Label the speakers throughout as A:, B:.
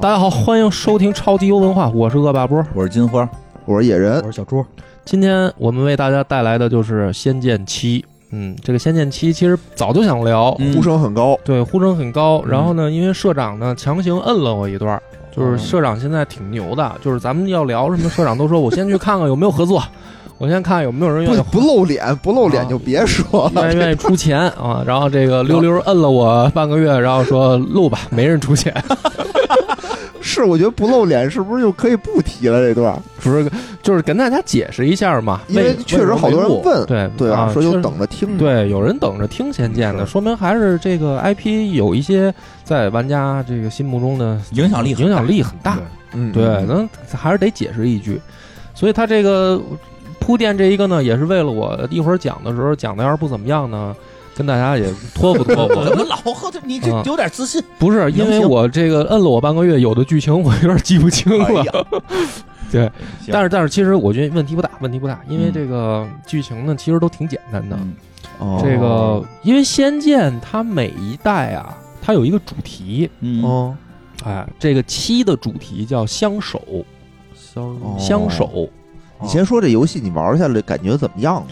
A: 大家好，欢迎收听超级优文化，我是恶霸波。
B: 我是金花，
C: 呃我是野人，
D: 我是小朱，
A: 今天我们为大家带来的就是《仙剑七》。嗯，这个《仙剑七》其实早就想聊，
B: 嗯
C: 呼声很高，
A: 对，呼声很高。然后呢，因为社长呢强行摁了我一段儿，就是社长现在挺牛的，就是咱们要聊什么，社长都说我先去看看有没有合作， 我先看有没有人愿意
C: 不不露脸，不露脸就别说了。
A: 愿 意愿意出钱啊。然后这个溜溜摁了我半个月，然后说录吧，没人出钱。
C: 是，我觉得不露脸是不是就可以不提了这段？
A: 不是，就是跟大家解释一下嘛，
C: 因为确实好多人问
A: 对
C: 对
A: 啊，
C: 说
A: 确
C: 就
A: 实
C: 等着
B: 嗯
C: 听。，
A: 对，有人等着听《仙剑》的，
C: 是
A: 说明还是这个 IP 有一些在玩家这个心目中的
B: 影响力很
A: 影响力很大。
C: 嗯，
A: 对
C: 嗯，
A: 那还是得解释一句。所以他这个铺垫这一个呢，也是为了我一会儿讲的时候讲的要是不怎么样呢，跟大家也托付 托付。
B: 怎么老喝的？你这
A: 嗯
B: 有点自信。
A: 不是因为我这个摁了我半个月，有的剧情我有点记不清了。 对，
B: 哎行
A: 但是但是其实我觉得问题不大，问题不大，因为
B: 嗯
A: 这个剧情呢其实都挺简单的。
B: 嗯
C: 哦
A: 这个，因为《仙剑》它每一代啊，它有一个主题，
B: 嗯，
C: 哦，
A: 哎，这个七的主题叫相守，
C: 哦
A: 相守。
C: 你先说这游戏你玩下来感觉怎么样？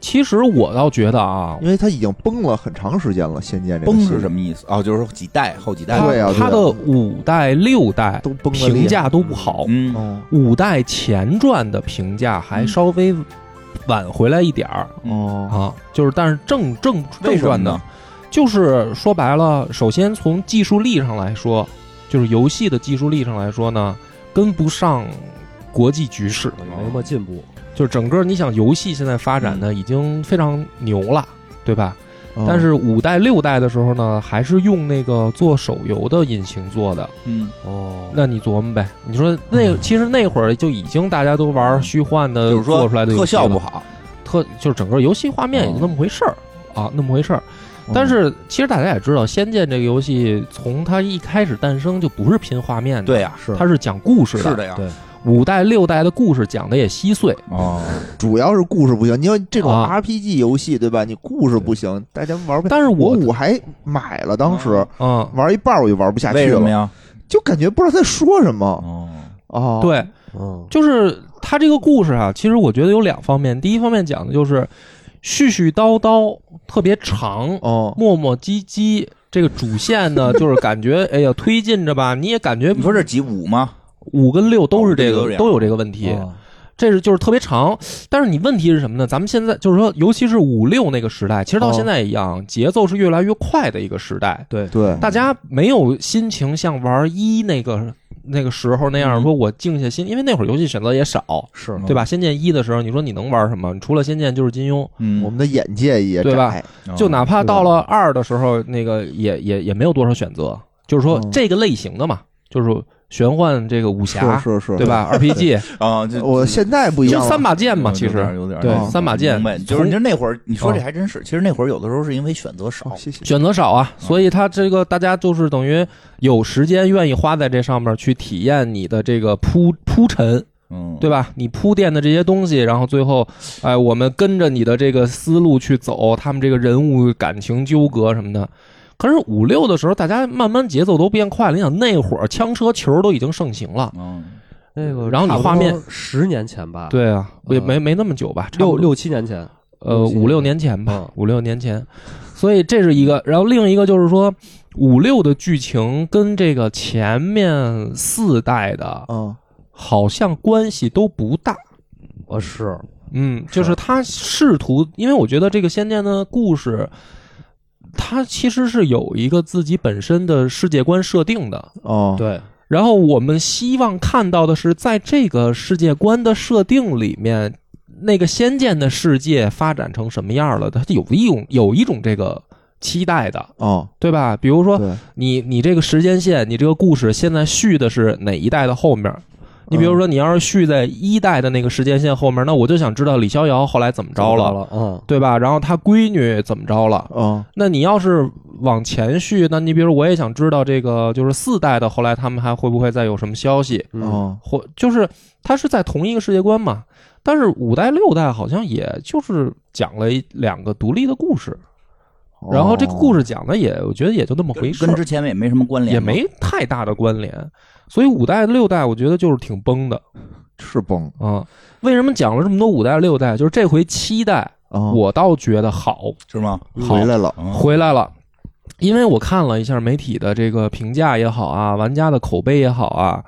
A: 其实我倒觉得啊
C: 因，为它已经崩了很长时间了，《仙剑》这个
B: 崩
C: 系列
B: 是什么意思？哦，就是说几代后几代。
A: 它
C: 对啊
A: 它的五代、六代
C: 都崩了
A: 评价都不好，
B: 嗯，
C: 哦
A: 五代前传的评价还稍微挽回来一点儿
C: 哦
A: 啊，就是但是正正
B: 嗯为
A: 正
B: 什么
A: 传的
B: 呢？，哦
A: 就是说白了，首先从技术力上来说，就是游戏的技术力上来说呢，跟不上国际局势。
B: 哦
D: 没什么进步，
A: 就是整个你想，游戏现在发展
B: 嗯
A: 呢已经非常牛了，对吧？
C: 哦
A: 但是五代六代的时候呢，还是用那个做手游的引擎做的。
B: 嗯，
D: 哦，
A: 那你琢磨呗，你说那其实那会儿就已经大家都玩虚幻的，
B: 就是说
A: 呃做出来的游
B: 特
A: 戏了
B: 效不好，
A: 特就是整个游戏画面也
B: 哦
A: 就那么回事儿、啊，那么回事儿。但是其实大家也知道，《仙剑》这个游戏从它一开始诞生就不是拼画面的，
B: 对呀，
D: 是
A: 它是讲故事的。
B: 是的呀
D: 对。
A: 五代六代的故事讲的也稀碎，
B: 哦，
C: 主要是故事不行，因为这种
A: 啊
C: RPG 游戏对吧？你故事不行，大家玩不。
A: 但是
C: 我
A: 我
C: 五还买了，当时
A: 嗯，
B: 哦
C: 玩一半我就玩不下
B: 为
C: 去
B: 什么
C: 了，
B: 呀？
C: 就感觉不知道在说什么
B: 哦，
C: 哦。
A: 对，
D: 嗯，
A: 就是他这个故事啊，其实我觉得有两方面，第一方面讲的就是絮絮叨叨，特别长，
C: 哦，
A: 磨磨唧唧。这个主线 呢，就是感觉哎呀推进着吧，你也感觉
B: 你说这几五吗？
A: 五跟六都是这
B: 哦
A: 个
B: 对都是这样
A: 都有这个问题，
D: 哦
A: 这是就是特别长。但是你问题是什么呢？咱们现在就是说，尤其是五六那个时代，其实到
C: 哦
A: 现在一样，节奏是越来越快的一个时代。
D: 对，
C: 对，
A: 大家没有心情像玩一那个那个时候那样，
B: 嗯
A: 说我静下心，因为那会儿游戏选择也少，
D: 是
A: 对吧？仙剑一的时候，你说你能玩什么？你除了仙剑就是金庸，
B: 嗯，
C: 我们的眼界也
A: 对吧
C: 窄，
B: 哦
A: 就哪怕
C: 是的
A: 到了二嗯的时候，那个也也也没有多少选择，就是说
C: 嗯
A: 这个类型的嘛，就是玄幻这个武侠，
C: 是是是，
A: 对？ 吧？RPG
B: 啊，这
C: 我现在不一
A: 就
C: 样了，
A: 三把剑嘛，其
B: 有点
A: 实
B: 有点
A: 对
B: 哦
A: 三把剑
B: 明白就是
A: 从
B: 你这那会儿，你说这
A: 哦
B: 还真是。其实那会儿有的时候是因为选择少
C: 哦，谢谢。
A: 选择少啊，
B: 嗯
A: 所以他这个大家就是等于有时间愿意花在这上面去体验你的这个铺铺陈，
B: 嗯，
A: 对吧？你铺垫的这些东西，然后最后，哎，我们跟着你的这个思路去走，他们这个人物感情纠葛什么的。可是五六的时候，大家慢慢节奏都变快了。你想那会儿枪车球都已经盛行了，
B: 嗯，
D: 那个，
A: 然后你画面
D: 十年前吧，，
A: 对啊，
D: 呃
A: 也没没那么久吧，差不
D: 六
A: 多
D: 六七年前，
A: 呃
D: 六七
A: 五六年前吧
D: 嗯，
A: 五六年前。 所以这是一个，然后另一个就是说，五六的剧情跟这个前面四代的
C: 嗯，
A: 好像关系都不大。
D: 呃是，
A: 嗯，就是他试图，因为我觉得这个《仙剑》的故事，它其实是有一个自己本身的世界观设定的。
C: 哦，
D: 对，
A: 然后我们希望看到的是，在这个世界观的设定里面，那个仙剑的世界发展成什么样了？它有一种有一种这个期待的，
C: 哦，
A: 对吧？比如说
C: 对，
A: 你你这个时间线，你这个故事现在续的是哪一代的后面？你比如说，你要是续在一代的那个时间线后面，那我就想知道李逍遥后来怎么着了，
D: 了，嗯，
A: 对吧？然后他闺女怎么着了？
C: 嗯，
A: 那你要是往前续，那你比如我也想知道这个就是四代的后来他们还会不会再有什么消息？
D: 嗯，
C: 哦，
A: 或就是它是在同一个世界观嘛？但是五代六代好像也就是讲了一两个独立的故事，
B: 哦
A: 然后这个故
C: 事
A: 事讲的也我觉得也就那么回事儿
B: 跟之前也没什么关联，
A: 也没太大的关联。所以五代六代我觉得就是挺崩的
C: 是崩
A: 啊、为什么讲了这么多五代六代？就是这回七代，
B: 哦
C: 啊，
A: 我倒觉得好
B: 是吗？
A: 好
C: 回来了，
B: 嗯
A: 回来了，因为我看了一下媒体的这个评价也好啊，玩家的口碑也好啊，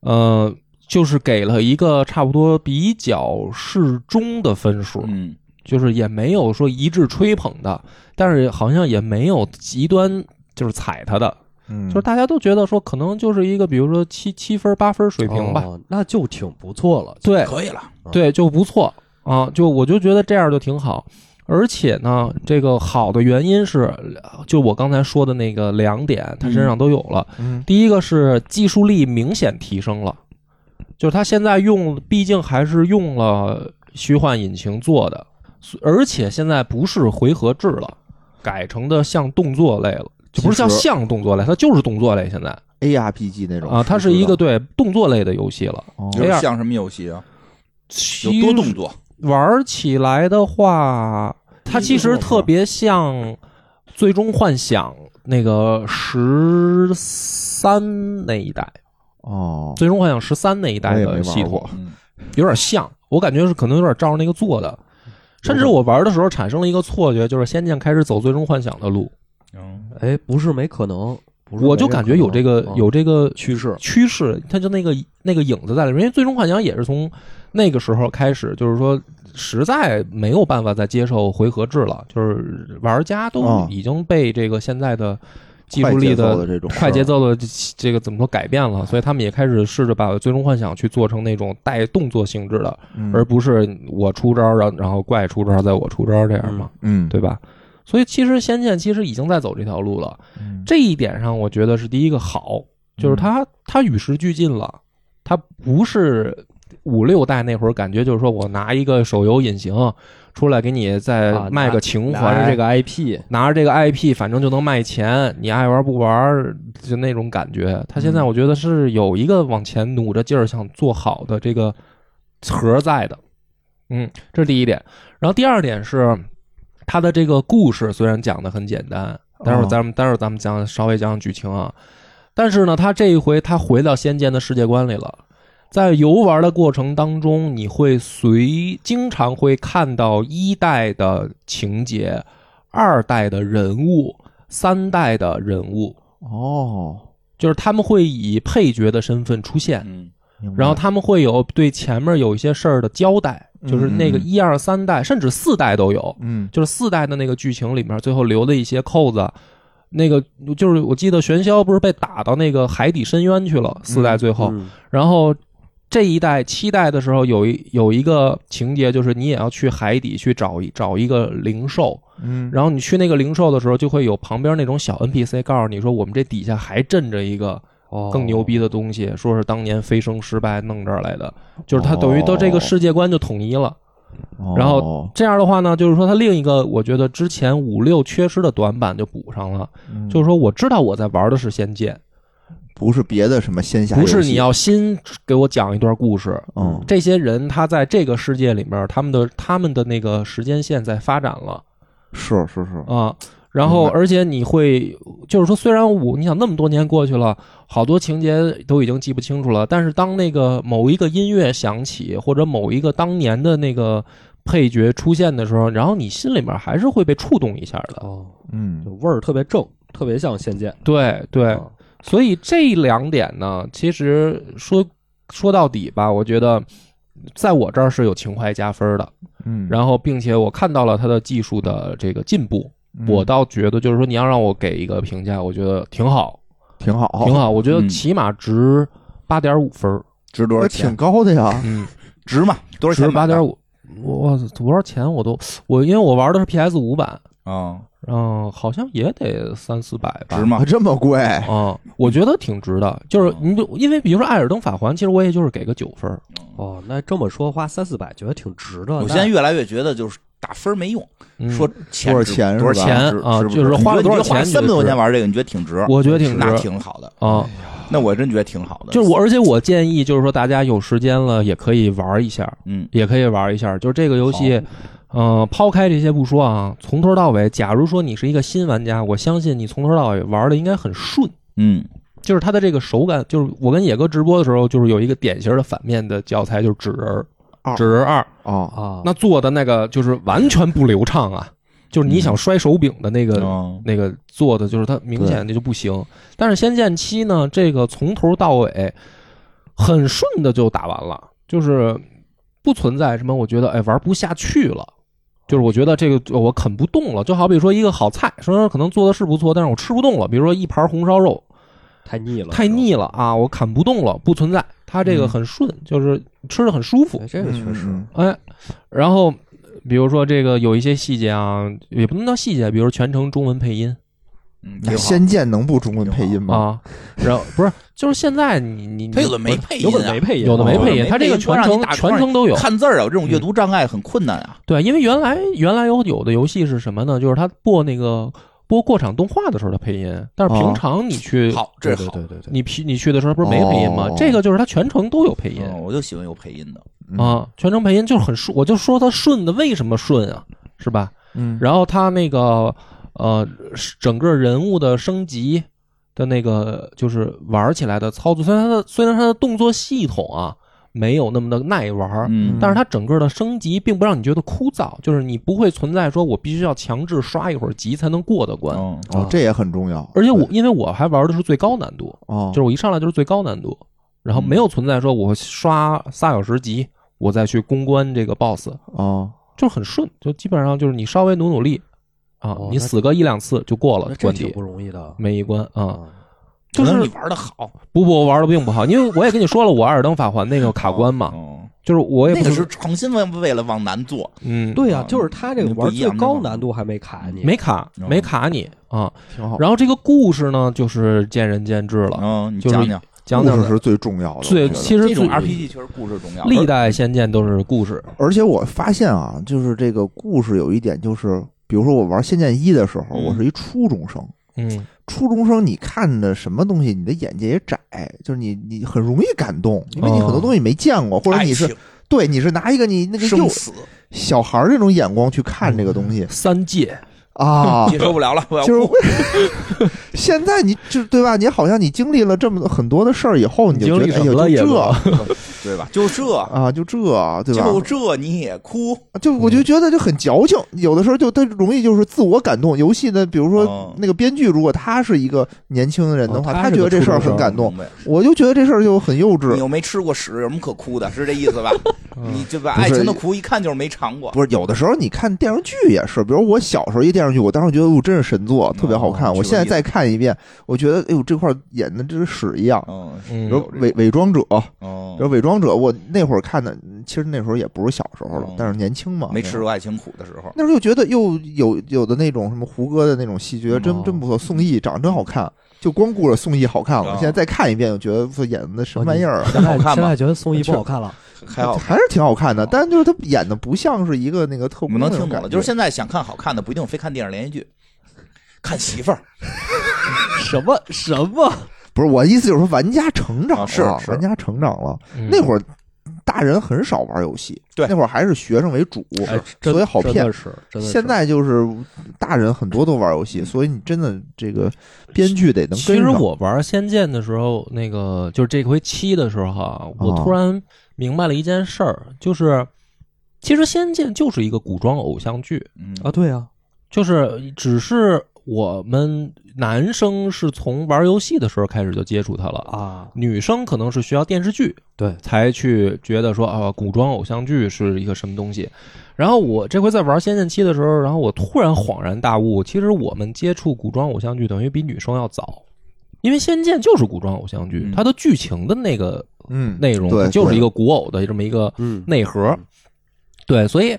A: 呃，就是给了一个差不多比较适中的分数，
B: 嗯，
A: 就是也没有说一致吹捧的，但是好像也没有极端就是踩他的，
C: 嗯
A: 就是大家都觉得说可能就是一个比如说七七分八分水平吧，
D: 哦，那就挺不错了。
A: 对
B: 可以了，
A: 对，就不错啊，就我就觉得这样就挺好。而且呢，这个好的原因是，就我刚才说的那个两点，他身上都有了。
C: 嗯
A: 第一个是技术力明显提升了，就是他现在用，毕竟还是用了虚幻引擎做的，而且现在不是回合制了，改成的像动作类了，就不是像
C: 即时
A: 像动作类，它就是动作类现在
C: A R P G 那种
A: 啊，它是一个对动作类的游戏了。
C: 哦
B: 就
A: 这
B: 是
A: 样
B: 像什么游戏啊？有
A: 其
B: 多
A: 实
B: 动作，
A: 玩起来的话，它其实特别像《最终幻想》那个十三那一代，
C: 哦
A: 《最终幻想十三》那一代
C: 我也
A: 的
C: 没
A: 系
C: 玩
A: 统
C: 过，
B: 嗯，
A: 有点像，我感觉是可能有点照着那个做的。甚至我玩的时候产生了一个错觉，就是《仙剑》开始走《最终幻想》的路，
B: 嗯
D: 哎，不是没可能，不是
A: 我就感觉有这个
D: 没可能哦嗯
A: 有这个
D: 趋势。
A: 趋势，它就那个那个影子在里面。因为《最终幻想》也是从那个时候开始，就是说实在没有办法再接受回合制了，就是玩家都
C: 嗯
A: 已经被这个现在的技术力
C: 快节
A: 的
C: 奏的这种啊
A: 快节奏的这个怎么说改变了，所以他们也开始试着把《最终幻想》去做成那种带动作性质的，
C: 嗯
A: 而不是我出招，然后然后怪出招，再我出招这样嘛，
C: 嗯
A: 对吧？所以其实《仙剑》其实已经在走这条路了。
C: 嗯
A: 这一点上，我觉得是第一个好，
D: 嗯
A: 就是它它与时俱进了，它不是五六代那会儿感觉就是说我拿一个手游引擎出来给你
D: 啊
A: 再卖
D: 拿
A: 个情怀，
D: 拿着这
A: 个
D: 个 IP，
A: 拿着这个 IP 反正就能卖钱，你爱玩不玩就那种感觉。它现在我觉得是有一个往前努着劲儿想做好的这个核在的，嗯，这是第一点。然后第二点是。它的这个故事虽然讲的很简单，待会儿咱们、待会儿咱们讲稍微讲讲剧情啊。但是呢，他这一回他回到仙剑的世界观里了，在游玩的过程当中，你会随经常会看到一代的情节、二代的人物、三代的人物，
C: 哦，
A: 就是他们会以配角的身份出现。
B: 嗯
C: 明白
A: 然后他们会有对前面有一些事儿的交代，就是那个
B: 嗯嗯
A: 一二三代，甚至四代都有。
C: 嗯
A: 就是四代的那个剧情里面，最后留的一些扣子。那个就是我记得玄霄不是被打到那个海底深渊去了，四代最后，
D: 嗯
A: 然后这一代七代的时候有一有一个情节，就是你也要去海底去找一找一个灵兽，
C: 嗯
A: 然后你去那个灵兽的时候，就会有旁边那种小 NPC 告诉你说，我们这底下还镇着一个
D: 哦
A: 更牛逼的东西，说是当年飞升失败弄这儿来的，就是它等于到这个
C: 哦
A: 世界观就统一了。
C: 后
A: 然
C: 哦
A: 后这样的话呢，就是说它另一个我觉得之前五六缺失的短板就补上了，
C: 嗯
A: 就是说我知道我在玩的是《仙剑
C: 不是别的什么仙》，侠游
A: 不
C: 戏，
A: 是你要新给我讲一段故事。
C: 嗯
A: 这些人他在这个世界里面，他们的他们的那个时间线在发展了
C: 是是是
A: 啊。然后，
C: 明白
A: 而且你会，就是说，虽然我你想那么多年过去了，好多情节都已经记不清楚了，但是当那个某一个音乐响起，或者某一个当年的那个配角出现的时候，然后你心里面还是会被触动一下的。
D: 哦，就
C: 嗯
D: 味儿特别正，特别像仙剑。
A: 对对，
D: 啊
A: 所以这两点呢，其实说说到底吧，我觉得在我这儿是有情怀加分的。
C: 嗯
A: 然后，并且我看到了他的技术的这个进步，
C: 后
B: 嗯
A: 我倒觉得就是说，你要让我给一个评价，我觉得挺好，
C: 挺好，
A: 挺好，我觉得
B: 嗯
A: 起码值八点五分儿。
B: 值多少
C: 那
B: 钱
C: 挺？高的呀，
A: 嗯，
B: 值嘛？多少
A: 值
B: 钱
A: 八
B: 买的？
A: 点五，我多少钱我都我因为我玩的是 PS 五版，
B: 啊，
A: 嗯，好像也得三四百吧
B: 值。吗
C: 啊？ 这么贵，
A: 啊、我觉得挺值的，就是你就因为比如说《艾尔登法环》，其实我也就是给个九分儿，
D: 哦，那这么说花三四百，觉得挺值的。
B: 我
D: 那
B: 现在越来越觉得就是打分没用，
A: 嗯
B: 说钱
C: 多少
B: 值
C: 钱
B: 多少
C: 是吧
B: 钱
A: 钱啊
B: 值不
A: 就是
B: 值
A: 花了
B: 你觉得
A: 多少
B: 花
A: 钱
B: 三百
A: 就
B: 多块
A: 值
B: 钱玩这个，你觉得挺值？
A: 我觉得挺值
B: 那挺好的，
A: 啊。
B: 那我真觉得挺好的。
A: 就是我，而且我建议就是说，大家有时间了也可以玩一下，
B: 嗯，
A: 也可以玩一下。就是这个游戏，嗯、抛开这些不说啊，从头到尾，假如说你是一个新玩家，我相信你从头到尾玩的应该很顺，
B: 嗯
A: 就是它的这个手感，就是我跟野哥直播的时候，就是有一个典型的反面的教材，就是纸人儿
C: 二，
A: 纸人儿二，
C: 哦，
D: 啊，
A: 那做的那个就是完全不流畅啊，就是你想摔手柄的那个、
B: 嗯
A: 那个做的，就是它明显的就不行。但是《仙剑七》呢，这个从头到尾很顺的就打完了，就是不存在什么我觉得哎玩不下去了。就是我觉得这个我啃不动了，就好比说一个好菜，说可能做的是不错，但是我吃不动了。比如说一盘红烧肉，
D: 太腻了，
A: 太腻了啊，我啃不动了，不存在。它这个
B: 嗯
A: 很顺，就是吃的很舒服
D: 哎。这个确实
C: 嗯
A: 哎，然后比如说这个有一些细节啊，也不能叫细节，比如全程中文配音
B: 嗯，挺
C: 那《
B: 好
C: 仙剑》能不中文配音吗？
A: 啊，然后不是就是现在你你
B: 它有的没
A: 不是
B: 配音
D: 有
B: 啊，
D: 可能没配音，
A: 有的没
B: 有的
A: 配音，
B: 没
A: 它这
B: 配
A: 个
B: 音
A: 全
B: 光让你
A: 程
B: 打
A: 全
B: 光
A: 程都有。
B: 看字儿啊，有这种阅
A: 嗯
B: 读障碍很困难啊。
A: 对，因为原来原来有有的游戏是什么呢？就是它播那个播过场动画的时候的配音，但是平
C: 哦
A: 常你去、
B: 好，这
D: 对
B: 是
D: 对
B: 好。
D: 对对对，
A: 你去你去的时候不是没配音吗？
C: 哦
A: 这个就是它全程都有配音。
B: 嗯我就喜欢有配音的。
C: 嗯，
A: 啊，全程配音就是很顺，我就说它顺的为什么顺啊，是吧？
C: 嗯，
A: 然后它那个呃，是整个人物的升级的那个就是玩起来的操作，虽然它的虽然它的动作系统啊没有那么的耐玩儿，
B: 嗯
A: 但是它整个的升级并不让你觉得枯燥，就是你不会存在说我必须要强制刷一会儿级才能过的关。
B: 嗯
C: 哦，这也很重要。
A: 而且我
C: 对
A: 因为我还玩的是最高难度，
C: 哦，
A: 就是我一上来就是最高难度，然后没有存在说我刷仨小时级，我再去攻关这个 BOSS，
C: 哦，
A: 就是很顺，就基本上就是你稍微努努力啊
D: 哦，
A: 你死个一两次就过了
D: 那这
A: 关
D: 挺
A: 题
D: 不，容易的
A: 每一关啊。
D: 啊。
A: 就
B: 可能
A: 是
B: 你玩的好，
A: 不不，我玩的并不好，因为我也跟你说了，我《艾尔登法环》那个卡关嘛，
B: 嗯，
A: 就是我也
B: 那
A: 不
B: 个是诚心为为了往难做，
A: 嗯，
D: 对呀
B: 嗯，
D: 就是他这个
B: 不
D: 玩
B: 一
D: 最
B: 样的
D: 高
B: 嘛
D: 难度还没卡你，
A: 没卡
B: 嗯
A: 没卡你啊。
C: 挺好。
A: 然后这个故事呢，就是见仁见智了，
B: 嗯，你
A: 就是
B: 讲讲
A: 讲
C: 故
A: 讲
C: 事是最重要的，
A: 最
C: 我觉得
A: 其实
B: 这种
A: 最
B: RPG 确实故事重要。
A: 历代仙剑都是故事，
C: 而且我发现啊，就是这个故事有一点，就是比如说我玩《仙剑一》的时候，
B: 嗯
C: 我是一初中生。
A: 嗯
C: 初中生，你看的什么东西，你的眼界也窄，就是你你很容易感动，因为你
A: 哦
C: 很多东西没见过，或者你是对你是拿一个你那
B: 爱
C: 个
B: 情
C: 幼
B: 生死
C: 小孩儿这种眼光去看这个东西
A: 三界
C: 啊，
B: 接受不了了，我要
C: 就是
B: 哭
C: 现在你就对吧？你好像你经历了这么很多的事儿以后，你就
A: 经
C: 觉
A: 历
C: 得
A: 什么了
C: 哎
A: 也
C: 呀，就这
A: 不
B: 对吧？就这，
C: 啊，就这对吧？啊
B: 就这你也哭，
C: 就我就觉得就很矫情，有的时候就他容易就是自我感动。游戏的，比如
B: 哦
C: 说那个编剧，如果他是一个年轻人的
D: 哦
C: 话，
D: 他
C: 他
D: 是
C: 觉
D: 个
C: 得这
D: 初
C: 事儿
D: 中
C: 很
D: 生
C: 感动，
B: 明白
C: 我就觉得这事儿就很幼
B: 你
C: 稚。
B: 又没吃过屎，有什么可哭的？是这意思吧？你这把
C: 不
B: 爱
C: 是
B: 情的苦一看就是没尝过。
C: 不是，有的时候你看电视剧也是，比如我小时候一电视剧，我当时觉得哟，真是神作，特别好看。
B: 哦
C: 我
B: 是
C: 现在
B: 有意思
C: 再看一遍，我觉得哎呦，这块儿演的真是屎一样。
B: 嗯，
A: 嗯
C: 比如伪伪装者，
B: 哦
C: 比如伪装者，我那会儿看的，其实那时候也不是小时候了
B: 哦，
C: 但是年轻嘛，
B: 没吃过爱情苦的时候，
C: 那时候就觉得又有有的那种什么胡歌的那种戏，觉得真
B: 嗯
A: 哦
C: 真不错，宋轶长得真好看，就光顾着宋轶好看了。
B: 啊
C: 现在再看一遍，我觉得这演的什么玩意儿啊，
D: 现在
B: 好看吗
D: 现在觉得宋轶不好看了，
B: 哦还好。
C: 还是挺好看的，但是就是他演的不像是一个那个特
B: 我
C: 工
B: 们
C: 那
B: 能
C: 种
B: 听懂
C: 感
B: 了，
C: 觉，
B: 就是现在想看好看的，不一定非看电视连续剧，看媳妇儿。
D: 什么什么
C: 不是我的意思就是说玩家成长了，
B: 啊是是嗯
C: 玩家成长了。那
A: 那
C: 会儿大人很少玩游戏，
B: 对
C: 那会儿还是学生为主，
D: 哎，真
C: 所以好
D: 真
C: 骗
D: 的。是，真的是
C: 现在就是大人很多都玩游戏，所以你真的这个编剧得能
A: 嗯其
C: 跟
A: 实
C: 上。
A: 我玩《仙剑》的时候，那个就是这回七的时候啊，我
C: 哦
A: 突然明白了一件事儿，就是其实《仙剑》就是一个古装偶像剧，
B: 嗯
D: 啊，对啊，
A: 就是只是我们男生是从玩游戏的时候开始就接触它了，
D: 啊，
A: 女生可能是需要电视剧
D: 对，
A: 才去觉得说啊，古装偶像剧是一个什么东西。然后我这回在玩《仙剑七》的时候，然后我突然恍然大悟，其实我们接触古装偶像剧等于比女生要早，因为《仙剑》就是古装偶像剧，
B: 嗯
A: 它的剧情的那个
C: 嗯，
A: 内容
C: 对
A: 就是
C: 对
A: 一个古偶的这么一个
D: 嗯，
A: 内核。对，所以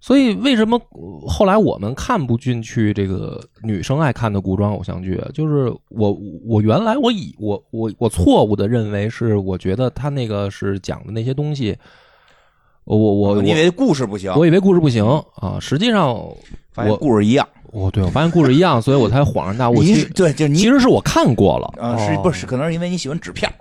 A: 所以为什么呃后来我们看不进去这个女生爱看的古装偶像剧？啊就是我我原来我以我我我错误的认为是，我觉得他那个是讲的那些东西，我我我
B: 你以哦为故事不行，
A: 我以为故事不行啊，实际上
B: 发现
A: 我
B: 故事一样。
A: 我对我发现故事一样，所以我才恍然大悟。
B: 你
A: 其
B: 是
A: 实
B: 对，就是你
A: 其实是我看过了，
B: 啊，是不是？可能是因为你喜欢纸片儿，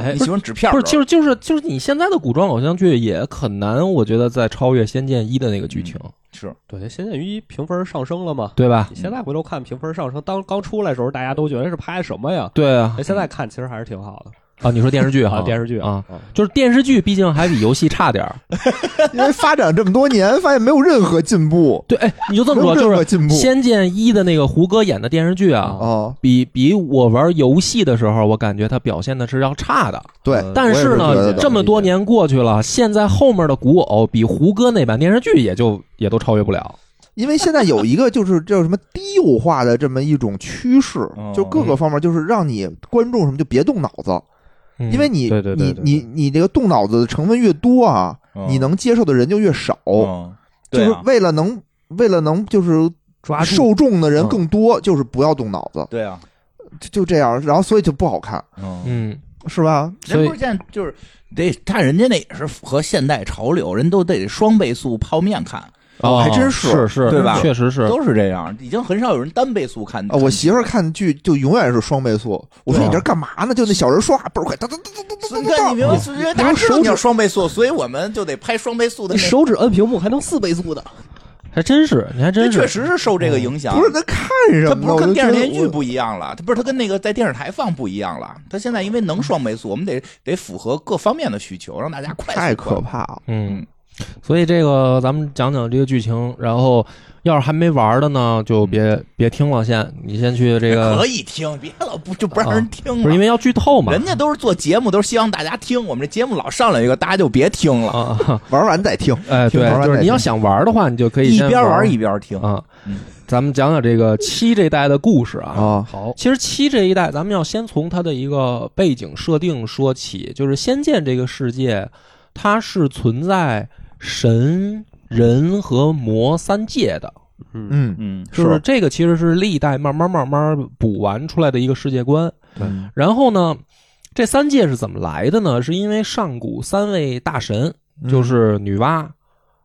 A: 哎
B: 你，喜欢纸片儿
A: 不是，
B: 吧
A: 就是就是就是你现在的古装偶像剧也很难，我觉得再超越《仙剑一》的那个剧情，
B: 嗯是
D: 对，仙剑一评分上升了嘛？
A: 对吧
D: 你？现在回头看评分上升，当刚出来的时候，大家都觉得是拍什么呀？
A: 对啊
D: 哎，，现在看其实还是挺好的
A: 啊，你说电视剧
C: 哦
A: 哈，
D: 电视剧
A: 啊，，就是电视剧毕竟还比游戏差点儿。
C: 因为发展这么多年，发现没有任何进步，
A: 对，哎，你就 这
C: 没
A: 么说，
C: 有
A: 就
C: 任
A: 是
C: 何
A: 《
C: 进步
A: 仙剑一》的那个胡歌演的电视剧啊，
C: 哦，
A: 比比我玩游戏的时候，我感觉他表现的是要差的。
C: 对，
D: 嗯
A: 呃但
C: 我也是觉
A: 呢，
C: 得的
A: 这么多年过去了，现在后面的古偶比胡歌那版电视剧也就也都超越不了。
C: 因为现在有一个就是叫什么低幼化的这么一种趋势
A: 哦
B: 嗯，
C: 就各个方面就是让你观众什么就别动脑子，
A: 嗯
C: 因为你
D: 对对对
C: 你
D: 对
C: 你你这个动脑子的成分越多啊，
B: 嗯
A: 哦
C: 你能接受的人就越少，
B: 嗯
C: 就
B: 对
C: 是
B: 啊
C: 为了能为了能就是
D: 抓住
C: 受众的人
D: 嗯
C: 更多，就是不要动脑子，
B: 对啊，
C: 就就这样，然后所以就不好看，
B: 嗯，
A: 嗯，
C: 是吧？
A: 所
B: 人
A: 以
B: 不是现在就是得看人家那也是符合现代潮流，人都得双倍速泡面看，
A: 哦，
C: 还真
A: 是
C: 是
A: 是，
B: 对吧
A: 确实是。哦
B: 都是这样，已经很少有人单倍速看。
C: 啊，我媳妇儿看剧就永远是双倍速。我说你这干嘛呢？就那小人说话倍儿快，哒哒哒哒哒
B: 所以
C: 哒
B: 你看，你
C: 哒
B: 明白，所以大家知道你要双倍速，所以我们就得拍双倍速的
D: 你
B: 那。
D: 手指摁屏幕还能四倍速的，
A: 还真是，你还
B: 这
A: 真是，嗯
B: 确实是受这个影响。
C: 哒。不是，那看什
B: 它不
C: 么呢？
B: 是
C: 我
B: 跟
C: 就
B: 电视
C: 觉得
B: 连续剧
C: 我
B: 不一样了，它不是它跟那个在电视台放不一样了。它现在因为能双倍速，我们得得符合各方面的需求，让大家快速
C: 太
B: 观
C: 可怕了。
A: 嗯，所以这个咱们讲讲这个剧情，然后要是还没玩的呢，就别、别听了先，你先去这
B: 嗯可
A: 个，啊
B: 以听，别老不就不让人听
A: 不是因
B: 了。
A: 为要剧透嘛？
B: 人家都是做节目，都是希望大家听。我们这节目老上来一个，大家就别听了，
A: 啊， 啊
C: 玩完再听。
A: 哎，
C: 听玩
A: 对，
C: 完
A: 就是
C: 再
A: 你要
C: 听
A: 想玩的话，你就可以
B: 一
A: 先
B: 边
A: 玩
B: 玩一边听。
A: 啊
B: 嗯。
A: 咱们讲讲这个七这代的故事啊。
C: 啊，
D: 好，
A: 其实七这一代，咱们要先从它的一个背景设定说起，就是《仙剑》这个世界，它是存在神、人和魔三界的。
D: 嗯，
C: 嗯，
B: 嗯
A: 就是这个其实是历代慢慢慢慢补完出来的一个世界观。
C: 对，
A: 然后呢，这三界是怎么来的呢？是因为上古三位大神，
C: 嗯
A: 就是女娲、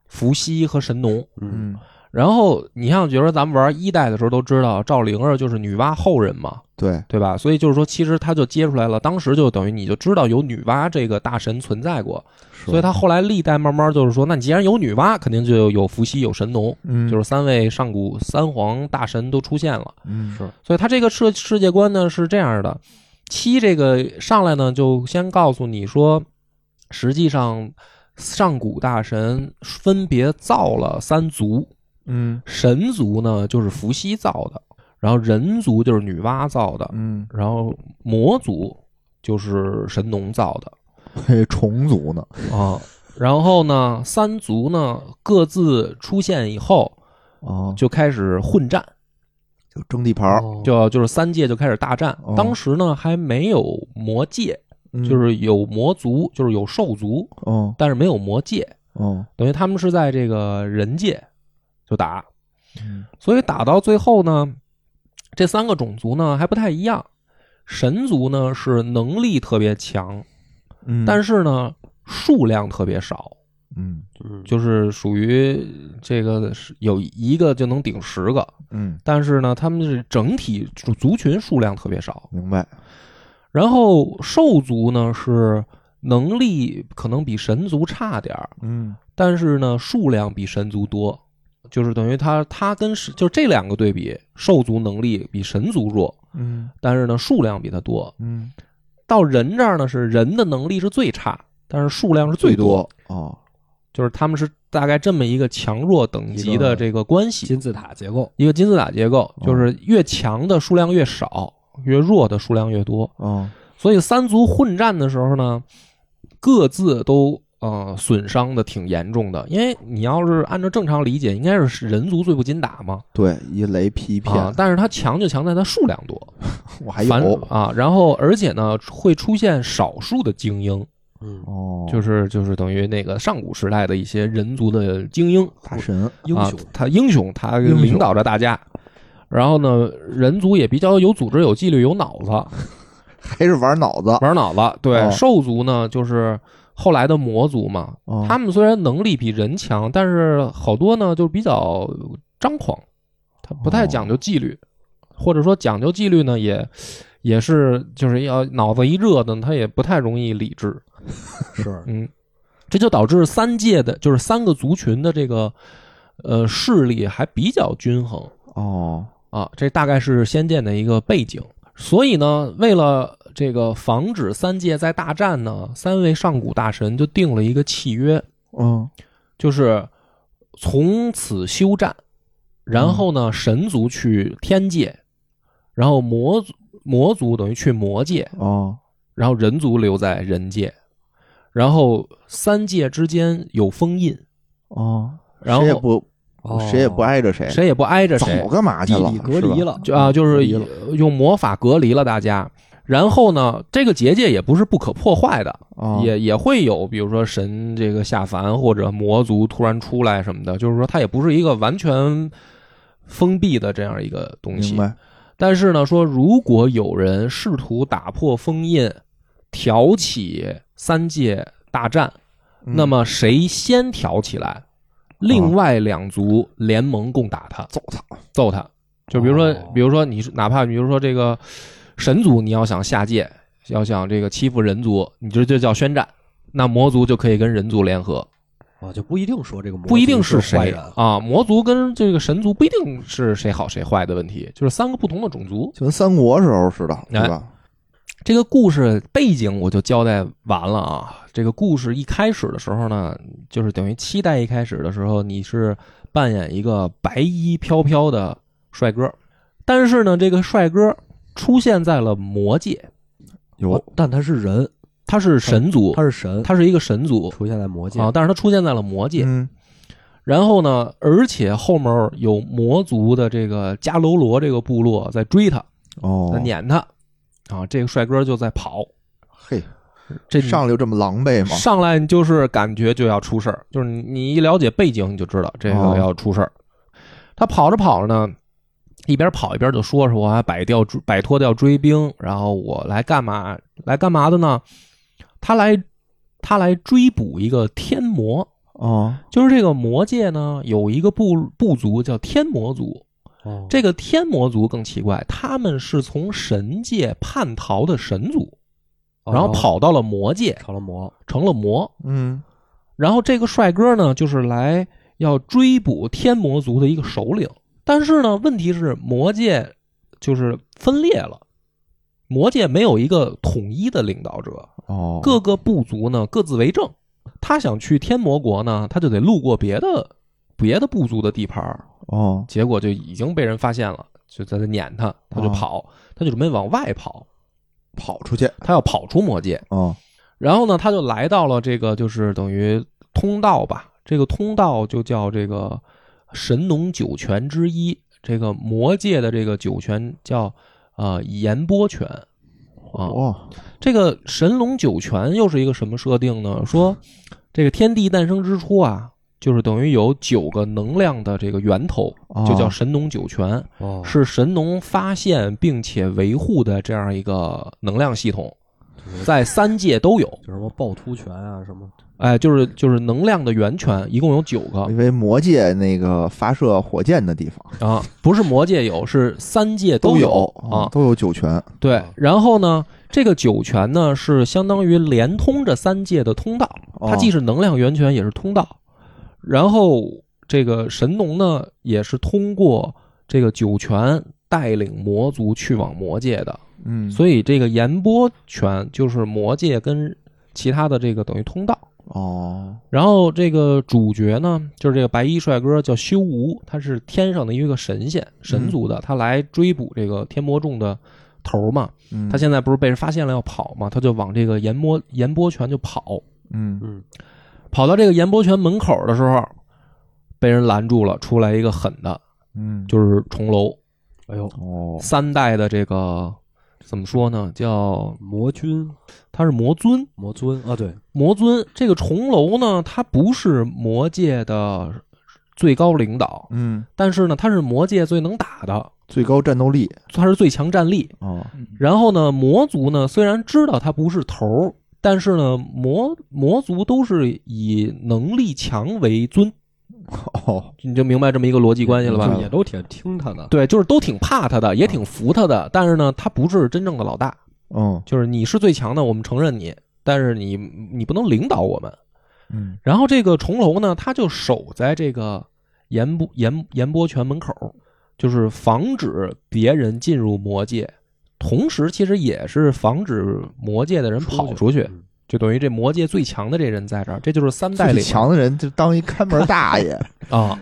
A: 伏羲和神农。
D: 嗯，
C: 嗯，
A: 然后你像，比如说咱们玩一代的时候都知道，赵灵儿就是女娲后人嘛，
C: 对，
A: 对吧？所以就是说，其实他就接出来了，当时就等于你就知道有女娲这个大神存在过，所以他后来历代慢慢就是说，那你既然有女娲，肯定就有伏羲、有神农，
C: 嗯
A: 就是三位上古三皇大神都出现了。
C: 嗯
A: 所以它这个世世界观呢是这样的：七这个上来呢，就先告诉你说，实际上上古大神分别造了三族，
C: 嗯
A: 神族呢就是伏羲造的，然后人族就是女娲造的，
C: 嗯，
A: 然后魔族就是神农造的。
C: 嘿，虫族呢？
A: 啊。然后呢，三族呢各自出现以后，
C: 哦，
A: 就开始混战，
C: 就争地
D: 哦
C: 盘儿，
A: 就就是三界就开始大战
C: 哦。
A: 当时呢还没有魔界，就
C: 嗯
A: 是有魔族，就是有兽族，
C: 哦
A: 但是没有魔界，
C: 哦，
A: 等于他们是在这个人界就打。
C: 嗯
A: 所以打到最后呢，这三个种族呢还不太一样。神族呢是能力特别强，
C: 嗯
A: 但
C: 是
A: 是呢数量特别少。
C: 嗯
D: 嗯，
A: 就是属于这个是有一个就能顶十个，
C: 嗯，
A: 但是呢，他们是整体族族群数量特别少。
C: 明白。
A: 然后兽族呢是能力可能比神族差点儿，
C: 嗯
A: 但是呢数量比神族多，就是等于他他跟神就这两个对比，兽族能力比神族弱，
C: 嗯
A: 但是呢数量比他多。
C: 嗯，
A: 到人这儿呢是人的能力是最差，但是数量是最
C: 最
A: 多，
C: 多哦，
A: 就是他们是大概这么一个强弱等级的这个关系。
D: 金字塔结构，
A: 一个金字塔结构，
C: 哦
A: 就是越强的数量越少，越弱的数量越多。
C: 哦，
A: 所以三族混战的时候呢，各自都呃损伤的挺严重的。因为你要是按照正常理解，应该是人族最不禁打嘛，
C: 对，一雷劈一片，
A: 啊，但是它强就强在它数量多，
C: 我还
A: 反
C: 有
A: 啊，然后而且呢会出现少数的精英，
D: 嗯，
C: 哦，
A: 就是就是等于那个上古时代的一些人族的精英，
C: 大神，
D: 英
A: 啊
D: 雄，
A: 他英雄，他
C: 英雄
A: 领导着大家。然后呢，人族也比较有组织、有纪律、有脑子，
C: 还是玩脑子，
A: 玩脑子。对，
C: 哦
A: 兽族呢，就是后来的魔族嘛。
C: 哦
A: 他们虽然能力比人强，但是好多呢就比较张狂，他不太
C: 哦
A: 讲究纪律，或者说讲究纪律呢也也是就是要脑子一热呢，他也不太容易理智。
D: 是
A: 嗯，这就导致三界的，就是三个族群的这个呃势力还比较均衡
C: 哦，
A: 啊。这大概是仙剑的一个背景。所以呢，为了这个防止三界在大战呢，三位上古大神就定了一个契约，
C: 嗯
A: 就是从此休战，然后呢，神族去天界，然后魔族魔族等于去魔界，
C: 哦，
A: 然后人族留在人界，然后三界之间有封印，
C: 哦，
A: 然
C: 谁也
A: 后哦
C: 不、哦谁也不挨着谁，
A: 谁也不挨着
C: 走
A: 谁，
C: 干嘛去
D: 哦地
C: 了？
D: 理隔离
C: 是吧，
D: 了，
A: 就啊，就是
D: 隔离了
A: 用魔法隔离了大家。然后呢，这个结界也不是不可破坏的，
C: 哦、
A: 也也会有，比如说神这个下凡或者魔族突然出来什么的，就是说它也不是一个完全封闭的这样一个东
C: 明
A: 西。
C: 白，
A: 但是呢，说如果有人试图打破封印，挑起三界大战，
C: 嗯
A: 那么谁先挑起来，另外两族联盟共打他，
C: 揍他，
A: 揍他。就比如说
D: 哦，
A: 比如说你是哪怕比如说这个神族，你要想下界，要想这个欺负人族，你这就叫宣战。那魔族就可以跟人族联合，
D: 啊，就不一定说这个魔
A: 不一定
D: 族是坏
A: 谁
D: 人，
A: 啊。魔族跟这个神族不一定是谁好谁坏的问题，就是三个不同的种族。
C: 就跟三国时候似
A: 哎
C: 的，对吧？
A: 这个故事背景我就交代完了啊。这个故事一开始的时候呢，就是等于期待一开始的时候，你是扮演一个白衣飘飘的帅哥，但是呢，这个帅哥出现在了魔界，
C: 有
D: 哦但他是人，
A: 他是神族
D: 他，是神，
A: 他是一个神族
D: 出现在魔界
A: 啊，但是他出现在了魔界。
C: 嗯
A: 然后呢，而且后面有魔族的这个迦楼罗这个部落在追他，在
C: 哦，
A: 撵他，啊，这个帅哥就在跑，
C: 嘿，
A: 这
C: 上来就这么狼狈吗？
A: 上来就是感觉就要出事儿，就是你一了解背景你就知道这个
C: 哦
A: 要出事儿。他跑着跑着呢，一边跑一边就说说我还摆掉追摆脱掉追兵，然后我来干嘛来干嘛的呢？他来他来追捕一个天魔，
C: 哦，
A: 就是这个魔界呢有一个部部族叫天魔族，
D: 哦
A: 这个天魔族更奇怪，他们是从神界叛逃的神族，然后
D: 哦
A: 跑到了魔界
D: 成了魔，
A: 成了魔。
C: 嗯，
A: 然后这个帅哥呢，就是来要追捕天魔族的一个首领。但是呢，问题是魔界就是分裂了，魔界没有一个统一的领导者，
C: 哦，
A: 各个部族呢各自为政。他想去天魔国呢，他就得路过别的别的部族的地盘儿，
C: 哦，
A: 结果就已经被人发现了，就在那撵他，他就
C: 哦
A: 跑，他就准备往外跑，
C: 跑出去，
A: 他要跑出魔界。
C: 哦，
A: 然后呢，他就来到了这个就是等于通道吧，这个通道就叫这个神农九泉之一，这个魔界的这个九泉叫呃岩波泉啊。
C: 哦，
A: 这个神龙九泉又是一个什么设定呢？说这个天地诞生之初啊，就是等于有九个能量的这个源头，就叫
C: 哦
A: 神农九泉，
D: 哦
A: 是神农发现并且维护的这样一个能量系统，在三界都有。
D: 就什么趵突拳啊，什么
A: 哎，就是就是能量的源泉，一共有九个
C: 我以为魔界那个发射火箭的地方
A: 啊，不是魔界有，是三界
C: 都
A: 有
C: 啊
A: 啊，。
C: 都有九泉，
A: 对，然后呢，这个九泉呢是相当于连通着三界的通道，它
C: 哦
A: 既是能量源泉，也是通道。然后这个神农呢，也是通过这个九泉带领魔族去往魔界的，
C: 嗯，
A: 所以这个岩波泉就是魔界跟其他的这个等于通道。
C: 哦，
A: 然后这个主角呢，就是这个白衣帅哥叫修吾，他是天上的一个神仙，神族的，他来追捕这个天魔众的头儿嘛。
C: 嗯，
A: 他现在不是被人发现了要跑嘛，他就往这个岩波岩波泉就跑，
C: 嗯
D: 嗯
A: 跑到这个岩波泉门口的时候，被人拦住了，出来一个狠的，
C: 嗯，
A: 就是重楼
D: 哎呦
C: 哦，
A: 三代的这个怎么说呢？叫
D: 魔君
A: 他是魔尊，
D: 魔尊啊对
A: 魔尊这个重楼呢，他不是魔界的最高领导，
C: 嗯，
A: 但是呢，他是魔界最能打的，
C: 最高战斗力
A: 他是最强战力。
C: 哦，
B: 嗯
A: 然后呢，魔族呢虽然知道他不是头儿，但是呢，魔魔族都是以能力强为尊，
C: 哦，
A: 你就明白这么一个逻辑关系了吧
D: 就？也都挺听他的，
A: 对，就是都挺怕他的，也挺服他的，但是呢，他不是真正的老大，
C: 嗯
A: 就是你是最强的，我们承认你，但是你你不能领导我们。
C: 嗯
A: 然后这个重楼呢，他就守在这个严波严严波泉门口，就是防止别人进入魔界，同时其实也是防止魔界的人跑出去，
D: 嗯
A: 就等于这魔界最强的这人在这儿，这就是三代
C: 最
A: 里
C: 强的人就当一看门大 爷。
A: 啊。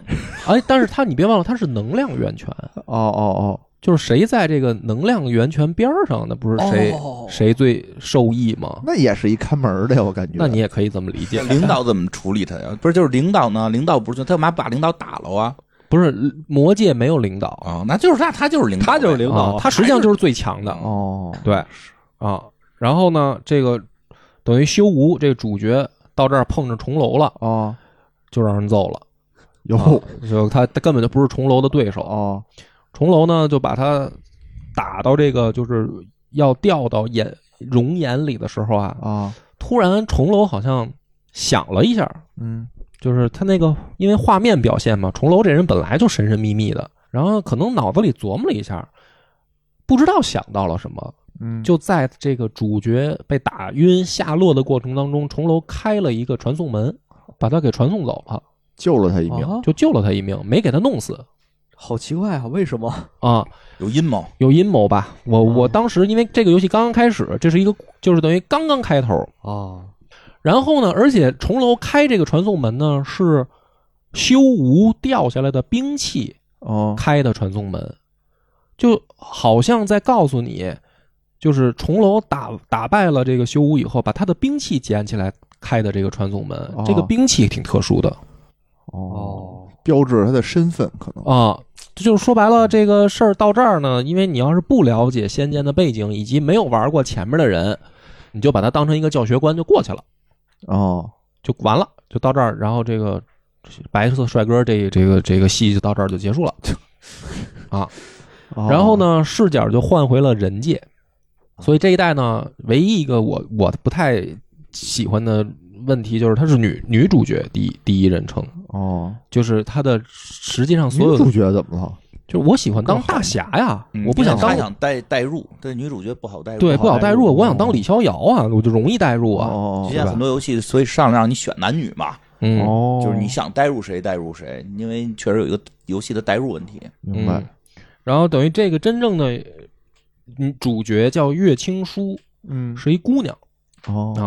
A: 哎，但是他你别忘了，他是能量源泉，
C: 哦哦
A: 就是谁在这个能量源泉边儿上，那不是谁、
B: 哦
A: 谁最受益吗
C: 哦，？那也是一看门的，我感觉。
A: 那你也可以这么理解，
B: 领导怎么处理他呀？不是，就是领导呢？领导不是他干嘛把领导打了啊？
A: 不是魔界没有领导，
B: 哦，那就是他，他就是领导呗，哦
D: 他就是领导
A: 啊，他实际上就是最强的。
C: 哦，
A: 对，啊，然后呢，这个等于修无这个主角到这儿碰着重楼了，
C: 哦
A: 就让人揍了，
C: 有
A: 啊就他他根本就不是重楼的对手，啊
C: 哦
A: 重楼呢就把他打到这个就是要掉到眼熔岩里的时候啊，
C: 哦，
A: 突然重楼好像想了一下，
C: 嗯
A: 就是他那个因为画面表现嘛，重楼这人本来就神神秘秘的，然后可能脑子里琢磨了一下，不知道想到了什么，
C: 嗯，
A: 就在这个主角被打晕下落的过程当中，重楼开了一个传送门，把他给传送走了，
C: 救了他一命。
D: 啊
A: 就救了他一命，没给他弄死
D: 好奇怪啊，为什么？
A: 啊，
B: 有阴谋。
A: 有阴谋吧？我
D: 哦
A: 我当时因为这个游戏刚刚开始，这是一个就是等于刚刚开头，
D: 哦，
A: 然后呢，而且重楼开这个传送门呢是修无掉下来的兵器
C: 哦
A: 开的传送门，就好像在告诉你，就是重楼打打败了这个修武以后，把他的兵器捡起来开的这个传送门，
C: 哦
A: 这个兵器挺特殊的
C: 哦，
D: 哦，
C: 标志着他的身份可能。
A: 啊。就是说白了，这个事儿到这儿呢，因为你要是不了解《仙剑》的背景，以及没有玩过前面的人，你就把它当成一个教学关就过去了，
C: 哦
A: 就完了，就到这儿。然后这个白色帅哥这这个这个戏就到这儿就结束了。
C: 哦，
A: 然后呢，视角就换回了人界，所以这一代呢，唯一一个我我不太喜欢的问题就是她是女女主角第一第一人称，
C: 哦，
A: 就是她的实际上
C: 女
A: 所有的
C: 主角怎么了？
A: 就是我喜欢当大侠呀，
B: 嗯
A: 我不想
B: 他
A: 当
B: 想代代入，对女主角不好代入。
A: 对不
C: 不好
A: 好代
C: 代入
A: 入，我想
C: 哦
A: 当李逍遥啊，我就容易代入啊，
C: 哦
B: 就
A: 对吧
B: 现在很多游戏，所以上来让你选男女嘛，
A: 嗯
C: 哦，
B: 就是你想代入谁代入谁，因为确实有一个游戏的代入问题。
C: 明白
A: 嗯，，然后等于这个真正的嗯主角叫月清书，
C: 嗯
A: 是一姑娘。
C: 哦
A: 啊，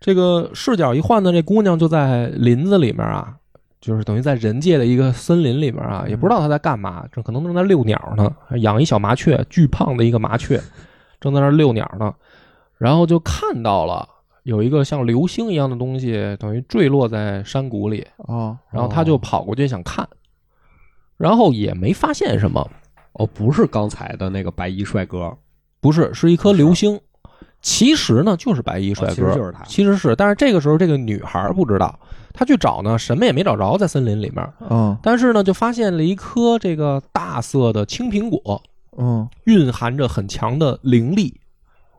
A: 这个视角一换呢，这姑娘就在林子里面啊，就是等于在人界的一个森林里面啊，也不知道她在干嘛，这可能正在遛鸟呢，养一小麻雀，巨胖的一个麻雀，正在那儿遛鸟呢，然后就看到了有一个像流星一样的东西，等于坠落在山谷里，
C: 哦
A: 然后她就跑过去想看，然后也没发现什么，
D: 哦，不是刚才的那个白衣帅哥，
A: 不是，是一颗流星。其实呢，就是白衣帅
D: 哦其
A: 哥，
D: 实就是他。
A: 其实是，但是这个时候这个女孩儿不知道，她去找呢，什么也没找着，在森林里面。
C: 嗯
A: 但是呢，就发现了一颗这个大色的青苹果，
C: 嗯
A: 蕴含着很强的灵力。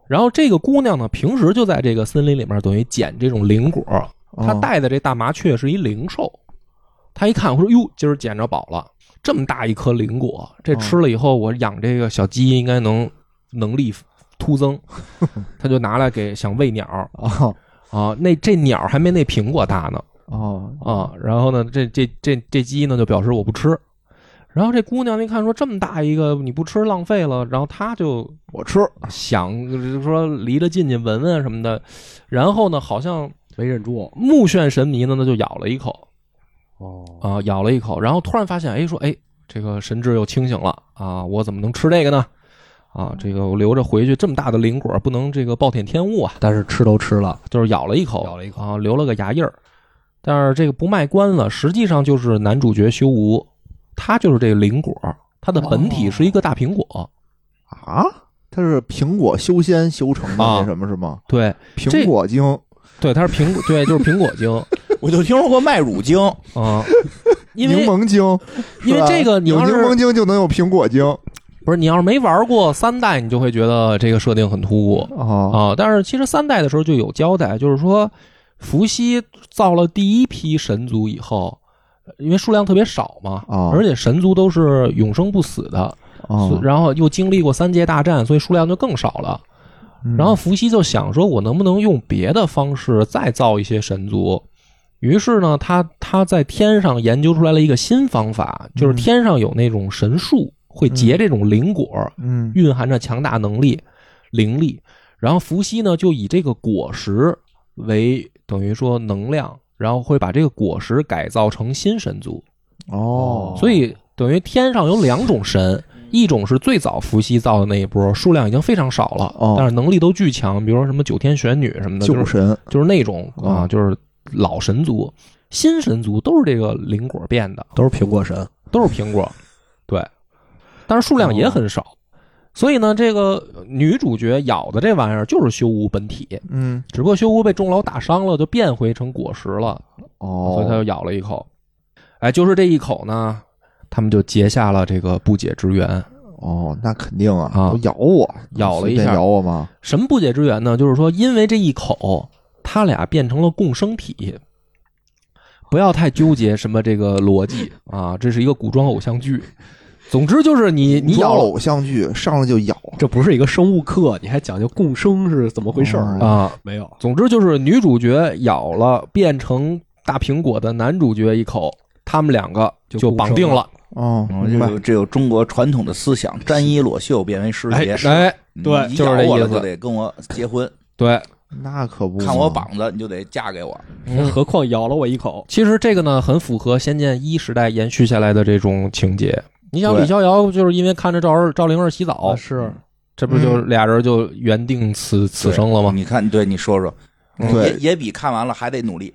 A: 然后这个姑娘呢，平时就在这个森林里面，等于捡这种灵果。
C: 哦
A: 她带的这大麻雀是一灵兽，她一看，我说哟，今儿捡着宝了，这么大一颗灵果，这吃了以后，我养这个小鸡应该能能力突增。她就拿来给想喂鸟，
C: 哦
A: 啊，那这鸟还没那苹果大呢
C: 哦
A: 啊。然后呢，这这这这鸡呢就表示我不吃。然后这姑娘一看说这么大一个你不吃浪费了，然后她就
C: 我吃
A: 想就是说离着近近闻啊闻什么的。然后呢，好像
D: 没忍住
A: 目眩神迷呢，那就咬了一口
D: 哦，
A: 啊，咬了一口，然后突然发现，哎，说哎，这个神智又清醒了啊，我怎么能吃这个呢？啊，这个我留着回去，这么大的灵果不能这个暴殄天物啊。
D: 但是吃都吃了，
A: 就是咬了一口，
D: 咬了一口
A: 啊，留了个牙印儿。但是这个不卖关子，实际上就是男主角修无，他就是这个灵果，他的本体是一个大苹果。
C: 啊，它是苹果修仙修成的
A: 啊
C: 那什么是吗？
A: 对
C: 苹果精
A: 对，他是苹果，对，就是苹果 精
B: 我就听说过卖乳精，
A: 啊。因
C: 柠
A: 为
C: 檬精，
A: 因为
C: 是吧
A: 这个你
C: 有
A: 要
C: 柠
A: 是
C: 檬精就能有苹果精
A: 不是你要是没玩过三代，你就会觉得这个设定很突兀
C: 哦
A: 啊。但是其实三代的时候就有交代，就是说伏羲造了第一批神族以后，因为数量特别少嘛，
C: 哦
A: 而且神族都是永生不死的，所
C: 哦，
A: 然后又经历过三界大战，所以数量就更少了。
C: 嗯
A: 然后伏羲就想说，我能不能用别的方式再造一些神族？于是呢，他他在天上研究出来了一个新方法，就是
C: 嗯
A: 天上有那种神树会结这种灵果，
C: 嗯
A: 蕴含着强大能力、灵力。然后伏羲呢，就以这个果实为等于说能量，然后会把这个果实改造成新神族。
C: 哦，
A: 所以等于天上有两种神，一种是最早伏羲造的那一波，数量已经非常少了，
C: 哦
A: 但是能力都巨强，比如说什么九天玄女什么的，就
C: 酒
A: 是
C: 神
A: 就是那种啊，
C: 哦
A: 就是老神族。新神族都是这个灵果变的，
D: 都是苹果神，
A: 都是苹果，对，但是数量也很少。所以呢，这个女主角咬的这玩意儿就是修吾本体，
C: 嗯
A: 只不过修吾被重楼打伤了，就变回成果实了，啊所以他就
C: 哦，
A: 咬了一口。哎，就是这一口呢，他们就结下了这个不解之缘。
C: 哦，那肯定啊，
A: 啊
C: 都咬我，
A: 咬了
C: 随
A: 一
C: 便
A: 下
C: 咬我吗？
A: 什么不解之缘呢？就是说，因为这一口，他俩变成了共生体。不要太纠结什么这个逻辑啊，这是一个古装偶像剧。总之就是你你咬
C: 了
A: 了
C: 偶像剧，上来就咬，啊
D: 这不是一个生物课，你还讲究共生是怎么回事儿
C: 哦？
A: 啊，
D: 没有，
A: 总之就是女主角咬了变成大苹果的男主角一口，他们两个就绑定了。
C: 哦，
B: 嗯
C: 明白
B: 这，有这有中国传统的思想，沾衣裸袖便为师
A: 哎
B: 爷。
A: 哎，
B: 你
A: 对
B: 你
A: 就是
B: 咬
A: 这
B: 我了
A: 意思
B: 就得跟我结婚，
A: 对，
C: 那可不嘛，
B: 看我膀子你就得嫁给我。
A: 嗯
D: 何况咬了我一口，
A: 其实这个呢很符合《仙剑一》时代延续下来的这种情节。你想
B: 对
A: 李逍遥就是因为看着赵儿赵灵儿洗澡，嗯
D: 是
A: 这不就俩人就缘定此此生了吗？
B: 你看，对你说说，
C: 嗯
B: 也
C: 对
B: 也比看完了还得努力。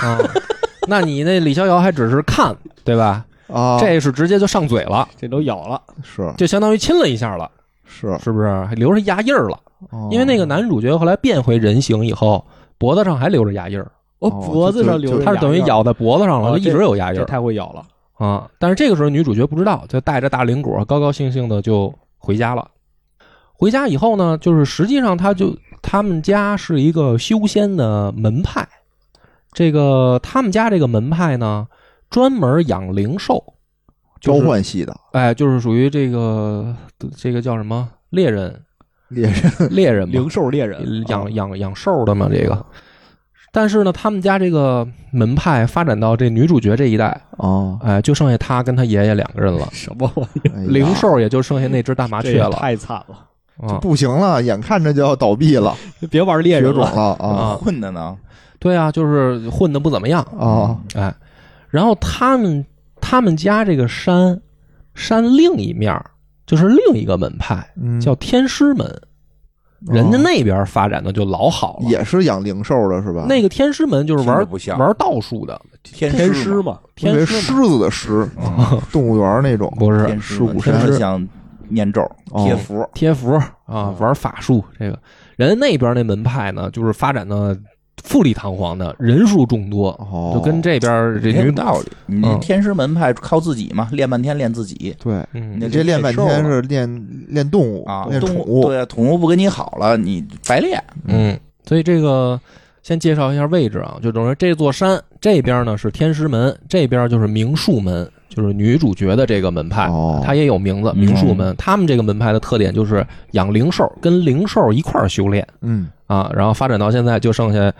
A: 啊， 那你那李逍遥还只是看，对吧？
C: 啊，
A: 这是直接就上嘴了，
D: 这都咬了，
C: 是
A: 就相当于亲了一下了，
C: 是，
A: 是不是？还留着牙印儿了，
C: 哦
A: 因为那个男主角后来变回人形以后，脖子上还留着牙印儿。
D: 我
C: 哦
D: 脖子上留着，
A: 他是等于，咬在脖子上了，
D: 哦
A: 一直有牙印
D: 这
A: 儿
D: 太会咬了，
A: 啊。但是这个时候女主角不知道，就带着大灵果高高兴兴的就回家了。回家以后呢，就是实际上他就他们家是一个修仙的门派，这个他们家这个门派呢，专门养灵兽，就是
C: 交换系的
A: 哎，就是属于这个这个叫什么猎人
C: 猎人，
A: 猎人嘛嗯
D: 灵，兽猎人，
A: 养养养兽的嘛这个。但是呢，他们家这个门派发展到这女主角这一代，
C: 哦，
A: 哎，就剩下他跟他爷爷两个人了
D: 什么玩意儿？
C: 哎呀
A: 灵兽也就剩下那只大麻
D: 这
A: 雀
D: 也
A: 了。
D: 太惨了，
A: 啊，
C: 不行了，眼看着就要倒闭了，
D: 别玩猎
C: 绝
D: 人
C: 种
D: 了，
C: 了
A: 啊
C: 啊
B: 混的呢，
A: 对啊，就是混的不怎么样，
C: 啊
A: 哎，然后他们他们家这个山山另一面儿就是另一个门派，
C: 嗯，
A: 叫天师门，人家那边发展的就老好了。
C: 也是养灵兽的是吧？
A: 那个天师门就是玩
B: 听着不像
A: 玩道术的，
B: 天
D: 天
B: 师
D: 师
B: 嘛，
D: 嘛，
C: 我以为
A: 天师
C: 狮
A: 门
C: 子的狮，
B: 嗯
C: 动物园那种，
A: 不是
B: 天
C: 尸
B: 师
C: 骨
B: 天
A: 山
B: 师像念咒
C: 哦
B: 贴符，
A: 贴符啊，玩法术这个。人家那边那门派呢，就是发展的富丽堂皇的，人数众多，
C: 哦，
A: 就跟这边儿这
B: 没
A: 女
B: 有道理。你
A: 嗯
B: 天师门派靠自己嘛，练半天练自己
C: 对，
A: 嗯
B: 那
C: 你这练半
B: 练
C: 天
B: 兽
C: 是练练动物
B: 啊，
C: 练
B: 动
C: 宠
B: 物
C: 物，
B: 对啊，宠物不跟你好了，你白练。
A: 嗯，所以这个先介绍一下位置啊，就等于这座山这边呢是天师门，这边就是明术门，就是女主角的这个门派，
C: 哦
A: 它也有名字，
B: 嗯
A: 明术门。他们这个门派的特点就是养灵兽，跟灵兽一块儿修炼
C: 嗯，
A: 啊，然后发展到现在就剩下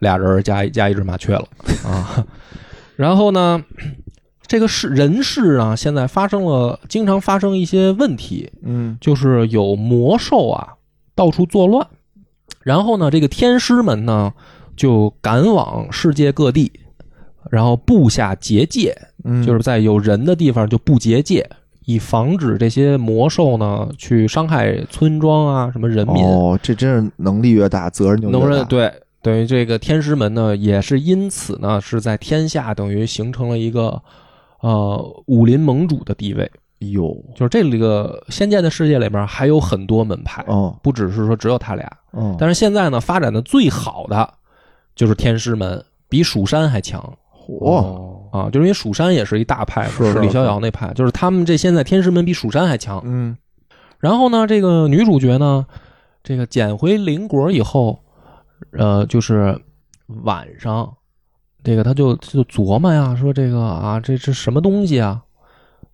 A: 俩人儿加一加一只麻雀了啊。 然后呢，这个世人世啊，现在发生了经常发生一些问题，
C: 嗯
A: 就是有魔兽啊到处作乱，然后呢，这个天师们呢就赶往世界各地，然后布下结界，
C: 嗯，
A: 就是在有人的地方就布结界，以防止这些魔兽呢去伤害村庄啊什么人民。
C: 哦，这真是能力越大，责任就越大。
A: 能认对，等于这个天师门呢，也是因此呢是在天下等于形成了一个呃武林盟主的地位。
C: 哟，
A: 就是这个仙剑的世界里面还有很多门派，
C: 哦
A: 不只是说只有他俩。
C: 哦，
A: 但是现在呢，发展的最好的就是天师门，比蜀山还强
C: 嚯，
A: 啊！就是因为蜀山也是一大派嘛，
C: 是
A: 是
C: 是
A: 李逍遥那派，就是他们这现在天师门比蜀山还强。
C: 嗯，
A: 然后呢，这个女主角呢，这个捡回灵果以后，呃，就是晚上。这个他就他就琢磨呀，说这个啊，这这什么东西啊，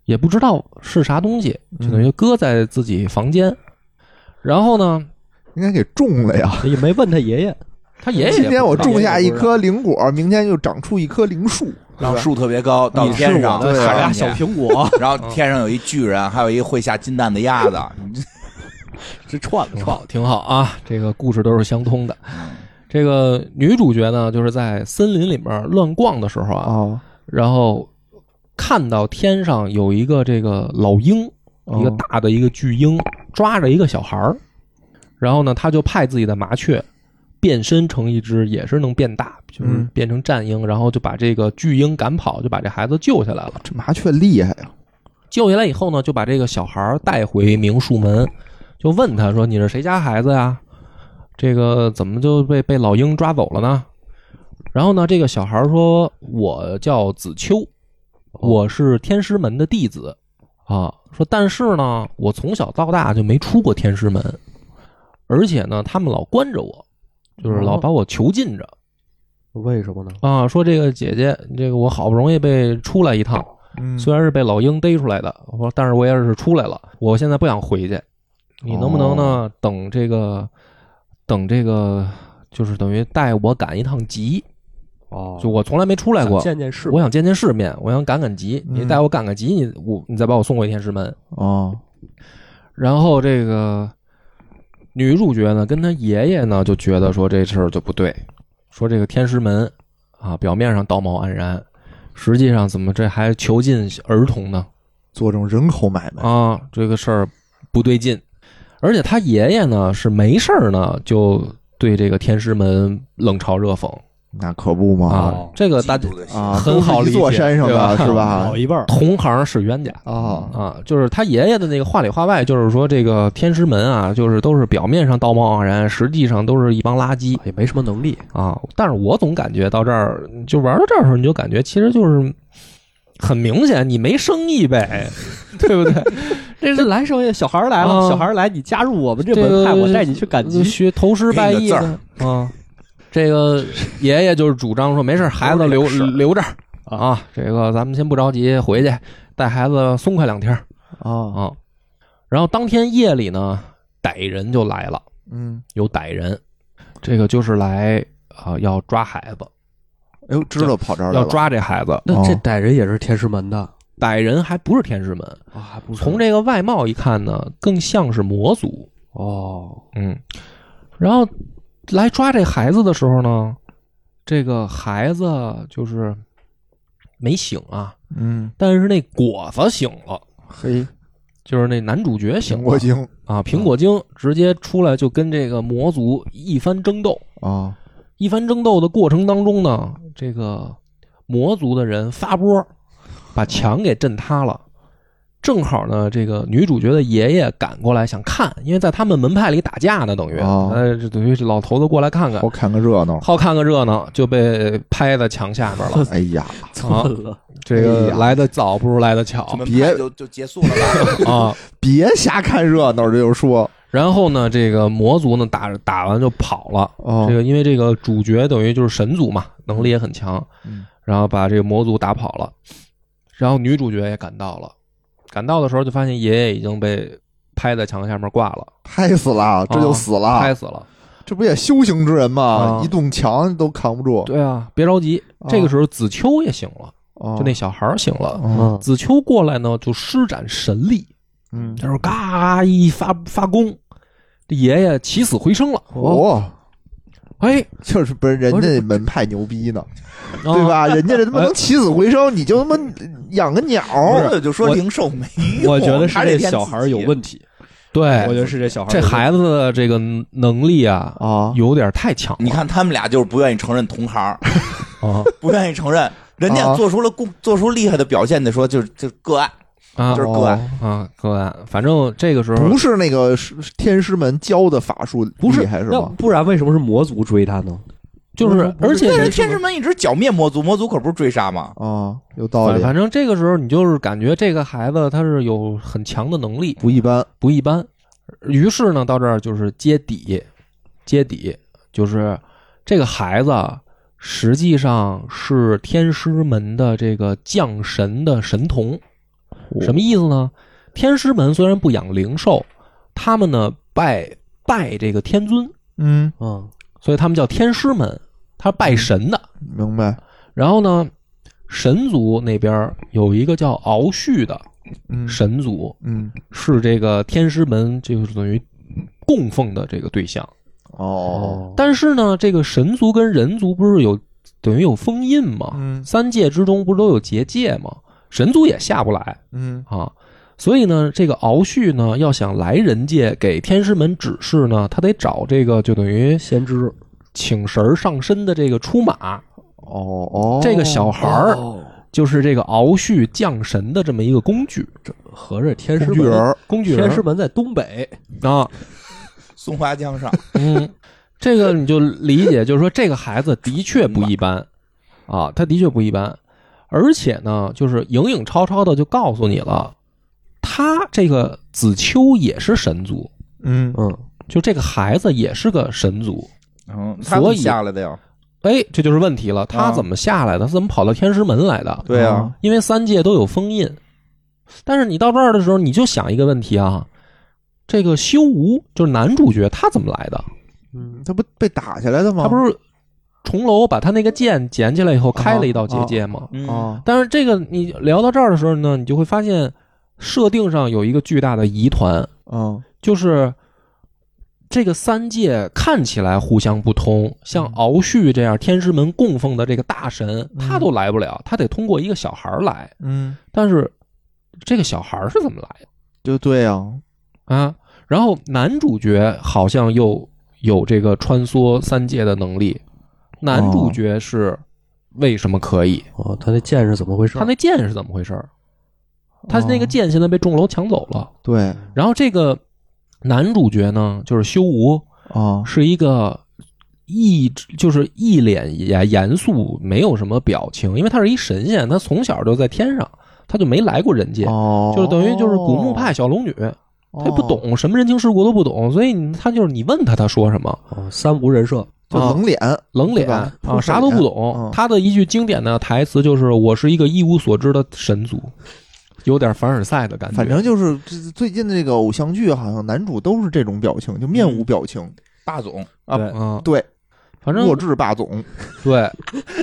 A: 也不知道是啥东西，
C: 嗯
A: 就等于搁在自己房间。然后呢，
C: 应该给种了呀。
D: 也没问他爷 爷，
A: 他爷爷
C: 今天我
A: 也不知道
C: 种下一棵灵果，明天就长出一棵灵树，对吧？
B: 树特别高，到
D: 你是
B: 天上
D: 我的
C: 对
D: 卡
C: 啊
D: 扎哎小苹果，
B: 然后天上有一巨人，还有一会下金蛋的鸭 子。
D: 这串了
A: 挺
D: 串
A: 好
D: 了，，
A: 挺好啊，这个故事都是相通的。
C: 嗯
A: 这个女主角呢，就是在森林里面乱逛的时候啊，
C: 哦，
A: 然后看到天上有一个这个老鹰，
C: 哦
A: 一个大的一个巨鹰抓着一个小孩儿，然后呢，他就派自己的麻雀变身成一只，也是能变大，就是
C: 嗯
A: 变成战鹰，然后就把这个巨鹰赶跑，就把这孩子救下来了。
C: 这麻雀厉害啊呀！
A: 救下来以后呢，就把这个小孩儿带回明树门，就问他说：“你是谁家孩子呀？这个怎么就被被老鹰抓走了呢？”然后呢，这个小孩儿说：“我叫子秋，我是天师门的弟子啊。说但是呢，我从小到大就没出过天师门，而且呢，他们老关着我，就是老把我囚禁着
D: 为什么呢？
A: 啊。说这个姐姐，这个我好不容易被出来一趟。”
C: 嗯
A: 虽然是被老鹰逮出来的，我但是我也是出来了。我现在不想回去，你能不能呢？等这个，等这个，就是等于带我赶一趟集，
D: 哦
A: 就我从来没出来过，
D: 见见世
A: 我想见见世面，我想赶赶集。
C: 嗯
A: 你带我赶赶集，你我你再把我送回天师门。
C: 哦，
A: 然后这个女主角呢，跟她爷爷呢就觉得说这事儿就不对，说这个天师门啊，表面上道貌岸然，实际上怎么这还囚禁儿童呢？
C: 做这种人口买卖，
A: 啊，这个事儿不对劲。而且他爷爷呢是没事儿呢，就对这个天师门冷嘲热讽
C: 那可不
A: 啊，
C: 嘛
D: 哦
A: 这个大
B: 嫉妒的心
C: 啊，
A: 很好
C: 都是
A: 理
C: 一
A: 解
C: 座山上的
D: 啊
A: 对吧
C: 是吧
D: 老？一辈儿
A: 同行是冤家
C: 啊，
A: 啊，就是他爷爷的那个话里话外，就是说这个天师门啊，就是都是表面上道貌岸然，实际上都是一帮垃圾
D: 也没什么能力，
A: 啊。但是我总感觉到这儿，就玩到这儿的时候，你就感觉其实就是很明显，你没生意呗， 对不对？
D: 这是来少爷，小孩儿来
A: 啊
D: 了，小孩儿来，你加入我们这
A: 这个
D: 门派，我带你去赶集。
A: 学头诗拜艺的啊。 这个爷爷就是主张说，没事儿，孩子留
B: 都是点事儿
A: 留这儿啊，这个咱们先不着急，回去带孩子松快两天儿
C: 啊，
A: 啊。然后当天夜里呢，歹人就来了，
C: 嗯，
A: 有歹人，这个就是来啊、要抓孩子，
C: 哎呦，知道跑这儿来
A: 要
C: 了，
A: 抓这孩子。
D: 那
C: 哦
D: 这歹人也是天师门的
A: 歹人还不是天师门，
D: 啊，还不是
A: 从这个外貌一看呢，更像是魔族。
D: 哦，
A: 嗯，然后来抓这孩子的时候呢，这个孩子就是没醒啊，
C: 嗯，
A: 但是那果子醒了，
C: 嘿，
A: 就是那男主角醒
C: 苹
A: 了
C: 果精
A: 啊，苹果精直接出来就跟这个魔族一番争斗。
C: 啊，
A: 一番争斗的过程当中呢，这个魔族的人发波，把墙给震塌了。正好呢，这个女主角的爷爷赶过来想看，因为在他们门派里打架呢，等于，
C: 哦
A: 呃，这等于这老头子过来看看
C: 好，看个热闹。
A: 好看个热闹，就被拍在墙下边了。
C: 哎呀，
A: 啊
D: 寸了，
A: 这
C: 哎
A: 个
C: 呀
A: 来得早不如来得巧
B: 我们
C: 别
B: 派就就结束了 吧？
A: 啊。
C: 别瞎看热闹，这就说
A: 然后呢，这个魔族呢打打完就跑了。
C: 哦
A: 这个因为这个主角等于就是神族嘛，能力也很强
C: 嗯，
A: 然后把这个魔族打跑了，然后女主角也赶到了，赶到的时候就发现爷爷已经被拍在墙下面挂了，
C: 拍死了，这就死
A: 拍
C: 了，
A: 死了。
C: 这不也修行之人吗
A: 啊？
C: 一栋墙都扛不住，
A: 对啊，别着急，啊
C: 啊
A: 这个时候子秋也醒了，
C: 就
A: 就那小孩儿醒了。
C: 嗯
A: 子秋过来呢，就施展神力，
C: 嗯，
A: 这时候嘎一发发功，这爷爷起死回生了。
C: 哦，
A: 哎，
C: 就是不是人
A: 不
C: 家
A: 是哦
C: 门派牛逼呢，
A: 对
C: 对？ 吧？人家这他妈能起死回生，你就他妈养个鸟
B: 猴
C: 儿，
B: 子就说灵兽 没用，
D: 我觉得是
B: 还
D: 这
B: 骗
D: 小
B: 自
D: 孩儿有
B: 己
D: 问题，我
A: 对，
D: 觉得哎是这小孩儿
A: 这
D: 有问题
A: 孩子的这个能力啊，
C: 啊！
A: 有点太强
B: 你
A: 了
B: 看他们俩就是不愿意承认同行，
A: 啊
B: 不愿意承 认人家
C: 啊
B: 做出了贡，做出厉害的表现，得说就是就是个案，
A: 啊
B: 就是个案。
A: 啊！各位，反正这个时候
C: 不是那个是天师门教的法术
D: 不是
C: 厉害是
D: 那
C: 吗？
D: 不然为什么是魔族追他呢？
A: 就是，
D: 不是
A: 而且
B: 但是天师门一直剿灭魔族，魔族可不是追杀吗？
C: 啊，有道
A: 反
C: 理，
A: 反正这个时候你就是感觉这个孩子他是有很强的能力，
C: 不一般。
A: 不一般。于是呢，到这儿就是揭底，揭底就是这个孩子啊实际上是天师门的这个降神的神童。什么意思呢？天师门虽然不养灵兽，他们呢拜拜这个天尊，
C: 嗯，
D: 嗯
A: 所以他们叫天师门，他拜神的。
C: 明白，
A: 然后呢，神族那边有一个叫敖旭的
C: 嗯，
A: 神族，
C: 嗯，
A: 是这个天师门就是等于供奉的这个对象。
C: 哦，
A: 但是呢，这个神族跟人族不是有等于有封印吗？
C: 嗯
A: 三界之中不是都有结界吗？神族也下不来
C: 嗯
A: 啊。所以呢，这个敖旭呢，要想来人界给天师门指示呢，他得找这个就等于
D: 先知
A: 请神儿上身的这个出马，
C: 哦哦，
A: 这个小孩儿
D: 哦
A: 就是这个敖旭降神的这么一个工具
D: 合着天师
C: 工具人
D: 门，
C: 儿，
A: 工具人
D: 天
A: 儿
D: 师门在东北，
A: 啊，
B: 松花江 上，
A: 嗯， 这个你就理解，就是说这个孩子的确不一般啊，他的确不一般，而且呢，就是影影绰绰的就告诉你了，他这个子秋也是神族，
C: 嗯
D: 嗯，
A: 就这个孩子也是个神族，
B: 嗯，
A: 所
B: 他们
A: 以
B: 下来的哟，
A: 哎，这就是问题了，
C: 啊
A: 他怎么下来的？他怎么跑到天师门来的？
B: 对啊，
A: 因为三界都有封印。但是你到这儿的时候，你就想一个问题啊，这个修无就是男主角，他怎么来的？
C: 嗯，他不被打下来的吗？
A: 他不是重楼把他那个剑捡起来以后开了一道结界吗？
B: 嗯，
C: 啊，
A: 但是这个你聊到这儿的时候呢，你就会发现设定上有一个巨大的疑团，
C: 嗯
A: 就是这个三界看起来互相不通，像敖旭这样天师门供奉的这个大神，他都来不了，他得通过一个小孩儿来。
C: 嗯，
A: 但是这个小孩儿是怎么来的
C: 就对呀，
A: 啊？然后男主角好像又有这个穿梭三界的能力，男主角是为什么可以？
D: 哦，他那剑是怎么回事？
A: 他那剑是怎么回事儿？他那个剑现在被众楼抢走了。
C: 对
A: 然后这个男主角呢，就是修无，
C: 啊，
A: 嗯是一个一就是一脸严严肃，没有什么表情，因为他是一神仙，他从小就在天上，他就没来过人间，
C: 哦，
A: 就是等于就是古墓派小龙女，
C: 他
A: 他也不，懂什么人情世故都不懂，所以你他就是你问他他说什么，
D: 哦三无人设，
C: 就
A: 啊
C: 冷脸，
A: 冷脸
C: 对吧扑克
A: 啊
C: 脸
A: 啥都不懂
C: 嗯。
A: 他的一句经典的台词就是“我是一个一无所知的神族”，有点凡尔赛的感觉。
C: 反正就是这最近的这个偶像剧，好像男主都是这种表情，就面无表情，
B: 霸总
C: 啊
D: 对，
A: 嗯，
C: 对，
A: 反正
C: 弱智霸总，
A: 对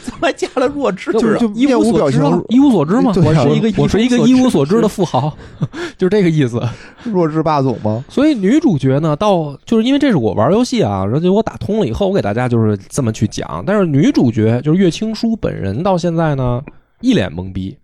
B: 怎么还加了弱智？
C: 就是就
A: 一
C: 面无表
A: 所知
C: 情，
A: 啊一无所知嘛。
C: 对啊
A: 我是一个我是一个一无所知的富豪， 就是这个意思。
C: 弱智霸总吗？
A: 所以女主角呢，到就是因为这是我玩游戏啊，然后结果我打通了以后，我给大家就是这么去讲。但是女主角就是月清书本人到现在呢，一脸懵逼。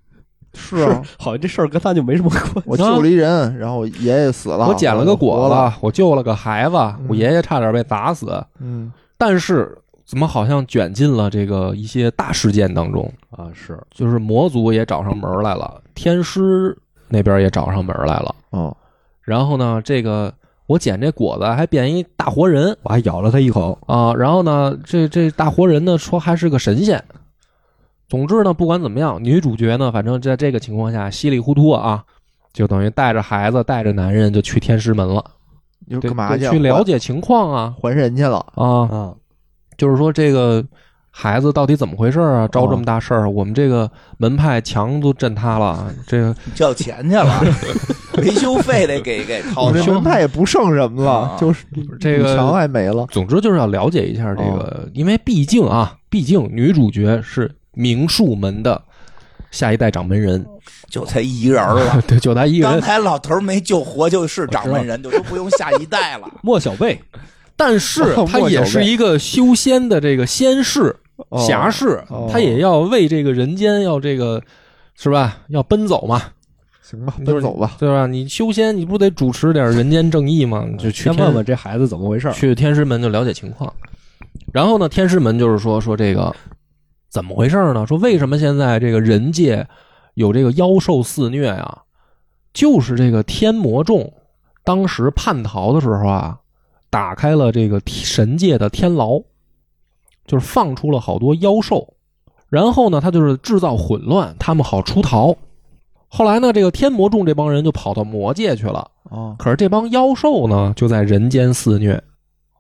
C: 是啊，
D: 好像这事儿跟他就没什么关系。
C: 我救了一人，然后我爷爷死了，
A: 我捡了个果
C: 我活了，
A: 子，啊我救了个孩子，我
C: 嗯
A: 爷爷差点被打死。
C: 嗯，
A: 但是怎么好像卷进了这个一些大事件当中？
D: 啊，是
A: 就是魔族也找上门来了，天师那边也找上门来了。
C: 哦，
A: 然后呢，这个我捡这果子还变一大活人
D: 我还咬了他一口，
A: 啊、然后呢，这这大活人呢说还是个神仙。总之呢，不管怎么样，女主角呢，反正在这个情况下稀里糊涂啊，就等于带着孩子带着男人就去天师门了，
C: 又
A: 对
C: 干嘛去
A: 就
C: 啊？嗯
A: 去了
C: 还
A: 解情况啊
C: 还神去了，
A: 啊，
D: 啊，
A: 就是说这个孩子到底怎么回事儿啊？
C: 嗯
A: 招这么大事儿，我们这个门派墙都震塌了，啊这个
B: 交钱去 了，维修费得给给
C: 我
A: 哦
B: 掏
C: 这
B: 呢。
C: 门派也不剩什么了，
B: 啊
C: 就是
A: 这个
C: 武强还没了，
A: 总之就是要了解一下这
C: 哦
A: 个，因为毕竟啊，毕竟女主角是明术门的下一代掌门人，
B: 就他一人儿 了。
A: 对，就她一
B: 刚
A: 人。
B: 才老头儿没救活，就是掌门 人，就都不用下一代 了。
D: 莫小 贝，
A: 但是她也是一个修仙的这个仙士、
C: 哦
A: 侠士
C: 哦，
A: 她也要为这个人间要这个是吧？要奔走嘛，
C: 行吧，
A: 就
C: 奔
A: 是
C: 走吧，
A: 对吧？你修仙，你不得主持点人间正义吗？你就去
D: 先
A: 天
D: 问问这孩子怎么回事儿。
A: 去天师门就了解情况。然后呢，天师门就是说说这个怎么回事呢？说为什么现在这个人界有这个妖兽肆虐啊？就是这个天魔众当时叛逃的时候啊，打开了这个神界的天牢，就是放出了好多妖兽。然后呢，他就是制造混乱，他们好出逃。后来呢，这个天魔众这帮人就跑到魔界去了。
C: 哦
A: 可是这帮妖兽呢，就在人间肆虐。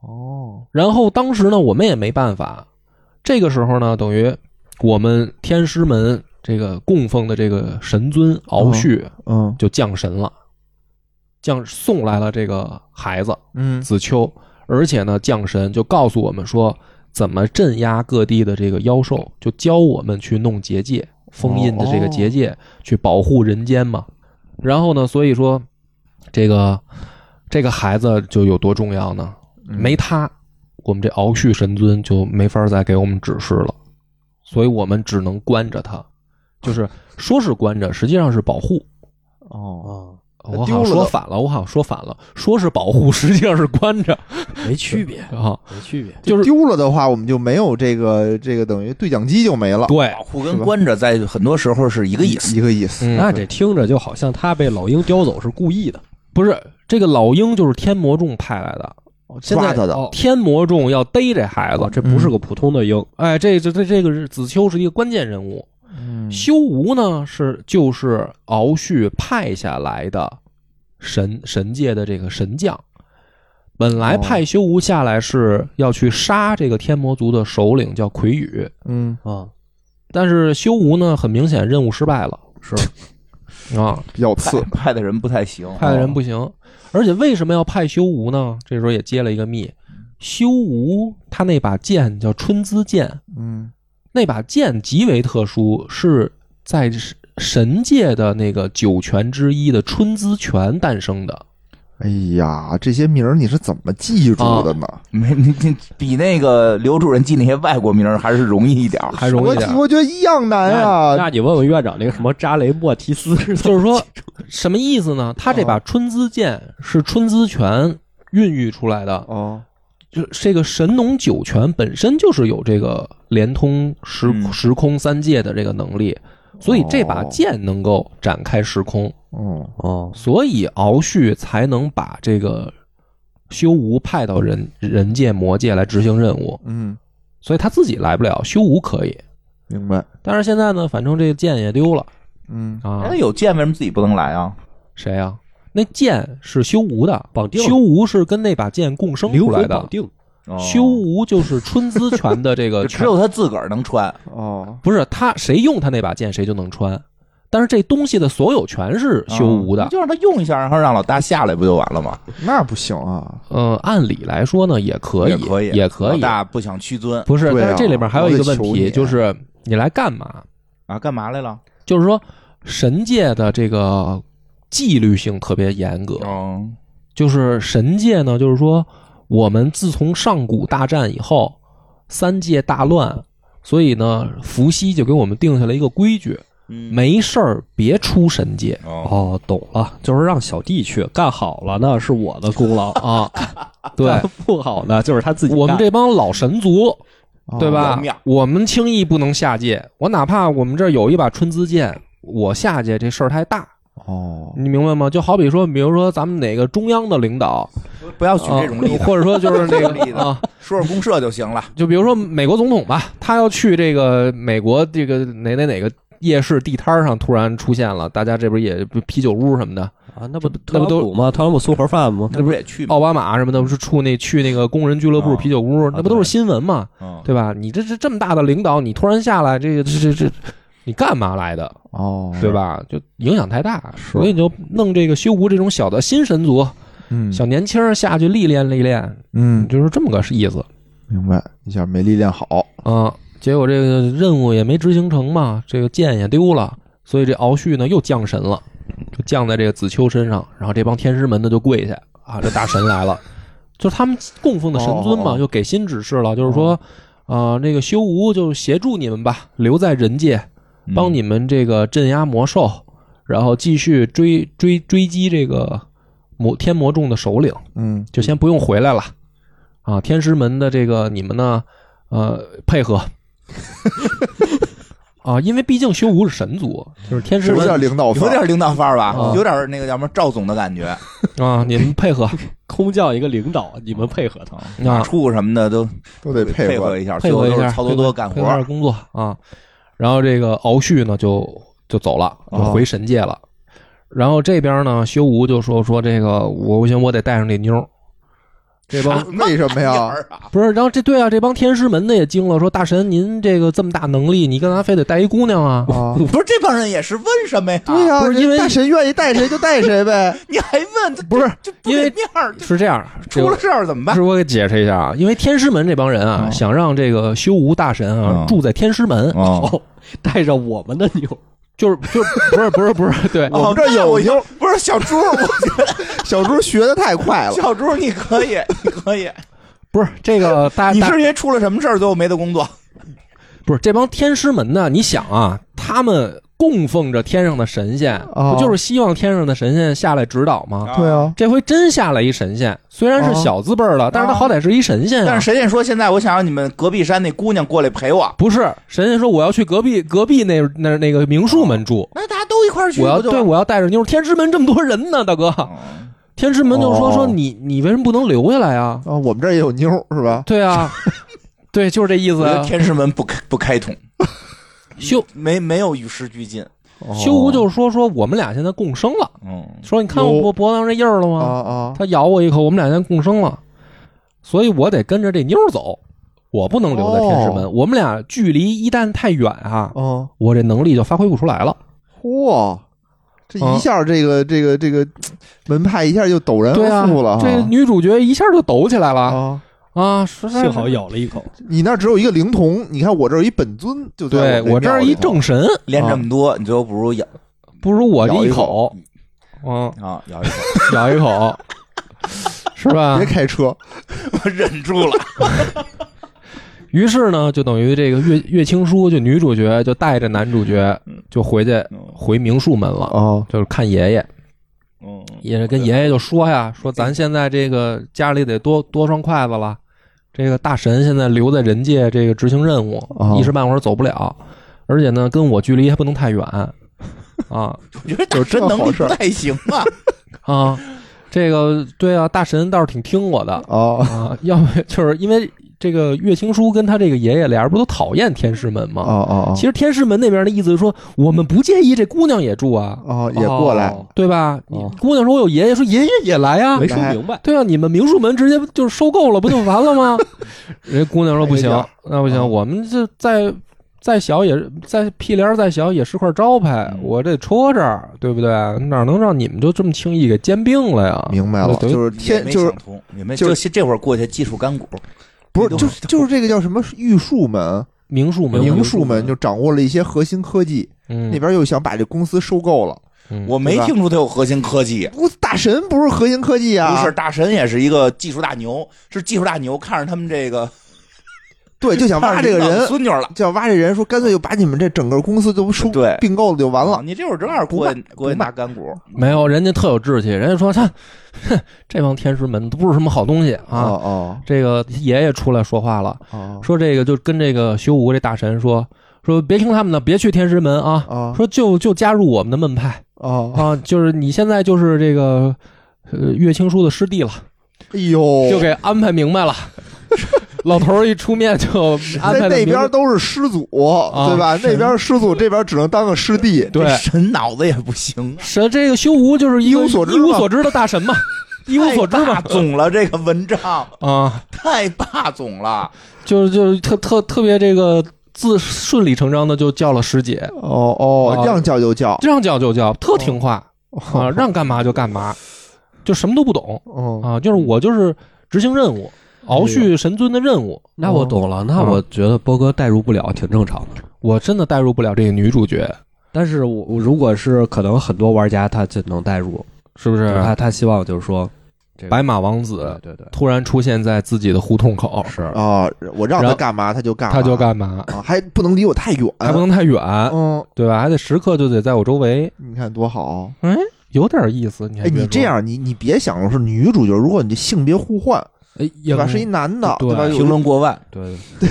C: 哦，
A: 然后当时呢，我们也没办法，这个时候呢，等于我们天师门这个供奉的这个神尊敖旭
C: 嗯
A: 就降神了，降送来了这个孩子
C: 嗯
A: 子秋，而且呢降神就告诉我们说怎么镇压各地的这个妖兽，就教我们去弄结界，封印的这个结界，去保护人间嘛。然后呢，所以说这个这个孩子就有多重要呢？
C: 嗯
D: 嗯
A: 没他，我们这敖旭神尊就没法再给我们指示了，所以我们只能关着他，就是说是关着，实际上是保护。
C: 哦，
D: 啊，
A: 我好
C: 丢
A: 像
C: 了的
A: 说反了，我好像说反了，说是保护，实际上是关着
D: 没区别，
A: 啊。
D: 没区别。
A: 就是
C: 丢了的话，我们就没有这个这个等于对讲机就没了，
A: 对，
B: 保护跟关着在很多时候是一个意思。
C: 一个意思。
A: 嗯
D: 那这听着就好像他被老鹰叼走是故意的。
A: 不是这个老鹰就是天魔众派来的，
D: 现
C: 抓
D: 在
C: 他的
D: 哦
A: 天魔众要逮这孩子嗯
D: 哦，，这不是个普通的鹰，
A: 哎，这这这这个是子秋是一个关键人物，
C: 嗯
A: 修吾呢是就是敖旭派下来的神神界的这个神将，本来
C: 哦
A: 派修吾下来是要去杀这个天魔族的首领叫魁羽，
C: 嗯，
D: 啊，
A: 但是修吾呢很明显任务失败了，
D: 是
A: 啊，
C: 比较
B: 派
C: 次。
B: 派的人不太行，哦
A: 派的人不行，而且为什么要派修吾呢？这时候也揭了一个密，修吾他那把剑叫春姿剑，
C: 嗯
A: 那把剑极为特殊，是在神界的那个九泉之一的春姿泉诞生的。
C: 哎呀，这些名儿你是怎么记住的呢？
B: 没你你比那个刘主任记那些外国名儿还是容易一 点儿。
D: 哦
A: 还容易
C: 我
A: 点儿
C: 我觉得一样难
D: 那
C: 啊。
D: 那你问问院长那个什么扎雷莫提斯是怎
A: 就
D: 么
A: 是说，什么意思呢？他这把春姿剑是春姿泉孕育出来的，
C: 哦，
A: 就这个神农九泉本身就是有这个连通时
B: 嗯
A: 时空三界的这个能力，所以这把
C: 哦
A: 剑能够展开时空。
C: 哦，
D: 哦，
A: 所以敖旭才能把这个修吾派到人人界、魔界来执行任务，
C: 嗯，
A: 所以他自己来不了，修吾可以。
C: 明白。
A: 但是现在呢，反正这剑也丢了
C: 嗯，
A: 啊
B: 那，哎
D: 哎
B: 有剑为什么自己不能来啊？
A: 谁呀、那剑是修吾的，
D: 绑定了
A: 修吾是跟那把剑共生
D: 灵
A: 出来
D: 魂绑
A: 的。
D: 定，
B: 哦
A: 修吾就是春姿泉的 这个
B: 就只有他自个儿能穿，
C: 哦，
A: 不是他谁用他那把剑谁就能穿，但是这东西的所有权是修吾的
B: 嗯啊你。就让他用一下，然后让老大下来不就完了吗？
C: 那不行啊。
A: 呃，按理来说呢，也可以，
B: 也可以，
A: 也可
B: 老
A: 以。
B: 大不想屈尊
A: 不是，
C: 对啊
A: 但是这里面还有一个问
C: 我得求
A: 题，
C: 你
A: 就是你来干嘛？
B: 啊，干嘛来了？
A: 就是说，神界的这个纪律性特别严格，
B: 哦，
A: 就是神界呢，就是说，我们自从上古大战以后，三界大乱，所以呢，伏羲就给我们定下了一个规矩，
B: 嗯
A: 没事儿别出神界
B: 哦，
D: 哦，懂了，就是让小弟去干好了呢是我的功 劳，
A: 啊。对
D: 干，不好呢就是他自己干。啊
A: 我们这帮老神族，
C: 哦
A: 对
B: 要
A: 吧
B: 面儿？
A: 我们轻易不能下界，我哪怕我们这儿有一把春姿剑，我下界这事儿太大。
C: 哦，
A: 你明白吗？就好比说，比如说咱们哪个中央的领导，
B: 不要举
A: 啊
B: 这种例，子，
A: 或者说就是 那
B: 这种例
A: 个
B: 子
A: 啊，
B: 说说公社就行了。
A: 就比如说美国总统吧，他要去这个美国这个哪哪哪个夜市地摊儿上突然出现了，大家这不是也不啤酒屋什么
B: 嗯
A: 的，
D: 啊，那不特
A: 那不
D: 朗
A: 都
D: 普吗？特朗普送盒饭吗？
B: 那不是也去吗？
A: 奥巴马什么的不是出那去那个工人俱乐
D: 啊
A: 部
B: 哦
A: 啤酒屋，那不都是新闻嘛，
B: 嗯，
A: 对吧？你这这这么大的领导，你突然下来，这个这这这，你干嘛来的？
C: 哦，
A: 对？吧？就影响太大，
C: 是
A: 所以就弄这个修吾这种小的新神族、
C: 嗯，
A: 小年轻儿下去历练历练，
C: 嗯，
A: 就是这么个意思。
C: 明白。一下没历练好。
A: 啊，结果这个任务也没执行成嘛，这个剑也丢了，所以这敖旭呢又降神了，就降在这个子秋身上，然后这帮天师门的就跪下啊，这大神来了， 就是他们供奉的神尊
C: 哦哦
A: 嘛，
C: 哦
A: 就给新指示了，就是说，啊，那个修吾就协助你们吧，留在人界，
B: 嗯
C: 嗯
A: 帮你们这个镇压魔兽，然后继续追追追击这个魔天魔众的首领。
C: 嗯，
A: 就先不用回来了。啊，天师门的这个你们呢，呃，配合。 啊，因为毕竟修吾是神族，就是天师
C: 是不是
A: 门
C: 有点领导
B: 有
C: 范儿？
B: 点领导范儿吧
A: 啊，
B: 有点那个叫什么赵总的感觉，
A: 啊，你们 配合
D: 空降一个领导，你们配合他。
A: 啊，
B: 处什么的都
C: 都得
B: 配
C: 配合。
B: 一下，
A: 配合
B: 最
A: 一
B: 后都
A: 下，
B: 是操多多干
A: 配
B: 活
A: 合一下
B: 儿。
A: 工作啊。然后这个敖旭呢，就就走了，就
C: 哦
A: 回神界了。然后这边呢，修吾就说说这个，我不行，我得带上这妞儿这帮
C: 为什么呀
B: 玩意儿啊
A: 不是，然后这对啊，这帮天师门的也惊了，说大神您这个这么大能力，你干嘛非得带一姑娘啊？
C: 啊，
B: 不是这帮人也是问什么呀？，
C: 对呀、
A: 不是因为
C: 带谁愿意带谁就带谁呗啊
B: 你还问这
C: 不是
B: 这 不
A: 因为
B: 给面儿，这
A: 是这样，这
B: 出
A: 个
B: 了事儿怎么办？
A: 是我给解释一下啊，因为天师门这帮人啊，
B: 嗯
A: 想让这个修无大神啊、
B: 嗯
A: 住在天师门，
B: 哦，
D: 哦，带着我们的牛，
A: 就是就不是不是不是， 对，
C: 我们这儿
B: 那
C: 有
B: 我
C: 妞，
B: 不是小猪，我
C: 小猪学的太快了，
B: 小猪你可以，你可以，
A: 不是这个大
B: 你
A: 大
B: 是因为出了什么事儿，最后没得工作？
A: 不是这帮天师门呢？你想啊，他们供奉着天上的神仙，
C: 哦
A: 不就是希望天上的神仙下来指导吗？
C: 对啊，
A: 这回真下来一神仙，虽然是
C: 哦
A: 小字辈儿了，但是他好歹是一神仙啊。
B: 但是神仙说，现在我想让你们隔壁山那姑娘过来陪我，
A: 不是神仙说我要去隔壁隔壁那那那个名树门住，
B: 那大家都一块儿去，
A: 我要
B: 不就
A: 对我要带着妞儿。天师门这么多人呢，大哥，
B: 嗯
A: 天师门就说
C: 哦
A: 说你你为什么不能留下来啊？
C: 啊，我们这儿也有妞是吧？
A: 对啊，对，就是这意
B: 我
A: 思
B: 觉得
A: 啊。
B: 天师门不开不开通，
A: 修
B: 没没有与时俱进。
C: 哦
A: 修无就是说说我们俩现在共生了，
B: 嗯，
A: 说你看我
C: 有
A: 脖脖子上这印儿了
C: 啊
A: 吗？
C: 啊，
A: 他咬我一口，我们俩现在共生了，所以我得跟着这妞儿走，我不能留在天师门。
C: 哦
A: 我们俩距离一旦太远啊，
C: 哦，
A: 我这能力就发挥不出来了。
C: 嚯，这
A: 啊
C: 一下这个这个这个门派一下就陡然
A: 对啊
C: 而富哎了，
A: 这
C: 哈
A: 女主角一下就抖起来了
C: 啊，
A: 啊！实在是
D: 幸好咬了一口，
C: 你那儿只有一个灵童，你看我这儿有一本尊，就
A: 对
C: 在
A: 我这
C: 这
A: 儿一，正神，
B: 练这么
C: 啊
B: 多，你最后不如咬
A: 不如我这
C: 咬一
A: 口，嗯，
B: 啊咬一口。
A: 咬一口，是吧
C: 别？开车，
B: 我忍住了。
A: 于是呢，就等于这个月月青书，就女主角就带着男主角就回去回明树门了，
C: 嗯哦，
A: 就是看爷爷，
B: 嗯，
A: 也是跟爷爷就说呀，说咱现在这个家里得多多双筷子了，这个大神现在留在人界这个执行任务，
C: 哦
A: 一时半会儿走不了，而且呢，跟我距离还不能太远。啊
B: 我觉得大神能力不太行啊。
A: 啊，这个对啊，大神倒是挺听我的，
C: 哦
A: 啊，要不就是因为这个月青书跟他这个爷爷俩人不都讨厌天师门
C: 哦
A: 吗？
C: 哦，
A: 其实天师门那边的意思是说，我们不介意这姑娘也住啊，
C: 哦也过来，哎
D: 哦
A: 对吧？你
C: 哦
A: 姑娘说我有爷爷，说爷爷也来啊
D: 没，说明白，
A: 对啊，你们明树门直接就是收购了，不就完了吗？ 人家姑娘说不行
C: 哎呀，
A: 那不
C: 哦
A: 行，我们这再再小也再屁帘儿再小也是块招牌，
B: 嗯
A: 我这戳这儿，对不对？哪能让你们就这么轻易给兼并了呀？
C: 明白了，
A: 对
C: 就是
B: 也
C: 天
B: 没
C: 就是
B: 想通，也没
C: 就是
B: 这这会儿过去技术干股，
C: 不是
B: 你懂
C: 就是就是这个叫什么玉树门，
A: 明树门，
C: 明树门就掌握了一些核心科技，
A: 嗯
C: 那边又想把这公司收购了。
A: 嗯
B: 我没
C: 对吧
B: 听出他有核心科技。
C: 不，大神不是核心科技啊，
B: 不是，大神也是一个技术大牛，是技术大牛看着他们这个
C: 对，就想挖这个
B: 看着领导
C: 人，
B: 孙女了。
C: 就想挖这人，说干脆就把你们这整个公司都收
B: 对
C: 并购了就完
B: 啊
C: 了。
B: 你这会儿正好过去过去拿干股，
A: 没有，人家特有志气，人家说他，哼，这帮天师门都不是什么好东西啊。
C: 哦
A: 这个爷爷出来说话了，
C: 哦哦
A: 说这个就跟这个修无这大神说，说别听他们的，别去天师门啊，
C: 哦
A: 说就就加入我们的门派
C: 哦，
A: 啊，就是你现在就是这个呃岳青书的师弟了，
C: 哎呦，
A: 就给安排明白 了。老头儿一出面就安排
C: 在
A: 的
C: 那
A: 明白
C: 边都是师祖，对吧？
A: 神
C: 那边师祖，这边只能当个师弟。
A: 对
B: 这神脑子也不行啊，
A: 神这个修无就是一个
C: 一无所知
A: 一无
C: 嘛
A: 所知的大神 嘛，一无所知
B: 太霸
A: 嘛
B: 总了这个文章
A: 啊。
B: 太霸总了，
A: 就是就是特特特别这个自顺理成章的就叫了师姐，
C: 哦哦
A: 啊，
C: 让叫就叫，
A: 让叫就叫，特听话啊，
C: 哦
A: 让干嘛就干嘛，就什么都不懂
C: 哦
A: 啊，就是我就是执行任务，
C: 哎
A: 敖续神尊的任务，
D: 那我懂了，那我觉得波哥代入不了，挺正常的。
A: 我真的代入不了这个女主角，
D: 但是我我如果是可能很多玩家他就能代入，
A: 是不？
D: 就是
C: 啊
D: 他他希望就是说，这个
A: 白马王
D: 对
A: 子
D: 对对，
A: 突然出现在自己的胡同口，
D: 是
C: 哦，我让
A: 然
C: 他
A: 后
C: 干嘛他就干嘛，
A: 他就干嘛，
C: 啊，还不能离我太远。
A: 还不能太远，
C: 嗯，
A: 对吧？还得时刻就得在我周围，
C: 你看多好。
A: 有点意思。你还
C: 哎，
A: 别
C: 你
A: 说
C: 这样，你你别想着是女主角，如果你这性别互换，
A: 哎
C: 对
A: 也
C: 吧？是一男的，
A: 对
C: 对吧？有一
B: 啊评论过万，
D: 对对，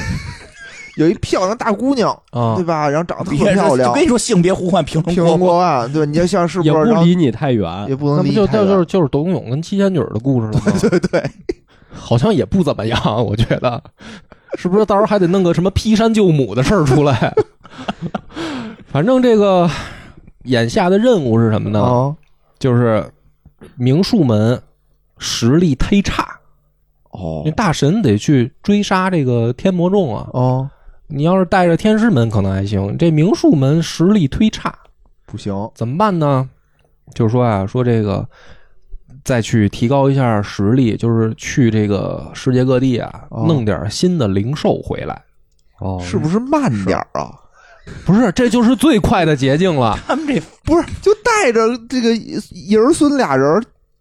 C: 有一漂亮大姑娘，
A: 啊
C: 对，吧？然后长得特
B: 别
C: 漂
B: 人就
C: 亮
B: 跟，你说性别互换评
C: 平
B: 论过
C: 过万，啊对吧？你要像是不
D: 也
C: 是？然
D: 不
C: 后
D: 离你太远
C: 也。不
A: 那
C: 能
A: 不
C: 离
A: 就就
C: 太
A: 就是
C: 远。
A: 就是董永跟七仙女儿的故事了吗？
C: 对对，
A: 好像也不怎么样，我觉得，是不是到时候还得弄个什么劈山救母的事儿出来？ 反正这个眼下的任务是什么呢？
C: 哦
A: 就是明树门实力忒差，
C: 哦哦
A: 因为大神得去追杀这个天魔众啊。
C: 哦，
A: 你要是带着天师门可能还行，这明术门实力忒差，
C: 不行，
A: 怎么办呢？就是说啊，说这个再去提高一下实力，就是去这个世界各地啊，
C: 哦
A: 弄点新的灵兽回来。
D: 哦，
C: 是不是慢点儿啊？
A: 不是，这就是最快的捷径了。
B: 他们这
C: 不是，就带着这个爷儿孙俩人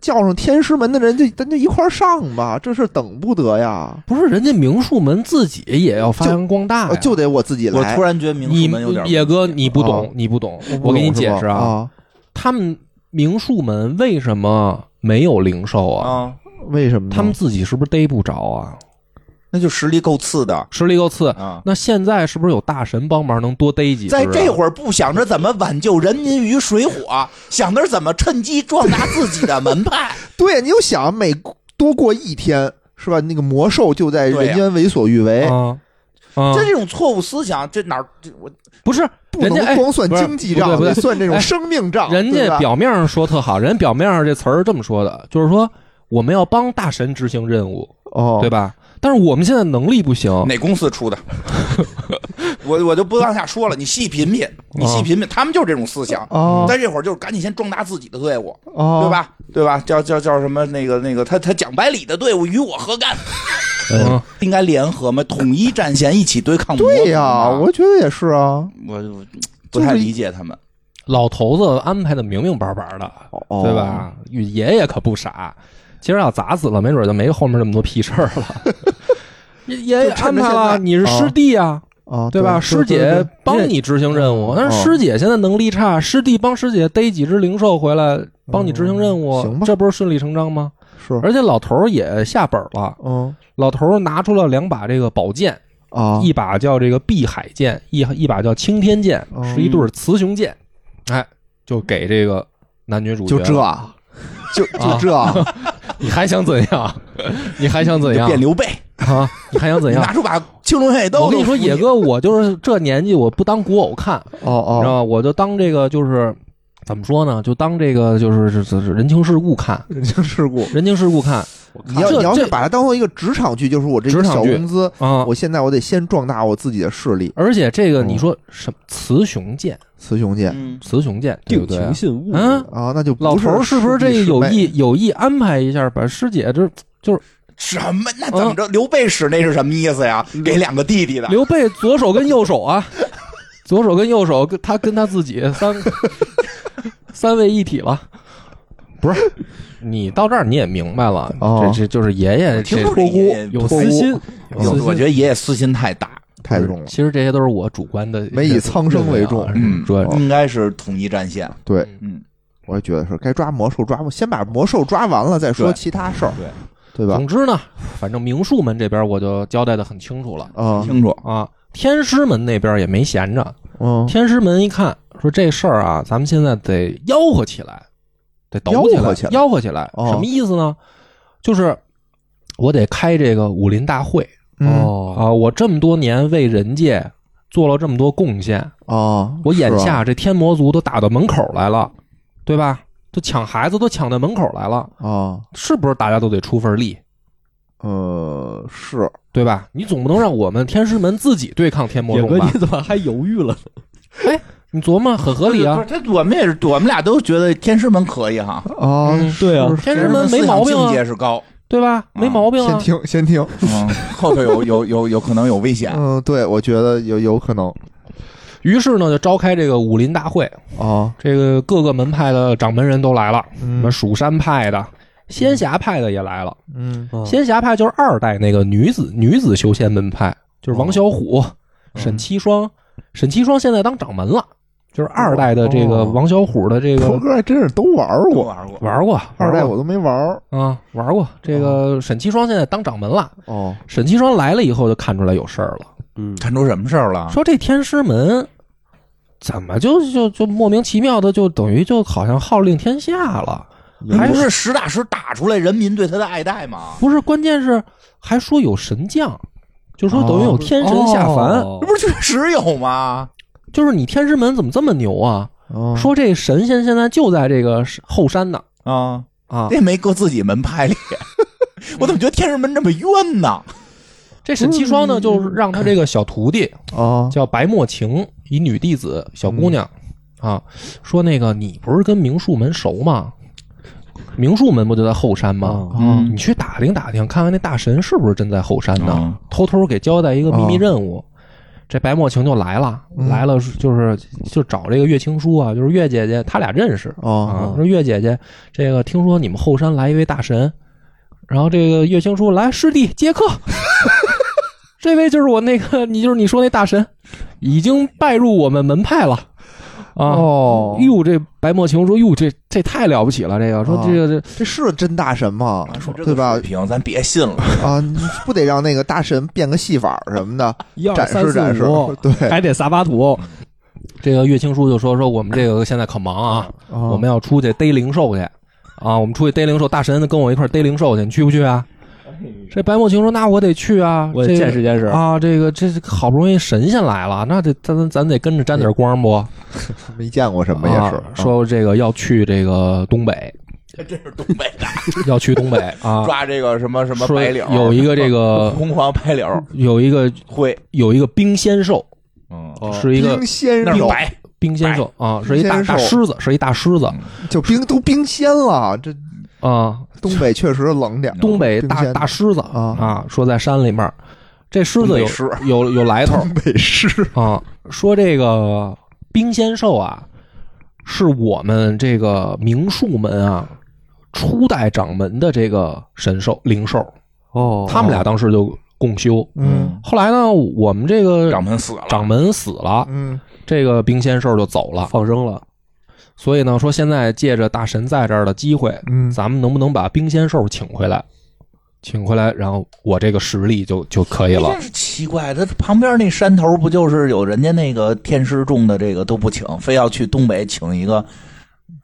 C: 叫上天师门的人，就咱就一块儿上吧，这事儿等不得呀，
A: 不是，人家明术门自己也要发扬光哎大呀
C: 呃就得我自己
B: 我
C: 来。
B: 突然觉得哦明
A: 你
B: 叔们有点啊
A: 野哥，你不懂
C: 哦，
A: 你不懂
C: 我，不
A: 我给你
C: 懂是
A: 解
C: 吧
A: 释啊。
C: 啊，
A: 他们明术门为什么没有灵兽啊？
B: 啊，
C: 为什么呢？
A: 他们自己是不是逮不着啊？
B: 那就实力够次的
A: 实力够次，
B: 啊。
A: 那现在是不是有大神帮忙，能多逮几只啊？
B: 在这会儿不想着怎么挽救人民于水火，想的是怎么趁机壮大自己的门 派。
C: 对你就想每多过一天是吧？那个魔兽就在
B: 对呀
C: 人间为所欲为，
A: 啊啊，
B: 这这种错误思想，这哪儿这我
A: 不是
C: 不
A: 人家
C: 能
A: 哎
C: 光算
A: 不是
C: 经济
A: 不对
C: 账，
A: 不对
C: 得算这种
A: 哎
C: 生命账。
A: 人
C: 对
A: 家
C: 吧
A: 表面上说特好，人家表面上这词儿是这么说的，就是说我们要帮大神执行任务，
C: 哦，
A: 对吧？但是我们现在能力不行，
B: 哪公 司出的？ 我我就不往下说了，你细品品，你
A: 嗯
B: 细品品，他们就是这种思想。
C: 哦
B: 在这会儿就是赶紧先壮大自己的队伍，
C: 哦，
B: 对？吧？对吧？叫叫叫什么？那个那个，他他讲百里的队伍与我何干？
A: 嗯，
B: 应该联合嘛，统一战线，一起对抗魔族嘛。
C: 对呀，我觉得也是啊。
B: 我我不太
C: 就是
B: 理解他们。
A: 老头子安排的明明白白的，
C: 哦
A: 对？吧？爷爷可不傻，今儿要砸死了，没准就没后面那么多屁事儿 了。 爷爷
C: 就趁
A: 安
C: 着
A: 排
C: 现
A: 了，
C: 在
A: 你是师
C: 啊
A: 弟啊，
C: 啊，
A: 对吧？师
C: 对
A: 姐
C: 对
A: 帮你执行任务，但是
C: 哦
A: 师姐现在能力差，师弟帮师姐逮几只灵兽回来帮你执行任
C: 哦
A: 务
C: 行，吧
A: 这不是顺理成章吗？
C: 是，
A: 而且老头儿也下本了，
C: 嗯
A: 老头儿拿出了两把这个宝剑，
C: 啊，
A: 一把叫这个碧海剑，一一把叫青天剑，
C: 哦
A: 是一对儿雌雄剑，哎，就给这个男女主角了。
C: 就这啊，就就这啊，
A: 你还想怎样？ 你还想怎
B: 就
A: 样
B: 变刘备，
A: 啊？你还想怎
B: 你
A: 样
B: 拿？出把青龙偃月刀。
A: 我跟你说，野，哥，我就是这年纪，我不当古偶看，
C: 哦
A: 你知道
C: 哦，
A: 吗？我就当这个就是怎么说呢？就当这个就是是是是人情世故看，
C: 人情世故。
A: 人情世故看
C: 你要
A: 这
C: 你要是
A: 这
C: 把它当做一个职场剧，就是我这
A: 职
C: 个
A: 场
C: 小
A: 剧
C: 工资，
A: 啊。
C: 我现在我得先壮大我自己的势力。
A: 而且这个
C: 嗯
A: 你说什么雌雄剑，
C: 雌雄剑
B: 嗯，
A: 雌雄剑，对不
D: 定
A: 对
D: 情信物，
A: 嗯
C: 啊，那就不
A: 老头儿是不是
C: 师弟
A: 这
C: 师
A: 有
C: 妹
A: 意有意安排一下，把师姐 这
B: 什么？那怎么着？刘备使那是什么意思呀？给两个弟弟的，
A: 刘备左手跟右手啊， 左手跟右手，跟他跟他自己三 三位一体了。不是，你到这儿你也明白了，
C: 哦
A: 这这就是爷爷
B: 听
A: 这
B: 说这爷爷
A: 有
D: 私
A: 私心
D: 心，
A: 有
B: 有
A: 私心
B: 我觉得爷爷私心太大，
C: 太重了？
A: 其实这些都是我主观的认识，
C: 没以苍生为重哦
B: 嗯
A: 主要
B: 应该是统一战线。
C: 对，
B: 嗯，
C: 我也觉得是该抓魔兽抓，先把魔兽抓完了再说
B: 对
C: 其他
A: 哦
C: 事儿，
B: 对
C: 对吧
A: 总？之呢，反正明术门这边我就交代的很清楚了
C: 啊，
B: 清楚。
A: 啊。天师门那边也没闲着，
C: 嗯，
A: 天师门一看说这事儿啊，咱们现在得吆喝起来，得抖起
C: 吆
A: 来，
C: 喝起来
A: 吆喝起来，
C: 哦
A: 什么意思呢？就是我得开这个武林大会
C: 嗯
A: 啊！我这么多年为人界做了这么多贡献，
C: 哦，
A: 我眼
C: 是啊
A: 下这天魔族都打到门口来了，对吧？都抢孩子都抢到门口来了，
C: 啊，
A: 是不是大家都得出份力，
C: 呃，是
A: 对吧？你总不能让我们天师门自己对抗天魔
D: 野
A: 众
D: 哥
A: 吧？
D: 你怎么还犹豫了？
A: 你琢磨很合理
B: 不
A: 啊
B: 是，。他我们也是，我们俩都觉得天师门可以哈，
C: 啊
A: 嗯，
D: 对啊
C: 是
A: 天师门没
B: 思想
A: 毛病啊
B: 境界是高，
A: 对吧？没毛病
C: 先
A: 啊。
C: 听先听，
B: 嗯， 后头有有有有可能有危险。
C: 嗯，对，我觉得有有可能
A: 于是呢，就召开这个武林大会，
C: 啊，
A: 这个各个门派的掌门人都来了，什么
C: 嗯
A: 蜀山派的、仙侠派的也来了。
C: 嗯
D: 先
A: 仙侠派就是二代那个女子女子修仙门派，就是王小虎、
C: 哦
A: 沈七双。沈七双现在当掌门了，就是二代的这个
C: 哦
A: 王小虎的这
C: 头
A: 个
C: 哥还真是都玩儿
B: 都
C: 过，
B: 玩过，
A: 玩过
C: 二代哦
A: 玩
C: 我
A: 过
C: 都没玩儿
A: 啊玩过。这个沈七双现在当掌门了，
C: 哦，
A: 沈七双来了以后就看出来有事儿了。
D: 嗯，
B: 看出什么事儿
C: 啊
B: 了？
A: 说这天师门怎么就就就莫名其妙的就等于就好像号令天下了，还
B: 不是实打实打出来人民对他的爱戴吗？
A: 不是？关键是还说有神将，就说等于
C: 哦
A: 有天神下凡，
D: 哦
B: 这不是确实有吗？
A: 就是你天师门怎么这么牛啊？
B: 嗯
C: 哦
A: 说这神仙现在就在这个后山呢
B: 啊，
A: 啊
D: 哎
B: 这！也没搁自己门派里， 我怎么觉得天师门这么冤呢？
A: 这沈
B: 嗯
A: 七双呢，就是让他这个小徒弟
C: 啊，
A: 叫白墨晴，一女弟子，小姑娘、
B: 嗯
A: 啊，说那个你不是跟明术门熟吗？明术门不就在后山吗？
B: 嗯
A: 你去打听打听，看看那大神是不是真在后山呢？
B: 嗯
A: 偷偷给交代一个秘密任务。这白墨晴就来了，
C: 嗯
A: 来了就是就找这个岳青书啊，就是岳姐姐，他俩认识啊
C: 哦。
A: 说岳姐姐，这个听说你们后山来一位大神，然后这个岳青书来师弟接客， 这位就是我那个你就是你说那大神，已经拜入我们门派了啊。
C: 哦，
A: 哟，这白墨晴说：“哟，这这太了不起了！这个说
C: 哦
A: 这个这
C: 这是真大神吗？
B: 说这个
C: 对吧
B: 水？平咱别信了，
C: 啊，你不得让那个大神变个戏法什么的，
D: 一二
C: 展
D: 三
C: 示
D: 四
C: 展示
D: 五，。哎嗯
C: 对，
D: 还得撒把土，
A: 这个岳青书就说说我们这个现在可忙啊，我
C: 我
A: 们要出去逮灵兽去啊！我们出去逮灵兽，大神跟我一块儿逮灵兽去，你去不去啊？这白墨晴说：“那我得去啊，
D: 我
A: 这
D: 得
A: 个
D: 见识见识。
A: 啊！这个这好不容易神仙来了，那得咱咱得跟着沾点光不？
C: 没见过什么也是
A: 啊，说这个要去这个东北，
B: 这是东北的，
A: 要去东北啊。
B: 抓这个什么什么
A: 说
B: 白柳，
A: 有一个这 个
B: 红黄白柳
A: 有一个
B: 灰，
A: 有一个冰仙兽，
B: 嗯，
D: 哦
A: 是一个
C: 冰仙
B: 那是
C: 肉，
B: 白，嗯
A: 冰仙兽啊，是一
C: 冰
A: 大
C: 仙
A: 大
C: 兽
A: 狮子，是一大狮子
C: 就冰都冰仙了。这
A: 啊。
C: 东北确实 冷点儿，
A: 东北
C: 冰
A: 大
C: 仙
A: 大狮子
C: 啊
A: 啊，说在山里面儿，这狮
B: 东
A: 子
B: 北
A: 有
B: 狮
A: 有有来 头
C: 东北狮
A: 啊，说这个冰仙兽啊，是我们这个明术门啊初代掌门的这个神兽灵兽，
C: 哦
A: 他们俩当时就共修。
C: 嗯
A: 后来呢，我们这个
B: 嗯掌门死了，
A: 掌门死了，
C: 嗯
A: 这个冰仙兽就走了，放生了。所以呢，说现在借着大神在这儿的机会，
C: 嗯，
A: 咱们能不能把冰仙兽请回来？请回来，然后我这个实力就就可以了
B: 哎真。是奇怪，他旁边那山头不就是有人家那个天师种的这个都不请，非要去东北请一个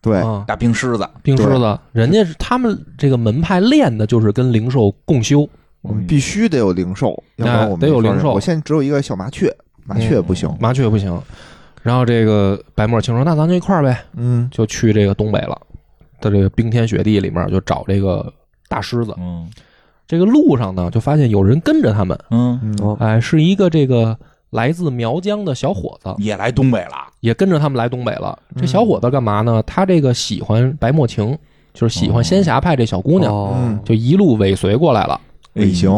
C: 对，
A: 啊，
B: 大冰狮子。
A: 冰狮子，人家是他们这个门派练的就是跟灵兽共修，
C: 我们必须得有灵兽，要不然我们
A: 嗯哎得有嗯
C: 没法
A: 灵兽
C: 我现在只有一个小麻雀，麻雀不行。
A: 麻雀不行。然后这个白沫青说：“那咱就一块儿呗，
C: 嗯
A: 就去这个东北了，在这个冰天雪地里面就找这个大狮子。
B: 嗯
A: 这个路上呢，就发现有人跟着他们，
B: 嗯，
C: 嗯
D: 哦
A: 哎，是一个这个来自苗疆的小伙子，
B: 也来东北了。
A: 也跟着他们来东北了。这
C: 嗯
A: 小伙子干嘛呢？他这个喜欢白墨晴，就是喜欢仙侠派这小姑娘，
D: 哦
A: 就一路尾随过来了
C: 尾行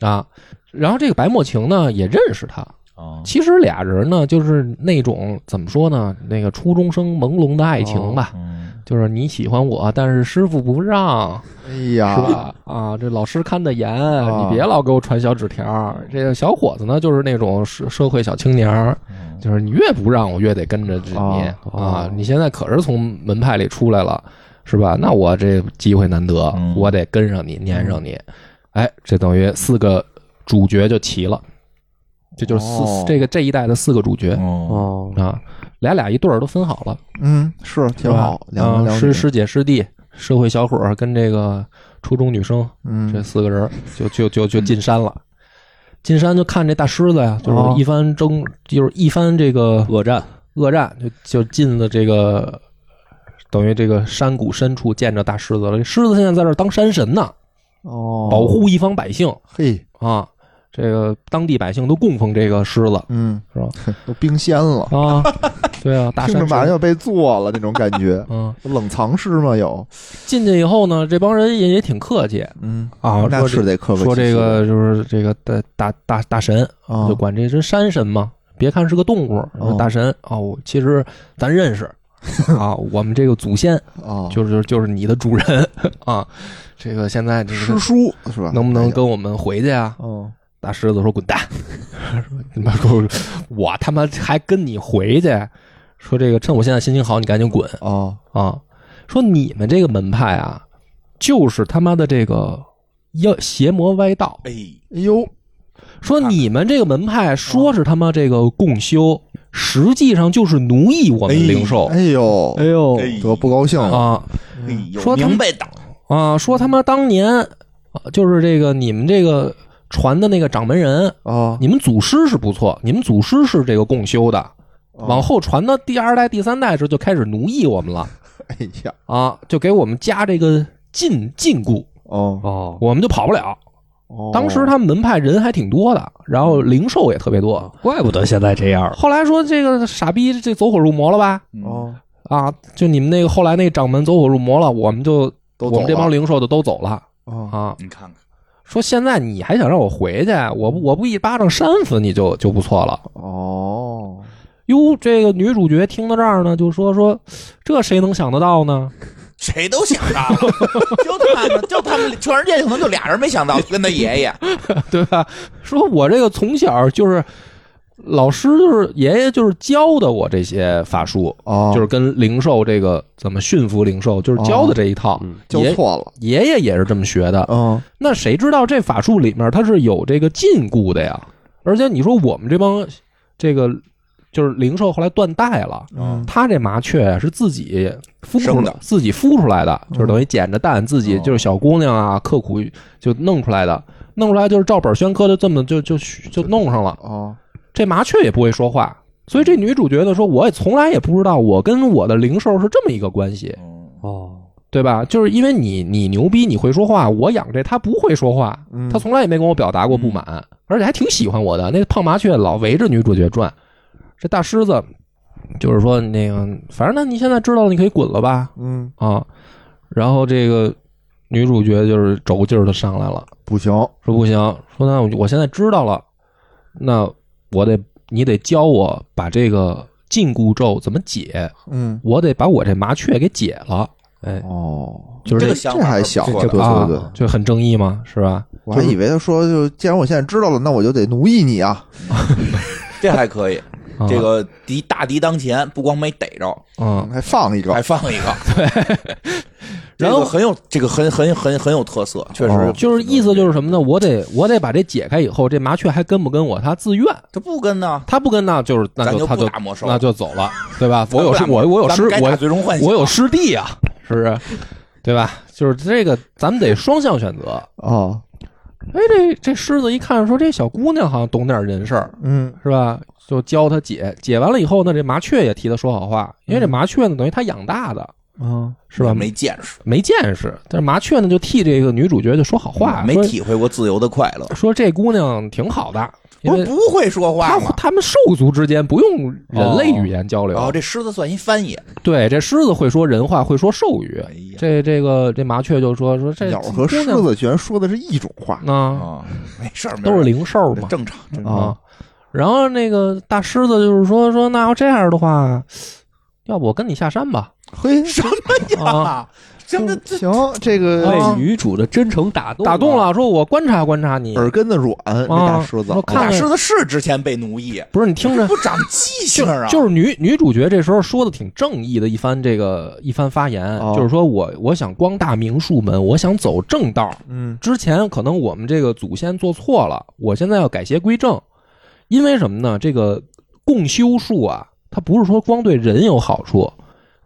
B: 哎
A: 啊。然后这个白墨晴呢也认识他，
B: 呦，
A: 其实俩人呢就是那种怎么说呢，那个初中生朦胧的爱情吧，
B: 嗯
A: 就是你喜欢我，但是师傅不让，
C: 哎
A: 是
C: 呀，
A: 吧？啊，这老师看得严，
C: 啊
A: 你别老给我传小纸条。这个小伙子呢，就是那种社社会小青年儿，
C: 嗯
A: 就是你越不让我越得跟着这你
C: 啊
A: 啊！你现在可是从门派里出来了，是吧？那我这机会难得
B: 嗯，
A: 我得跟上你，粘上你。哎，这等于四个主角就齐了，这就是
C: 哦
A: 四这个这一代的四个主角
B: 哦，
D: 哦，
A: 啊，俩俩一对儿都分好了。
C: 嗯，是
A: 是
C: 挺
A: 吧
C: 好？，两
A: 嗯
C: 男两
A: 师
C: 女，
A: 师姐师弟，社会小伙儿跟这个初中女生这
C: 嗯，
A: 四个人儿就就就就进山了。进山就看这大狮子呀，
C: 哦
A: 就是一番争，就是一番这个
D: 恶战
A: 恶战，就就进了这个等于这个山谷深处见着大狮子了。这狮子现在在这儿当山神呢，
C: 哦，
A: 保护一方百姓
C: 嘿，
A: 啊。这个当地百姓都供奉这个狮子
C: 嗯，
A: 是吧？
C: 都冰仙了，
A: 啊， 对啊，大
C: 听着
A: 山
C: 马上
A: 神。。
C: 要被做了那种感 觉
A: 嗯，
C: 冷藏师吗？有，
A: 进去以后呢，这帮人也也挺客气
C: 嗯，
A: 啊，
C: 那
A: 说
C: 是得磕巴。
A: 说这个就是这个大大大大神，
C: 啊
A: 就，管这只山神嘛。别看是个动物，
C: 哦
A: 大神啊、我其实咱认 识啊，我们这个祖先
C: 啊，
A: 就是就是你的主人啊。这个现在这
C: 师
A: 个
C: 叔是吧？
A: 能不
C: 哎
A: 能
C: 呀？
A: 跟我们回去啊？
C: 哦，
A: 大狮子说滚蛋， 说你妈给我，我他妈还跟你回去？说这个趁我现在心情好，你赶紧滚
C: 哦，
A: 啊！说你们这个门派啊，就是他妈的这个妖邪魔歪道，
B: 哎，
C: 哎呦，
A: 说你们这个门派说是他妈这个共修，实际上就是奴役我们灵兽
C: 哎呦，
D: 哎呦，
B: 哎
C: 得不高兴了。
A: 啊
B: 哎呦
A: 说他们
B: 明白的，
A: 啊！说他妈当年啊就是这个你们这个传的那个掌门人，
C: 啊，
A: 你们祖师是不错，你们祖师是这个共修的，
C: 啊哦
A: 往后传到第二代、第三代的时候就开始奴役我们了
C: 哎呀，
A: 啊，就给我们加这个禁禁锢
C: 哦
D: 哦，
A: 我们就跑不了。
C: 哦，
A: 当时他们门派人还挺多的，然后零售也特别多。
D: 怪不得现在这样了。
A: 后来说这个傻逼这走火入魔了吧？
B: 嗯
C: 哦
A: 啊，就你们那个后来那个掌门走火入魔了，我们就
B: 都
A: 我们这
B: 走了嗯
A: 帮零售的都走了
C: 哦
A: 啊。
B: 你看看，
A: 说现在你还想让我回去，我不我不一巴掌扇死你就就不错了。
C: 哦，
A: 哟，这个女主角听到这儿呢，就说说这谁能想得到呢？
B: 谁都想到了，就他们，就他们全世界可能就俩人没想到跟他爷爷，
A: 对吧？说我这个从小就是老师就是爷爷就是教的我这些法术，
C: 哦
A: 就是跟零售这个怎么驯服零售，就是教
B: 哦
A: 的这一套。
D: 嗯，
C: 教
A: 爷
C: 错了，
A: 爷爷也是这么学的。
C: 嗯，
A: 那谁知道这法术里面它是有这个禁锢的呀？而且你说我们这帮这个就是零售后来断代了。
C: 嗯
A: 他这麻雀是自己孵出
B: 生
A: 来
B: 的，哦
A: 自己孵出来的，
C: 嗯
A: 就是等于捡着蛋，自己就是小姑娘啊，刻苦就弄出来的，弄出来就是照本宣科的，这么就就就弄上了。
C: 哦
A: 这麻雀也不会说话，所以这女主角呢说，我也从来也不知道我跟我的灵兽是这么一个关系，
B: 嗯，
D: 哦，
A: 对吧？就是因为你你牛逼，你会说话，我养这它不会说话，
C: 嗯
A: 它从来也没跟我表达过不满，而且还挺喜欢我的。那个胖麻雀老围着女主角转，这大狮子就是说那个，反正那你现在知道了，你可以滚了吧
C: 嗯
A: 啊。然后这个女主角就是轴劲儿的上来了，
C: 不行，
A: 说不行，说那我我现在知道了，那我得你得教我把这个禁锢咒怎么解，
C: 嗯
A: 我得把我这麻雀给解了，哎。
C: 哦，
A: 就是
B: 这个
A: 这
B: 想
C: 这
B: 法
C: 还
B: 是不
C: 小
B: 错
C: 这
B: 的
C: 不错
A: 啊
C: 对对，
A: 就很正义嘛，是吧？
C: 我还以为他说就既然我现在知道了，那我就得奴役你啊，
B: 这还可以。
C: 嗯
A: 啊
B: 这个敌大敌当前，不光没逮着，
A: 嗯，
C: 还放一个
B: 还，放一个，对，
A: 然后
B: 很有这个很很很很有特色，确实
C: 哦
A: 就是意思就是什么呢？我得我得把这解开以后，这麻雀还跟不跟我？它自愿，
B: 他不跟呢，
A: 它不跟那就是那
B: 咱
A: 就它
B: 不
A: 就
B: 打魔兽，
A: 那就走了，对吧？
B: 咱
A: 我
B: 不
A: 有
B: 打
A: 师
B: 魔
A: 我我有
B: 咱
A: 师
B: 们该打
A: 我
B: 最终幻想，
A: 我有师弟啊，是不是？对吧？就是这个，咱们得双向选择。
C: 哦，
A: 哎，这这狮子一看说这小姑娘好像懂点人事儿，
C: 嗯
A: 是吧？就教她解解完了以后呢，这麻雀也替她说好话，因为这
C: 嗯
A: 麻雀呢等于它养大的，
C: 嗯
A: 是吧？
B: 没见识，
A: 没见识，但是麻雀呢就替这个女主角就说好话，
B: 没
A: 说
B: 体会过自由的快乐，
A: 说这姑娘挺好的，因
B: 不
A: 为
B: 不会说话
A: 他
B: 吗？
A: 他们兽族之间不用人类语言交流。
B: 哦，这狮子算一翻译，
A: 对，这狮子会说人话，会说兽语。
B: 哎呀，
A: 这这个这麻雀就说说这
C: 鸟和狮子居然说的是一种话
A: 呢，
B: 啊，没事儿，没事儿
A: 都是灵兽嘛
B: 正常，正常
A: 啊
C: 啊。
A: 然后那个大狮子就是说说，那要这样的话，要不我跟你下山吧？
C: 嘿，
B: 什么呀
A: 嗯啊？
B: 什么这
C: 行，这
D: 被
C: 个
D: 女主的真诚打动
A: 打动
D: 了，
A: 了，说我观察观察你，
C: 耳根子软，这
A: 啊
C: 大狮子
A: 我，看
B: 大
A: 看
B: 狮子是之前被奴役，
A: 不是你听着。
B: 不长记性啊？
A: 就是女女主角这时候说的挺正义的一番这个一番发言，
C: 哦
A: 就是说我我想光大明术门，我想走正道，
C: 嗯
A: 之前可能我们这个祖先做错了，我现在要改邪归正，因为什么呢？这个共修术啊，它不是说光对人有好处，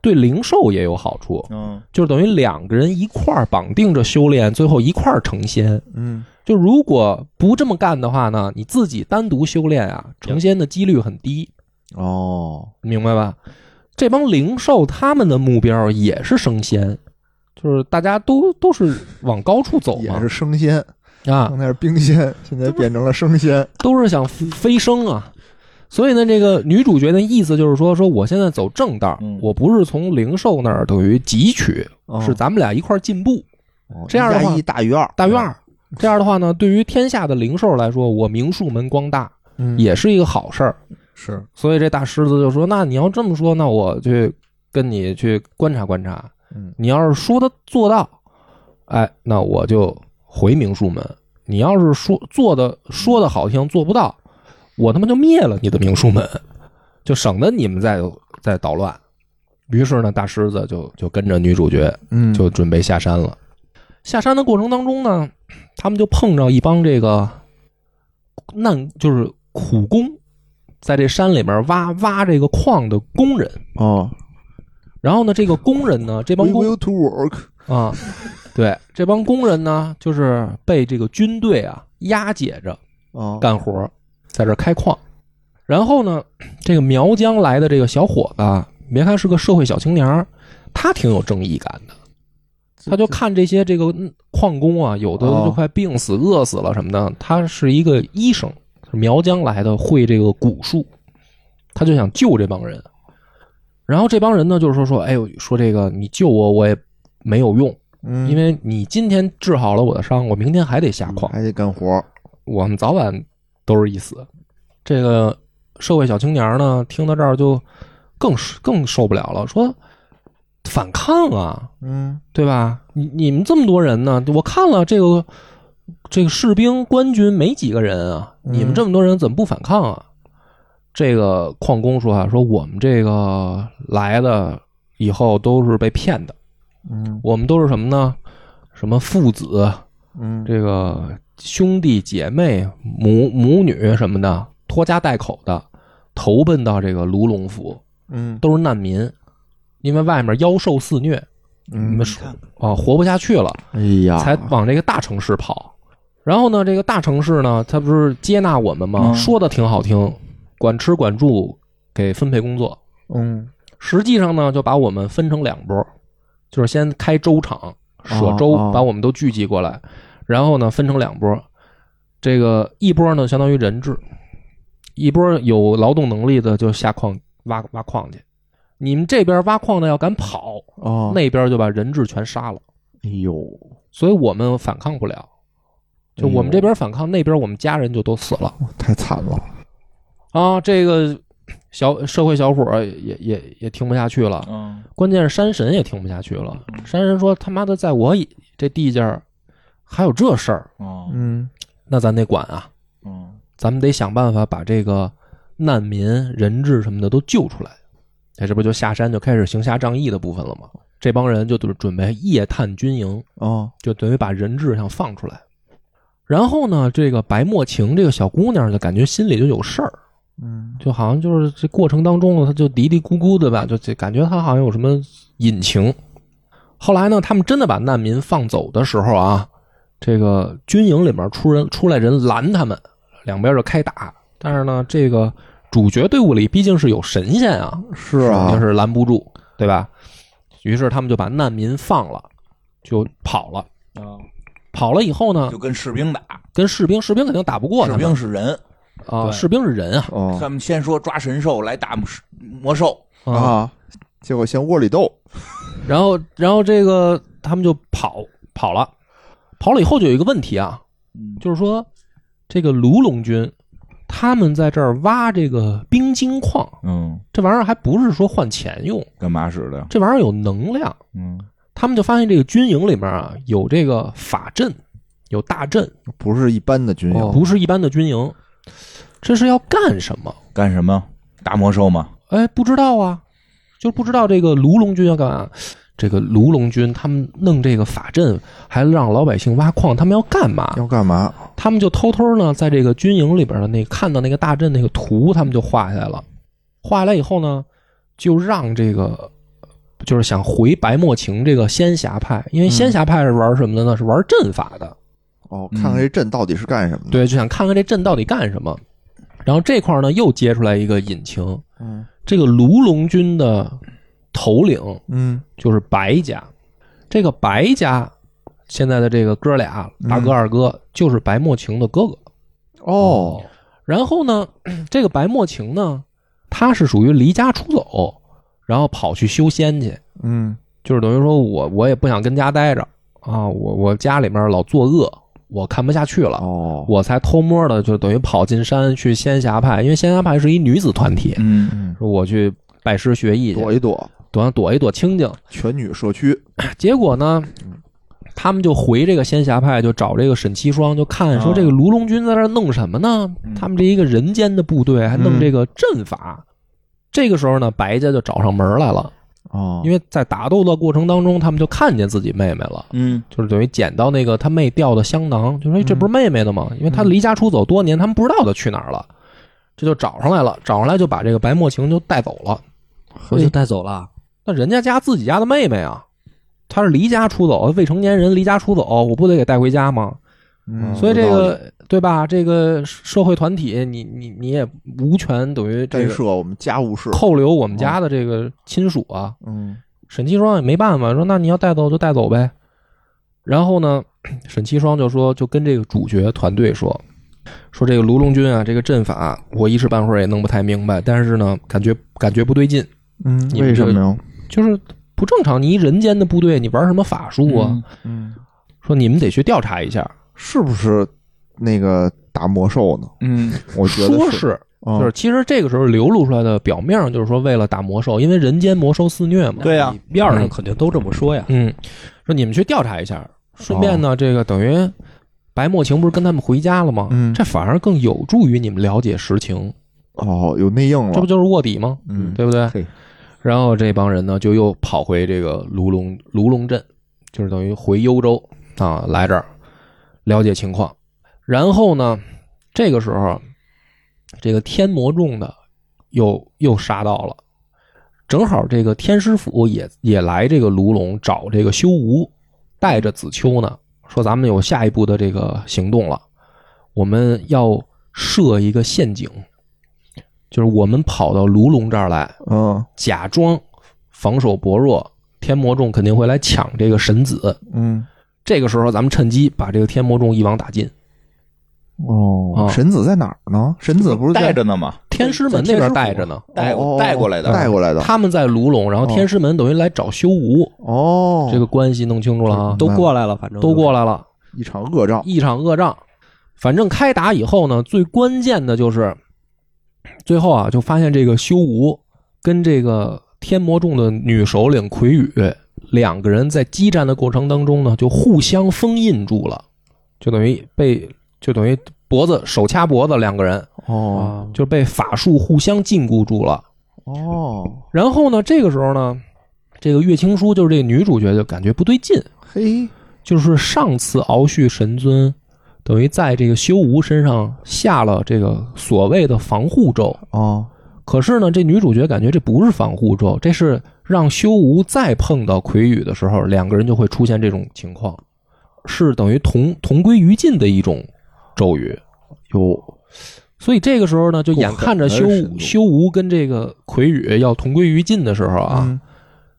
A: 对灵兽也有好处，
B: 嗯，
A: 就是等于两个人一块儿绑定着修炼，最后一块儿成仙。
C: 嗯
A: 就如果不这么干的话呢，你自己单独修炼啊，成仙的几率很低，
C: 哦
A: 明白吧？这帮灵兽他们的目标也是升仙，就是大家都都是往高处走
C: 也
A: 嘛
C: 是生鲜，
A: 啊
C: 刚，才是冰鲜，现在变成了生鲜。
A: 都是想飞升啊。所以呢，这个女主角的意思就是说，说我现在走正道，
B: 嗯
A: 我不是从零售那儿等于汲取，
D: 哦
A: 是咱们俩一块儿进步。
C: 哦
A: 这样的话
C: 一加一大于二，
A: 大院儿，这样的话呢，对于天下的零售来说，我明术门光大
C: 嗯
A: 也是一个好事儿。
B: 是
A: 所以这大狮子就说：“那你要这么说，那我去跟你去观察观察。
C: 嗯
A: 你要是说的做到，哎，那我就回明术门；你要是说做的说的好听，做不到，我他妈就灭了你的明术门，就省得你们再再捣乱。于是呢，大狮子就就跟着女主角
C: 嗯
A: 就准备下山了。下山的过程当中呢，他们就碰着一帮这个难就是苦工，在这山里面挖挖这个矿的工人。
C: 哦
A: 然后呢，这个工人呢，这帮
C: ，We
A: 工
C: will to work，
A: 啊，对，这帮工人呢，就是被这个军队啊押解着
C: 哦，
A: 干活儿，在这儿开矿。然后呢， 这个苗疆来的这个小伙子啊，别看是个社会小青年儿，他挺有正义感的。他就看这些这个嗯矿工啊，有的
C: 哦
A: 就快病死、饿死了什么的。他是一个医生，是苗疆来的，会这个蛊术，他就想救这帮人。然后这帮人呢，就是说说，哎呦，说这个你救我，我也没有用，
C: 嗯，
A: 因为你今天治好了我的伤，我明天还得下矿，
C: 还得干活，
A: 我们早晚都是一死。这个社会小青年呢，听到这儿就更更受不了了，说反抗啊，
C: 嗯
A: 对吧？你你们这么多人呢，我看了这个这个士兵官军没几个人啊，
C: 嗯
A: 你们这么多人怎么不反抗啊？这个矿工说啊，说我们这个来的以后都是被骗的，
C: 嗯
A: 我们都是什么呢？什么父子、
C: 嗯，
A: 这个兄弟姐妹、母母女什么的，拖家带口的投奔到这个卢龙府，
C: 嗯
A: 都是难民，因为外面妖兽肆虐，你
C: 嗯
A: 们，说啊活不下去了。
C: 哎呀，
A: 才往这个大城市跑。然后呢，这个大城市呢，它不是接纳我们吗？
B: 嗯
A: 说的挺好听，管吃管住，给分配工作。
C: 嗯
A: 实际上呢，就把我们分成两拨儿，就是先开州场舍州，
C: 哦哦
A: 把我们都聚集过来，然后呢分成两拨儿。这个一波呢，相当于人质，一波有劳动能力的就下矿挖挖矿去。你们这边挖矿的要敢跑，
C: 哦，
A: 那边就把人质全杀了。
C: 哎呦，
A: 所以我们反抗不了。就我们这边反抗，那边我们家人就都死了
C: 太惨了，
A: 啊！这个小社会小伙儿也也也听不下去了，
B: 嗯，
A: 关键是山神也听不下去了。山神说：“他妈的，在我以这地界儿还有这事儿，
B: 哦，
C: 嗯
A: 那咱得管啊，
B: 嗯，
A: 咱们得想办法把这个难民、人质什么的都救出来。”哎，这不就下山就开始行侠仗义的部分了吗？这帮人就准准备夜探军营，
C: 哦，
A: 就等于把人质想放出来。然后呢，这个白墨晴这个小姑娘就感觉心里就有事儿，
C: 嗯
A: 就好像就是这过程当中呢，她就嘀嘀咕咕的吧，就这感觉她好像有什么隐情。后来呢，他们真的把难民放走的时候啊，这个军营里面出人出来人拦他们，两边就开打。但是呢，这个主角队伍里毕竟是有神仙啊，
C: 是
A: 肯定
C: 啊，
A: 是拦不住，对吧？于是他们就把难民放了，就跑了。
D: 啊，
A: 跑了以后呢
B: 就，跟士兵打，
A: 跟士兵，士兵肯定打不过
B: 士
A: 他们
B: 兵是人，
A: 啊，
D: 对
A: 士兵是人啊
C: 哦
B: 他们先说抓神兽来打魔魔兽，
A: 啊，
C: 啊，结果先窝里斗，
A: 然后然后这个他们就跑跑了，跑了以后就有一个问题啊，
B: 嗯
A: 就是说这个卢龙军他们在这儿挖这个冰晶矿，
B: 嗯，
A: 这玩意儿还不是说换钱用，
B: 干嘛使的？
A: 这玩意儿有能量，
B: 嗯，
A: 他们就发现这个军营里面啊有这个法阵，有大阵，
C: 不是一般的军营，
A: 不是一般的军营，这是要干什么？
B: 干什么？打魔兽吗？
A: 哎，不知道啊，就不知道这个卢龙军要干嘛。这个卢龙军他们弄这个法阵，还让老百姓挖矿，他们要干嘛？
C: 要干嘛？
A: 他们就偷偷呢，在这个军营里边的那看到那个大阵那个图，他们就画下来了。画下来以后呢，就让这个就是想回白墨晴这个仙侠派，因为仙侠派是玩什么的呢？是玩阵法的。
C: 哦，
B: 嗯
C: 看看这阵到底是干什么的？，
A: 对，就想看看这阵到底干什么。然后这块儿呢，又接出来一个隐情，
C: 嗯
A: 这个卢龙军的头领
C: 嗯
A: 就是白家。这个白家现在的这个哥俩，大哥
C: 嗯
A: 二哥，就是白墨晴的哥哥。
C: 哦，
A: 然后呢， 这个白墨晴呢，他是属于离家出走，然后跑去修仙去，
C: 嗯
A: 就是等于说我我也不想跟家待着啊，我我家里面老作恶，我看不下去了。
C: 哦，
A: 我才偷摸的，就等于跑进山去仙侠派，因为仙侠派是一女子团体，
B: 嗯，
C: 嗯
A: 说我去拜师学艺去，
C: 躲一躲，
A: 躲躲一躲清静。
C: 全女社区，
A: 结果呢，他们就回这个仙侠派，就找这个沈七双，就看说
B: 啊
A: 这个卢龙军在这儿弄什么呢？
B: 嗯
A: 他们这一个人间的部队还弄这个阵法。这个时候呢，白家就找上门来了，
C: 哦，
A: 因为在打斗的过程当中，他们就看见自己妹妹了，
B: 嗯，
A: 就是等于捡到那个他妹掉的香囊，就说哎这不是妹妹的吗？因为她离家出走多
B: 嗯
A: 年，他们不知道她去哪儿了，这就找上来了，找上来就把这个白墨晴就带走了。
D: 我就带走了。
A: 那人家家自己家的妹妹啊，她是离家出走，未成年人离家出走，我不得给带回家吗？
C: 嗯
A: 所以这
C: 有道理
A: 个对吧？这个社会团体，你你你也无权等于这
C: 干
A: 个
C: 涉我们家务事，
A: 扣留我们家的这个亲属啊。
C: 嗯
A: 沈七双也没办法，说那你要带走就带走呗。然后呢， 沈七双就说，就跟这个主角团队说，说这个卢龙军啊，这个阵法我一时半会儿也弄不太明白，但是呢，感觉感觉不对劲，
C: 嗯，
A: 你们
C: 为什么呀？
A: 就是不正常。你一人间的部队，你玩什么法术啊？
B: 嗯
C: 嗯，
A: 说你们得去调查一下。
C: 是不是那个打魔兽 呢？
B: 嗯
C: 我觉得
A: 说
C: 是，
A: 是，
C: 嗯就
A: 就是其实这个时候流露出来的表面上就是说为了打魔兽，因为人间魔兽肆虐嘛。
B: 对呀
D: 面儿上肯定都这么说呀。
A: 嗯，说你们去调查一下，顺便
C: 哦
A: 呢，这个等于白墨晴不是跟他们回家了吗？
C: 嗯
A: 这反而更有助于你们了解实情，
C: 哦，有内应
A: 这
C: 了
A: 不，就是卧底吗？
C: 嗯
A: 对不对？
C: 嘿
A: 然后这帮人呢，就又跑回这个卢龙卢龙镇，就是等于回幽州啊，来这儿了解情况。然后呢，这个时候，这个天魔众的又又杀到了，正好这个天师府也也来这个卢龙找这个修吾，带着子秋呢，说咱们有下一步的这个行动了，我们要设一个陷阱，就是我们跑到卢龙这儿来。
C: 嗯
A: 假装防守薄弱，天魔众肯定会来抢这个神子。
C: 嗯，
A: 这个时候，咱们趁机把这个天魔众一网打尽。
C: 哦
A: 啊，
C: 神子在哪儿呢？神子不是在
B: 带着呢嘛，
A: 天师门那边带着呢，
B: 带
C: 哦
B: 带过来的
C: 带过来的，
A: 他们在卢龙，然后天师门等于来找修吾，
C: 哦，
A: 这个关系弄清楚了啊，
D: 都过来了，反正
A: 都过来了，
C: 一场恶仗，
A: 一场恶仗。反正开打以后呢，最关键的就是最后啊，就发现这个修吾跟这个天魔众的女首领魁羽两个人在激战的过程当中呢，就互相封印住了，就等于被就等于脖子手掐脖子，两个人
C: 哦
D: 啊，
A: 就被法术互相禁锢住了。
C: 哦，
A: 然后呢，这个时候呢，这个月青书就是这个女主角就感觉不对劲，
C: 嘿，
A: 就是上次敖旭神尊等于在这个修吾身上下了这个所谓的防护咒，
C: 哦，
A: 可是呢，这女主角感觉这不是防护咒，这是让修吾再碰到魁羽的时候，两个人就会出现这种情况，是等于同同归于尽的一种咒语。
C: 有，
A: 所以这个时候呢，就眼看着修
C: 不可能是
A: 修吾跟这个魁羽要同归于尽的时候啊，
C: 嗯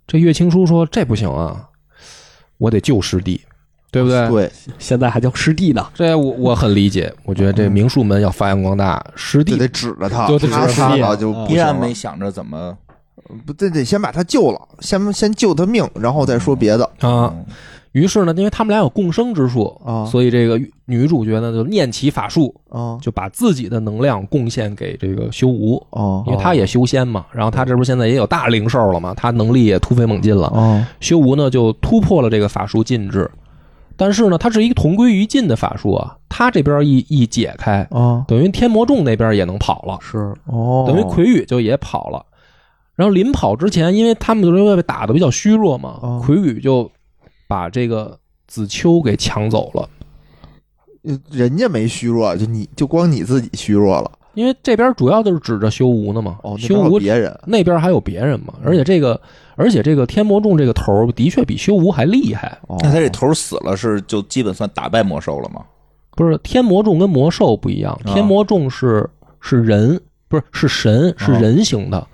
A: 这月青书说这不行啊，我得救师弟，对不对？
C: 对，
D: 现在还叫师弟呢，
A: 这啊我我很理解，我觉得
C: 嗯
A: 这名术门要发扬光大，师
C: 就
A: 弟
C: 得指着他，
A: 就得指着
C: 他
A: 他嗯
C: 杀了就不
B: 依
C: 行啊
B: 然
C: 了
B: 没，想着怎么
C: 不，这得先把他救了，先先救他命，然后再说别的，
A: 啊。
B: 嗯
A: 于是呢，因为他们俩有共生之术
C: 啊
A: 所以这个女主角呢就念起法术，
C: 啊，
A: 就把自己的能量贡献给这个修吾，
C: 哦
A: 因为她也修仙嘛。然后她这不是现在也有大灵兽了嘛，她能力也突飞猛进了。
C: 哦，
A: 修吾呢就突破了这个法术禁制，但是呢，它是一个同归于尽的法术啊，他这边一一解开，
C: 哦，
A: 等于天魔众那边也能跑了。
D: 是
C: 哦，
A: 等于魁羽就也跑了。然后临跑之前，因为他们都是被打的比较虚弱嘛
C: 哦，
A: 魁羽就把这个子秋给抢走了。
C: 呃人家没虚弱，就你就光你自己虚弱了，
A: 因为这边主要就是指着修吾呢嘛，
C: 哦，
A: 修
C: 那边有
A: 吾
C: 别人，
A: 那边还有别人嘛，而且这个而且这个天魔众这个头儿的确比修吾还厉害。
C: 哦，
B: 那他这头死了是就基本算打败魔兽了吗？
A: 不是天魔众跟魔兽不一样，
B: 啊
A: 天魔众是是人，不是是神，是人形的。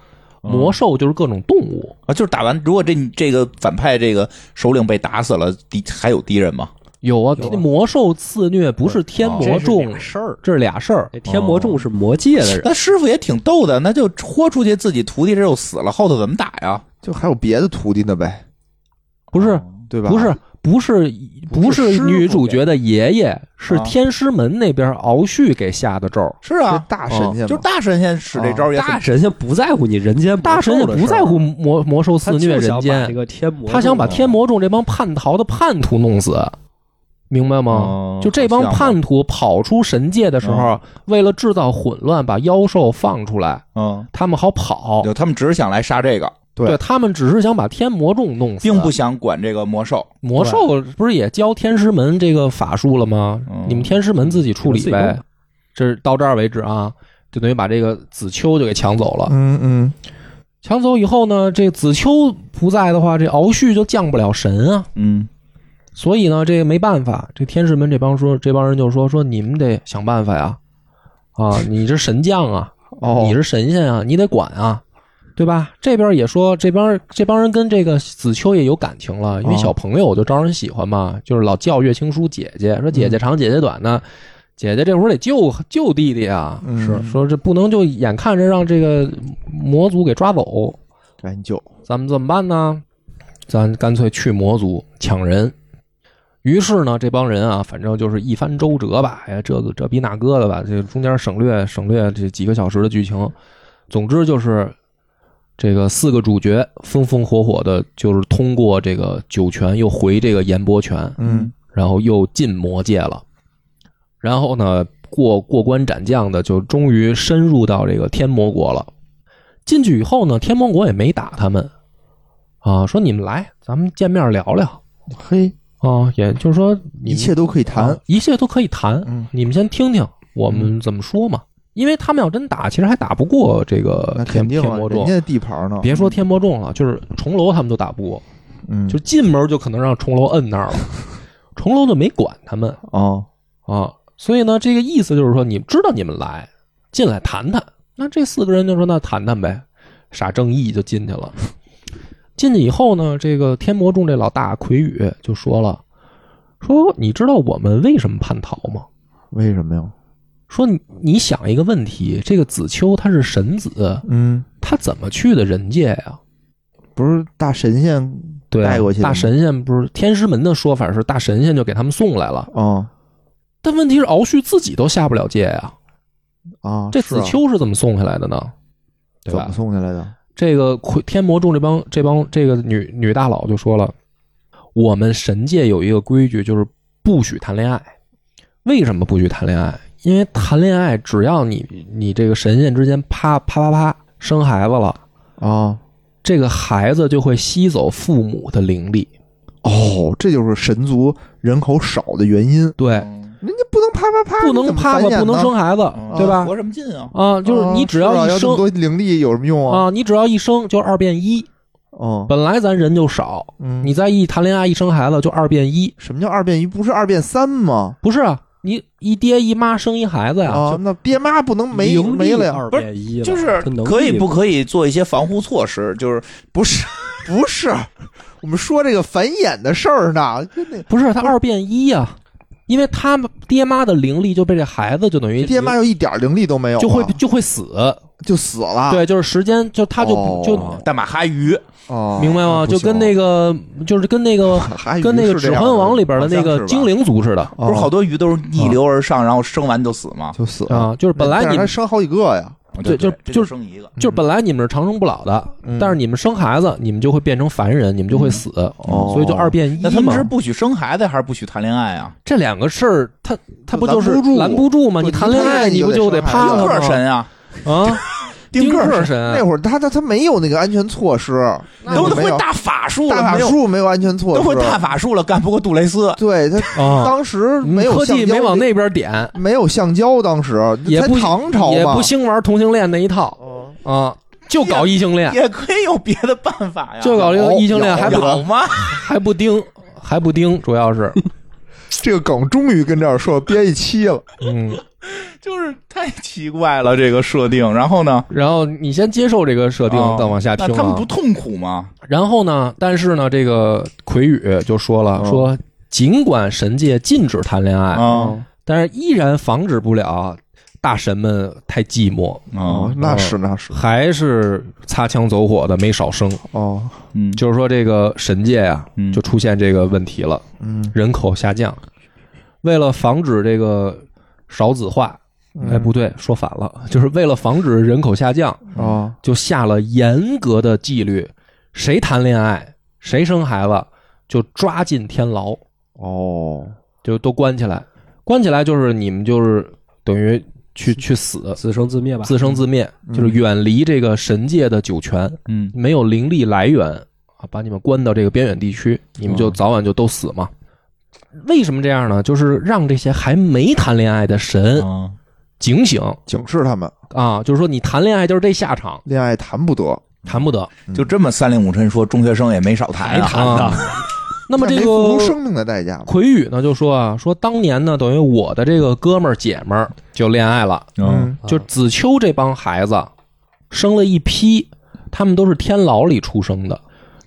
A: 魔兽就是各种动物，
B: 啊，就是打完，如果这这个反派这个首领被打死了，敌还有敌人吗？
A: 有啊
D: 有啊，
A: 魔兽刺虐不是天魔众，
D: 事儿，
A: 这是俩事儿。哦
D: 这天魔众是魔界的人，
B: 那师傅也挺逗的，那就豁出去自己徒弟这又死了，后头怎么打呀？
C: 就还有别的徒弟呢呗，
A: 不是，
B: 哦
C: 对吧？
A: 不是，不是，
C: 不
A: 不
C: 是师
A: 是
C: 傅
A: 女主角的爷爷，是
B: 啊
A: 天师门那边敖旭给下的咒。
B: 是
C: 这
B: 啊，
C: 大神仙
A: 哦
B: 就
C: 嘛，
B: 是大神仙哦使这招也很
D: 大神仙不在乎你人间
A: 大
D: 魔
A: 神
D: 兽
A: 也
D: 的事儿，啊
A: 不在乎魔魔兽肆虐人
D: 这
A: 间，
D: 个天魔，啊
A: 他想把天魔众这帮叛逃的叛徒弄死，明白吗？
B: 哦
A: 就这帮
B: 好像
A: 叛徒跑出神界的时候，为了制造混乱，把妖兽放出来，
B: 嗯，
A: 他们好跑。
B: 就他们只是想来杀这个，
C: 对
A: 对他们只是想把天魔众弄死，
B: 并不想管这个魔兽。
A: 魔兽不是也教天师门这个法术了吗？
B: 嗯
A: 你们天师门自己处理
D: 你们自己
A: 呗
D: 弄。
A: 这是到这儿为止啊，就等于把这个子秋就给抢走了。
C: 嗯嗯，
A: 抢走以后呢，这子秋不在的话，这敖旭就降不了神啊。
B: 嗯，
A: 所以呢，这个没办法，这天师门这帮说这帮人就说说你们得想 办法呀，啊，你这神将啊，
C: 哦，
A: 你是神仙啊，你得管啊。对吧？这边也说，这边这帮人跟这个子秋也有感情了，因为
C: 哦
A: 小朋友就招人喜欢嘛，就是老叫岳青书姐姐，说姐姐长姐姐短呢，姐姐这会儿得救救弟弟啊，
C: 嗯
A: 是说这不能就眼看着让这个魔族给抓走，
C: 赶紧救，
A: 咱们怎么办呢？咱干脆去魔族抢人。于是呢，这帮人啊，反正就是一番周折吧，哎呀，这个这逼那个的吧，这中间省略省略这几个小时的剧情。总之就是，这个四个主角风风火火的，就是通过这个九泉，又回这个岩波泉，
C: 嗯
A: 然后又进魔界了。然后呢，过过关斩将的，就终于深入到这个天魔国了。进去以后呢，天魔国也没打他们，啊，说你们来，咱们见面聊聊
C: 嘿，
A: 啊，也就是说你
C: 一
A: 们
C: 切都可以谈
A: 啊，一切都可以谈，
C: 嗯
A: 你们先听听我们怎么说嘛。因为他们要真打，其实还打不过这个
C: 那
A: 天
C: 肯定
A: 天
C: 啊，
A: 魔
C: 人
A: 众
C: 家。的地盘呢，
A: 别说天魔众了，就是重楼他们都打不过，
C: 嗯
A: 就进门就可能让重楼摁那儿了，重楼就没管他们。
C: 哦，
A: 啊，所以呢，这个意思就是说，你知道你们来，进来谈谈。那这四个人就说，那谈谈呗，傻正义就进去了。进去以后呢，这个天魔众这老大魁宇就说了，说你知道我们为什么叛逃吗？
C: 为什么呀？
A: 说你你想一个问题，这个子秋他是神子，
C: 嗯，
A: 他怎么去的人界呀、
C: 不是大神仙
A: 对啊、
C: 带过去的吗
A: 大神仙不是天师门的说法是大神仙就给他们送来了，
C: 哦
A: 但问题是敖旭自己都下不了界呀、
C: 啊，
A: 这
C: 是啊
A: 子秋是怎么送下来的呢？对
C: 怎
A: 吧
C: 么？送下来的？
A: 这个魁天魔众这帮这帮这个女女大佬就说了，我们神界有一个规矩，就是不许谈恋爱。为什么不许谈恋爱？因为谈恋爱，只要你你这个神仙之间啪啪啪啪生孩子了，
C: 啊，
A: 这个孩子就会吸走父母的灵力。
C: 哦，这就是神族人口少的原因，
A: 对，
B: 嗯
C: 人家不能啪啪啪，
A: 不能
C: 你怎么
A: 啪
C: 繁
A: 啪，
C: 衍
A: 不能
C: 呢
A: 生孩子，
B: 嗯
A: 对吧
B: 活？什么劲啊？
A: 啊，就是
C: 啊
A: 你只
C: 是啊
A: 一
C: 要这么
A: 生
C: 多灵力有什么用啊？
A: 啊，你只要一生就二变一。
C: 哦，
A: 本来咱人就少，
C: 嗯，
A: 你再一谈恋爱一生孩子就二变一，
C: 什么叫二变一？不是二变三吗？
A: 不是啊？你一爹一妈生一孩子呀、
C: 啊，那爹妈不能没
D: 零
C: 没了呀？
D: 二变一了，
B: 就是
D: 他能力
B: 可以不可以做一些防护措施？就是不是
C: 不是，我们说这个繁衍的事儿呢，跟那
A: 不是他二变一呀、因为他们爹妈的灵力就被这孩子就等于
C: 爹妈又一点灵力都没有啊，
A: 就会就会死，
C: 就死了。
A: 对，就是时间就他就、
C: 啊哦
A: 就
B: 大马哈鱼，
C: 哦，
A: 明白吗？就跟那
C: 个
A: 个就是跟那
C: 啊
A: 个跟那个《指环王》里边的那
B: 好像是
A: 个
B: 吧
A: 精灵族似的啊
C: 不
B: 不是好多鱼都是逆流而上，然后生完就死吗？
C: 哦就死了。
A: 啊，就是本来你
C: 但是嗯他
A: 们
C: 生好几个呀，
A: 对就
B: 这
A: 就
B: 生一个，
A: 就是本来你们是长生不老的，
C: 嗯
A: 但是你们生孩子，你们就会变成凡人，你们就会死，
C: 哦
A: 所以就二变一
B: 那他们
A: 嘛
B: 是。不许生孩子还是不许谈恋爱啊？
A: 这两个事儿，他他不
C: 拦
A: 就
C: 不
A: 是
C: 住
A: 拦不住吗？
C: 对
A: 你
C: 你
A: 谈恋
C: 谈恋
A: 爱
C: 爱
A: 你
C: 你
A: 不
C: 就
A: 就
C: 得
A: 得
C: 生
A: 啪
C: 孩
A: 了吗
B: 丁
C: 子
B: 克？神啊，
A: 啊，
B: 丁克
A: 克
B: 神
A: 神
C: 那会儿他他他没有那个安全措施，
B: 都
C: 没
B: 会
C: 有
B: 大法术了，
C: 大法
B: 没有
C: 术没有安全措
B: 都
C: 施，
B: 会大法术了，干不过杜蕾斯。
C: 对他
A: 啊，
C: 当时没有
A: 科
C: 橡
A: 技
C: 胶
A: 没往那边点，
C: 没有橡胶，当时
A: 也
C: 才
A: 不
C: 唐朝
A: 也
C: 嘛
A: 不， 兴玩同性恋那一套
C: 哦
A: 啊，就搞异性恋，
B: 也可以有别的办法呀，
A: 就搞这个
C: 有
A: 异性恋，
C: 有
A: 还不
B: 有吗？
A: 还不丁，还不丁，主要是，
C: 这个梗终于跟这儿说憋一期了。
A: 嗯，
B: 就是太奇怪了这个设定。然后呢，
A: 然后你先接受这个设定，
B: 哦
A: 再往下
B: 那
A: 听
B: 他们
A: 啊
B: 不。痛苦吗？
A: 然后呢，但是呢，这个魁宇就说了，
C: 嗯
A: 说尽管神界禁止谈恋
C: 哦
A: 爱，
B: 啊
A: 但是依然防止不了大神们太寂寞，
C: 哦
B: 啊，
C: 那是那是
A: 还是擦枪走火的没少生。
C: 哦，
B: 嗯，
A: 就是说，这个神界呀、
B: 嗯
A: 就出现这个问题了，
C: 嗯，
A: 人口下降。为了防止这个少子化，
C: 嗯
A: 哎，不对，说反了，就是为了防止人口下降，
C: 哦，
A: 就下了严格的纪律，谁谈恋爱，谁生孩子，就抓进天牢。
C: 哦，
A: 就都关起来，关起来就是你们就是等于去去死，
D: 自生自灭吧，
A: 自生自灭，
C: 嗯
A: 就是远离这个神界的九泉，
B: 嗯
A: 没有灵力来源啊，把你们关到这个边远地区，你们就早晚就都死嘛。为什么这样呢？就是让这些还没谈恋爱的神
B: 啊，
A: 警醒
C: 警示他们，
A: 啊，就是说你谈恋爱就是这下场，
C: 恋爱谈不得，
A: 谈不得。
B: 就这么三令五申说，中学生也没少
D: 还
B: 谈啊。
D: 谈呢，
A: 那么这
C: 没付出
A: 个
C: 生命的代价嘛。
A: 魁宇呢就说啊，说当年呢，等于我的这个哥们儿姐们儿就恋爱了。
B: 嗯，
C: 嗯
A: 就子秋这帮孩子生了一批他们都是天牢里出生的。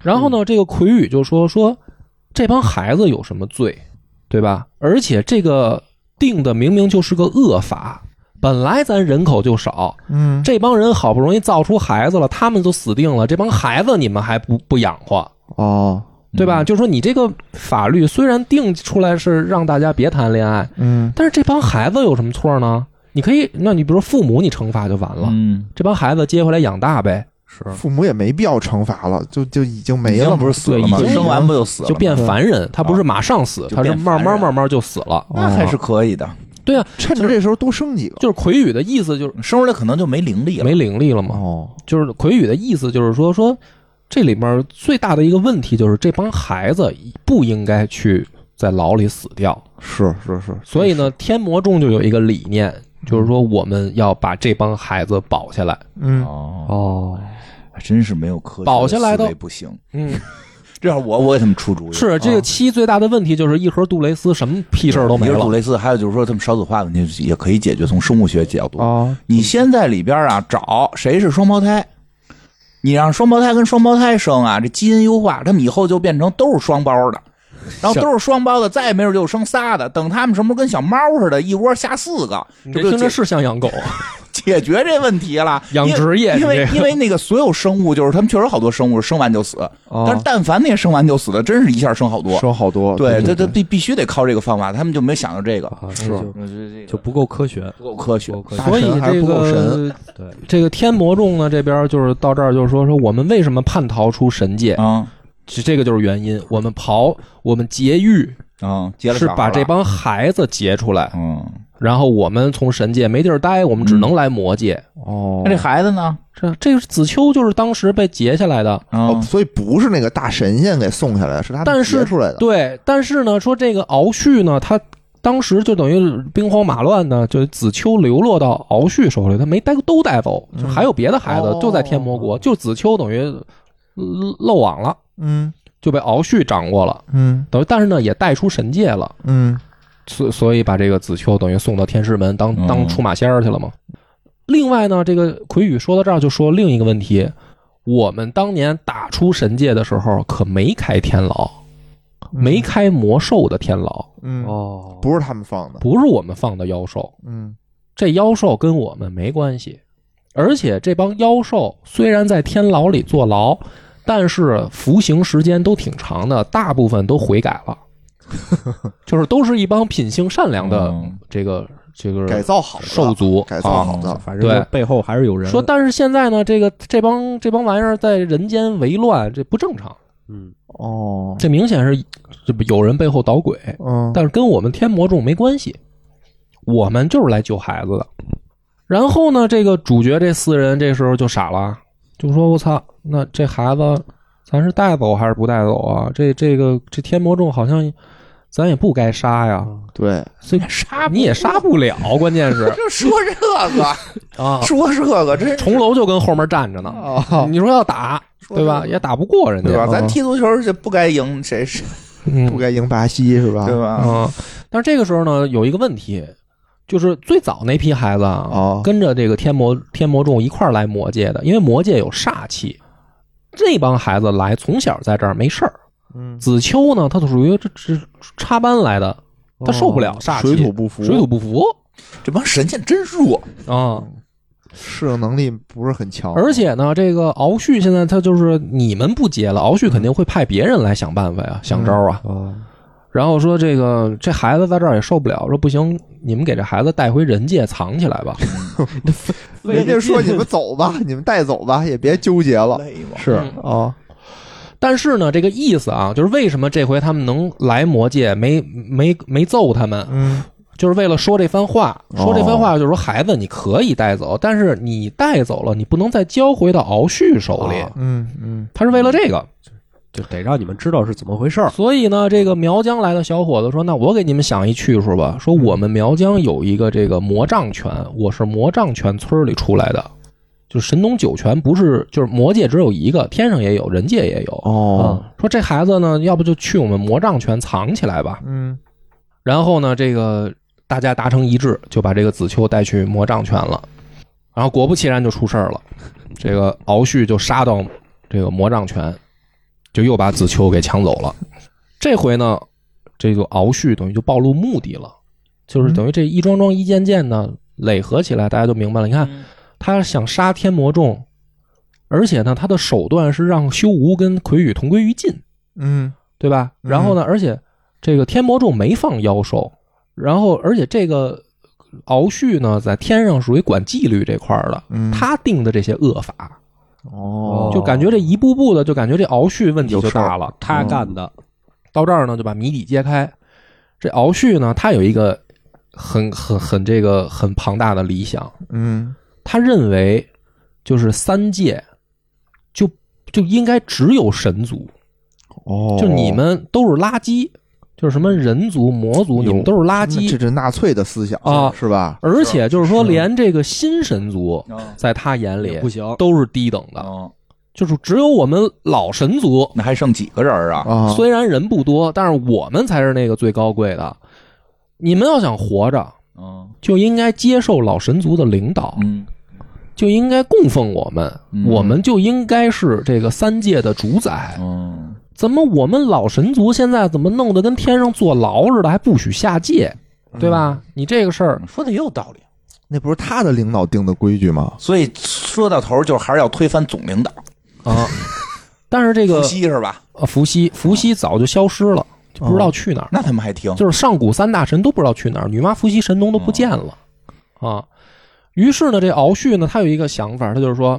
A: 然后呢，这个奎宇就说说这帮孩子有什么罪，对吧？而且这个定的明明就是个恶法，本来咱人口就少，
C: 嗯，
A: 这帮人好不容易造出孩子了，他们都死定了，这帮孩子你们还不不养活，
C: 哦，
A: 对
B: 嗯
A: 吧？就是说你这个法律虽然定出来是让大家别谈恋爱，
C: 嗯
A: 但是这帮孩子有什么错呢？你可以，那你比如说父母，你惩罚就完了，
B: 嗯，
A: 这帮孩子接回来养大呗，
B: 是
C: 父母也没必要惩罚了，就就已经没
B: 已
C: 了
B: 经
C: 嘛，
B: 不是死了
A: 对
B: 吗？
A: 已经
B: 生完不就死了吗？嗯啊
A: 就变凡人。他不是马上死，
B: 就
A: 他是
B: 变凡
A: 慢慢
B: 人
A: 慢慢就死了。哦
B: 那还是可以的，
A: 对啊，
C: 趁着这时候多生几个。
A: 就是奎宇的意思就是
B: 生出来可能就没灵力了。
A: 没灵力了嘛，
C: 哦，
A: 就是奎宇的意思就是说说这里面最大的一个问题就是这帮孩子不应该去在牢里死掉。
C: 是是是，
A: 所以呢，天魔众就有一个理念，就是说我们要把这帮孩子保下来。
C: 嗯，
B: 哦，
A: 哦，
B: 还真是没有科学
A: 保下来的
B: 思维不行。
A: 嗯，
B: 这要我我给他们出主意。
A: 是这个七最大的问题就是一盒杜蕾斯什么屁事儿都没
B: 一个是杜
A: 了。
B: 蕾斯，还有就是说他们少子化问题也可以解决，从生物学角度。
C: 哦，
B: 你先在里边啊找谁是双胞胎，你让双胞胎跟双胞胎生啊，这基因优化，他们以后就变成都是双胞的，然后都是双胞的，再没准就生仨的，等他们什么时候跟小猫似的，一窝下四个，
A: 你
B: 这
A: 这听
B: 不就
A: 着
B: 解
A: 是像养狗，
B: 解决这问题了？
A: 养
B: 因为
A: 殖业
B: 因为
A: 你这个
B: 因为那个所有生物，就是他们确实有好多生物是生完就死，但是
C: 哦，
B: 但凡那些生完就死的，真是一下生好多。
C: 生好多，
B: 对，
C: 对
B: 他他必必须得靠这个方法，他们就没想到这个，
D: 啊，
A: 是
D: 那就
B: 就
D: 就不够科学，
B: 不够科学
D: 不。够科
C: 大
D: 学。
A: 所以
C: 神还
A: 这
C: 是不够
A: 个
D: 对，
A: 这个天魔众呢这边就是到这儿就是说说我们为什么叛逃出神界，
B: 啊
A: 这这个就是原因。我们刨，我们劫狱
B: 啊，接了
A: 是
B: 小孩
A: 把这
B: 了
A: 帮孩子劫出来，
B: 嗯，
A: 然后我们从神界没地儿待，我们只能来魔界。
C: 哦
B: 那，这孩子呢？
A: 是啊这个子秋就是当时被劫下来的，
B: 啊
C: 哦，所以不是那个大神仙给送下来的，是他们
A: 但是
C: 结出来的，
A: 对，但是呢，说这个敖旭呢，他当时就等于兵荒马乱呢，就子秋流落到敖旭手里，他没带都带走，就还有别的孩子、
C: 哦
A: 就在天魔国，就子秋等于呃漏网了，
C: 嗯
A: 就被敖旭掌握了，
C: 嗯
A: 等于但是呢也带出神界了，
C: 嗯，
A: 所所以把这个子秋等于送到天师门当
B: 嗯
A: 当出马仙儿去了嘛。另外呢，这个奎宇说到这儿就说另一个问题，我们当年打出神界的时候可没开天牢，没开魔兽的天牢。
C: 嗯，
D: 哦，
C: 不是他们放的，
A: 不是我们放的妖兽，
C: 嗯
A: 这妖兽跟我们没关系。而且这帮妖兽虽然在天牢里坐牢，但是服刑时间都挺长的，大部分都悔改了，就是都是一帮品性善良的
B: 嗯
A: 这个这个
C: 改造好的，
A: 兽族
C: 改造好
B: 啊
C: 的，
D: 反正就
A: 对
D: 背后还是有人
A: 说，但是现在呢，这个这帮这帮玩意儿在人间为乱，这不正常，
D: 嗯，
C: 哦，
A: 这明显是这不有人背后捣鬼，
C: 嗯，
A: 但是跟我们天魔众没关系，我们就是来救孩子的。然后呢，这个主角这四人这时候就傻了，就说：“我操，那这孩子咱是带走还是不带走啊？这这个这天魔众好像咱也不该杀呀，
C: 对，
A: 所以
B: 杀
A: 你也杀不了，关键 是
B: 就说这个，
A: 啊，
B: 说这个，真
A: 重楼就跟后面站着呢。
C: 哦，
A: 你说要打
B: 说
A: 对吧？也打不过人家，
B: 对吧？
C: 嗯
B: 咱踢足球就不该赢谁是，
A: 嗯
C: 不该赢巴西是吧？
B: 对吧？
A: 嗯，但是这个时候呢，有一个问题，就是最早那批孩子啊，
C: 哦
A: 跟着这个天魔天魔众一块儿来魔界的，因为魔界有煞气。这帮孩子来从小在这儿没事儿。
C: 嗯，
A: 子秋呢，他属于这这插班来的，他受不了
C: 哦
A: 煞气
C: 水土不服，
A: 水土不服
B: 这帮神仙真弱，
A: 啊。
C: 哦适应能力不是很强，
A: 而且呢，这个敖旭现在他就是你们不接了，敖旭肯定会派别人来想办法呀，想招啊。
D: 哦，
A: 然后说这个这孩子在这儿也受不了，说不行，你们给这孩子带回人界藏起来吧。
C: 人家说你们走吧， 你们带走吧，也别纠结了，
B: 累 吗？
C: 是
A: 嗯
C: 哦，
A: 但是呢，这个意思啊，就是为什么这回他们能来魔界，没没没揍他们，
C: 嗯，
A: 就是为了说这番话。说这番话就是说，孩子你可以带走，但是你带走了，你不能再交回到敖旭手里。
D: 啊
C: 嗯嗯，
A: 他是为了这个，
D: 就得让你们知道是怎么回事儿。
A: 所以呢，这个苗疆来的小伙子说：“那我给你们想一去处吧。说我们苗疆有一个这个魔杖拳，我是魔杖拳村里出来的，就是神农九泉不是，就是魔界只有一个，天上也有，人界也有。
C: 哦，
A: 啊，说这孩子呢，要不就去我们魔杖拳藏起来吧。
C: 嗯
A: 然后呢，这个大家达成一致，就把这个子秋带去魔杖拳了。然后果不其然就出事儿了，这个敖旭就杀到这个魔杖泉，就又把子秋给抢走了。这回呢，这个敖旭等于就暴露目的了，就是等于这一桩桩一件件呢垒合起来，大家就明白了。你看，
B: 嗯
A: 他想杀天魔众，而且呢，他的手段是让修无跟魁羽同归于尽，
C: 嗯
A: 对吧？
C: 嗯
A: 然后呢，而且这个天魔众没放妖兽，然后而且这个敖旭呢，在天上属于管纪律这块儿的，
C: 嗯，
A: 他定的这些恶法，
C: 哦，
A: 就感觉这一步步的，就感觉这敖旭问题就大了。嗯
D: 他干的，
A: 到这儿呢，就把谜底揭开。这敖旭呢，他有一个很很很这个很庞大的理想，
C: 嗯
A: 他认为就是三界就就应该只有神族，
C: 哦，
A: 就你们都是垃圾，就是什么人族、魔族，你们都是垃
C: 那这
A: 圾。
C: 是纳粹的思想
A: 啊
C: 是吧？
A: 而且就是说，
C: 是
A: 连这个新神族
B: 嗯
A: 在他眼里
D: 也不行。
A: 都是低等的，
B: 嗯，
A: 就是只有我们老神族
B: 那还剩几个人儿啊？
C: 啊，以
A: 虽然人不多，但是我们才是那个最高贵的。你们要想活着，
B: 嗯
A: 就应该接受老神族的领导，
B: 嗯
A: 就应该供奉我们，
B: 嗯
A: 我们就应该是这个三界的主宰。
B: 嗯
A: 怎么我们老神族现在怎么弄得跟天上坐牢似的，还不许下界，对吧？你这个事儿，
B: 嗯说的也有道理。
C: 那不是他的领导定的规矩吗？
B: 所以说到头儿，就还是要推翻总领导，
A: 啊，但是这
B: 伏
A: 个
B: 羲是吧？
A: 呃伏羲，伏羲早就消失了，就不知
B: 哦
A: 道去哪儿了。
B: 那他们还听，
A: 就是上古三大神都不知道去哪儿，女娲、伏羲、神农都不见了、
B: 哦
A: 啊。于是呢，这敖旭呢，他有一个想法，他就是说，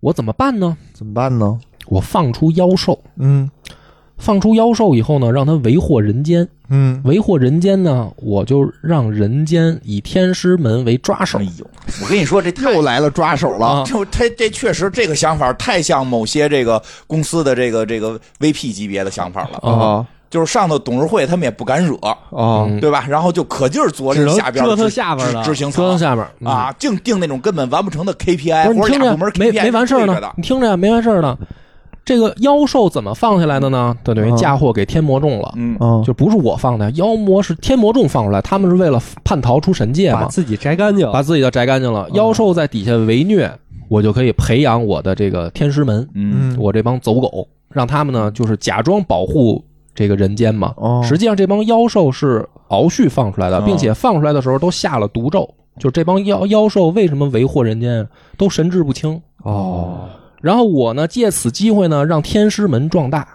A: 我怎么办呢？
C: 怎么办呢？
A: 我放出妖兽，
C: 嗯
A: 放出妖兽以后呢，让他为祸人间，
C: 嗯，
A: 为祸人间呢，我就让人间以天师门为抓手
B: 哎。呦，我跟你说，这太
C: 又来了抓手了，
A: 啊
B: 就他这确实这个想法太像某些这个公司的这个这个 VP 级别的想法了，
A: 啊
C: 啊
B: 就是上头董事会他们也不敢惹，
C: 啊
A: 嗯
B: 对吧？然后就可劲儿琢磨
D: 只能
B: 下边的
D: 折腾
B: 执
D: 下边的
B: 执执行
A: 说到
B: 层
A: 下面、嗯、
B: 啊，净定那种根本完不成的 KPI，
A: 不是你
B: 哎或者
A: 听
B: 俩部门
A: 着没
B: KPI
A: 没完事儿
B: 是对着
A: 呢
B: 的？，
A: 你听着呀没完事儿呢。这个妖兽怎么放下来的呢？就等于
C: 嗯
A: 嫁祸给天魔众了。
B: 嗯，
C: 啊，
A: 就不是我放的，妖魔是天魔众放出来，他们是为了叛逃出神界
D: 把
A: 嘛，
D: 自己摘干净，
A: 把自己的摘干净
B: 嗯
A: 了。妖兽在底下为虐，我就可以培养我的这个天师门，
B: 嗯
C: 嗯，
A: 我这帮走狗，让他们呢就是假装保护这个人间嘛。
C: 哦
A: 实际上这帮妖兽是敖旭放出来的，
B: 哦
A: 并且放出来的时候都下了毒咒，就这帮妖妖兽为什么为祸人间，都神志不清。
C: 哦，
A: 然后我呢借此机会呢，让天师门壮大，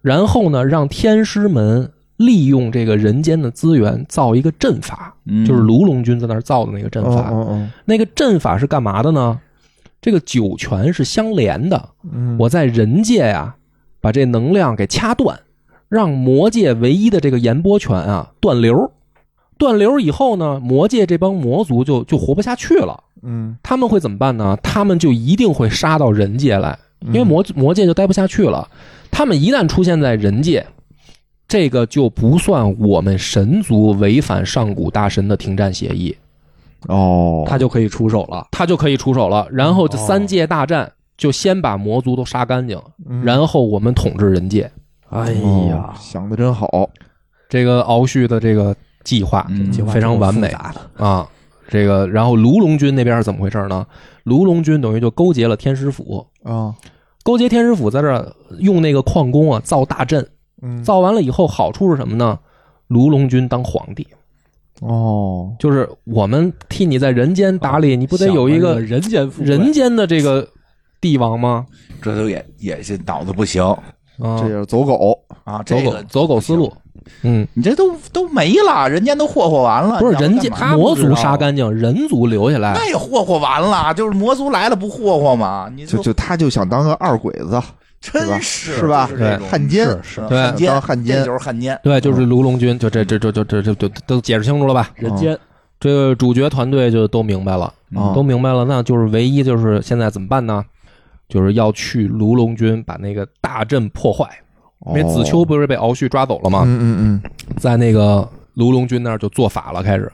A: 然后呢让天师门利用这个人间的资源造一个阵法，
B: 嗯
A: 就是卢龙君在那儿造的那个阵
C: 嗯
A: 法。
C: 嗯
A: 那个阵法是干嘛的呢？这个九泉是相连的，
C: 嗯，
A: 我在人界呀、把这能量给掐断，让魔界唯一的这个延波泉啊断流。断流以后呢，魔界这帮魔族就就活不下去了。
C: 嗯，
A: 他们会怎么办呢？他们就一定会杀到人界来，因
C: 因
A: 为魔魔界就待不下去了。他们一旦出现在人界，这个就不算我们神族违反上古大神的停战协议，
C: 哦，
D: 他就可以出手了。
A: 他就可以出手了。然后这
C: 哦
A: 三界大战就先把魔族都杀干净，
C: 嗯
A: 然后我们统治人界。
D: 哎
C: 哦，想的真好，
A: 这个敖旭的这个计划
B: 嗯
A: 计划非常完美
D: 这么复杂的
A: 啊。这个，然后卢龙军那边是怎么回事呢？卢龙军等于就勾结了天师府，
C: 啊，
A: 勾结天师府在这儿用那个矿工啊造大阵，
C: 嗯，
A: 造完了以后，好处是什么呢？卢龙君当皇帝，
C: 哦，
A: 就是我们替你在人间打理，你不得有一
D: 想
A: 个
D: 了人间富贵
A: 人间啊的这个帝王吗？
B: 这都也也是脑子不行
A: 啊
C: 这，也是走狗，
B: 啊，
A: 走
B: 这
A: 狗
B: 个
A: 走狗思路，嗯，
B: 你这都都没了，人间都霍霍完了，
A: 不是
B: 你让
A: 人
B: 他
A: 家
B: 干嘛
A: 魔
B: 不知
A: 族
B: 道
A: 杀干净，人族留
C: 哎
A: 下来
B: 那。也霍霍完了，就是魔族来了不霍霍吗？你
C: 就就他就想当个二鬼子，
B: 真是
C: 是吧
B: 就是这种
C: 汉奸，
B: 哎
C: 啊
B: 是
A: 对
B: 汉奸，
C: 当汉奸
B: 这就是汉奸。
A: 对，就是
C: 嗯
A: 卢龙君，就这这这这这这这都解释清楚了吧？
D: 人间
A: 这个主角团队就都明白了，嗯
C: 啊
A: 都明白了，那就是唯一就是现在怎么办呢？就是要去卢龙君把那个大阵破坏，因为子秋
C: 哦，
A: 不是被敖旭抓走了吗？
C: 嗯嗯嗯，
A: 在那个卢龙军那儿就做法了，开始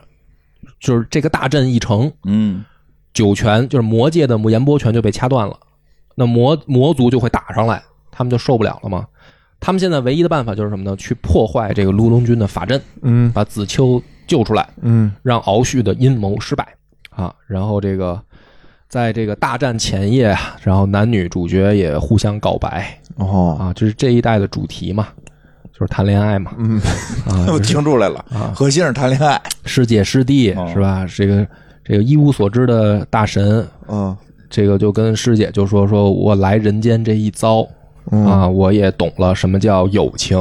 A: 就是这个大阵一成，
B: 嗯，
A: 九泉就是魔界的炎波泉就被掐断了，那魔魔族就会打上来，他们就受不了了嘛。他们现在唯一的办法就是什么呢？去破坏这个卢龙军的法阵，
C: 嗯
A: 把子秋救出来，
C: 嗯
A: 让敖旭的阴谋失败啊。然后这个在这个大战前夜啊，然后男女主角也互相告白
C: 哦，
A: 啊，这是这一代的主题嘛，就是谈恋爱嘛
C: 嗯，
A: 啊，
B: 我
A: 就是
B: 听出来了，
A: 啊，
B: 核心是谈恋爱，
A: 师姐师弟
B: 哦
A: 是吧？这个这个一无所知的大神，
C: 嗯
A: 这个就跟师姐就说说我来人间这一遭
C: 嗯
A: 啊，我也懂了什么叫友情，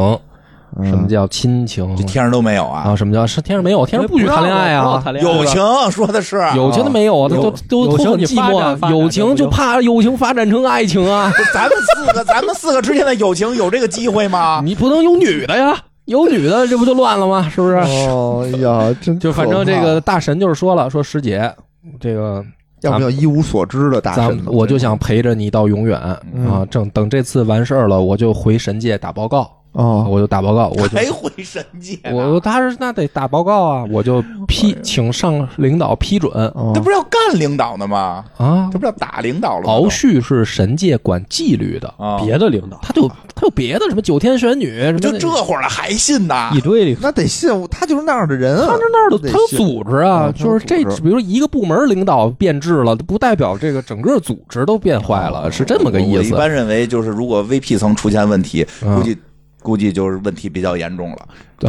C: 嗯
A: 什么叫亲情
B: 这，天上都没有
A: 然后
B: 啊，
A: 什么叫是天上没有，天上
D: 不
A: 许
D: 让
A: 谈恋爱
D: 哎不让
A: 啊。
D: 谈恋爱
B: 友情说的是
A: 友情都 没有啊，他
D: 有
A: 都都
D: 友情
A: 都很
D: 你
A: 寂
D: 发展
A: 寞
D: 发
A: 啊。
D: 展
A: 友
D: 这
A: 情
D: 不
A: 就
D: 就
A: 怕友情发展成爱情啊，
B: 咱们四个， 咱们四个之间的友情有这个机会吗？
A: 你不能有女的呀，有女的这不就乱了吗？是不是？
C: 哦呀，真
A: 就反正
C: 可
A: 这
C: 怕
A: 个大神就是说了，说师姐，这个
C: 要不要一无所知的大
A: 咱
C: 神呢？
A: 我就想陪着你到永远
C: 嗯
A: 啊！正等这次完事儿了，我就回神界打报告，
C: 哦，
A: 我就打报告，我就
B: 还回神界呢，
A: 我当时那得打报告啊，我就批请上领导批准
C: 哦
B: 这不是要干领导呢吗？
A: 啊
B: 这。不是要打领导了吗？
A: 敖旭是神界管纪律的，
B: 啊，
D: 别的领导
A: 他就他有别的什么九天玄女什么
B: 就
A: 的
B: 这会儿了还信呐
A: 啊
D: 一？堆领导，
C: 那得信，他就是那样的人啊
A: 他。这那儿的，
C: 得
A: 他有
C: 信
A: 组织啊，
C: 啊他
A: 就
C: 有
A: 是这
C: 组，织
A: 比如一个部门领导变质了，不代表这个整个组织都变坏了，是这么个
B: 我
A: 意
B: 一
A: 思。
B: 般认为就是如果 VP 层出现问题，
A: 嗯
B: 估计估计就是问题比较严重了。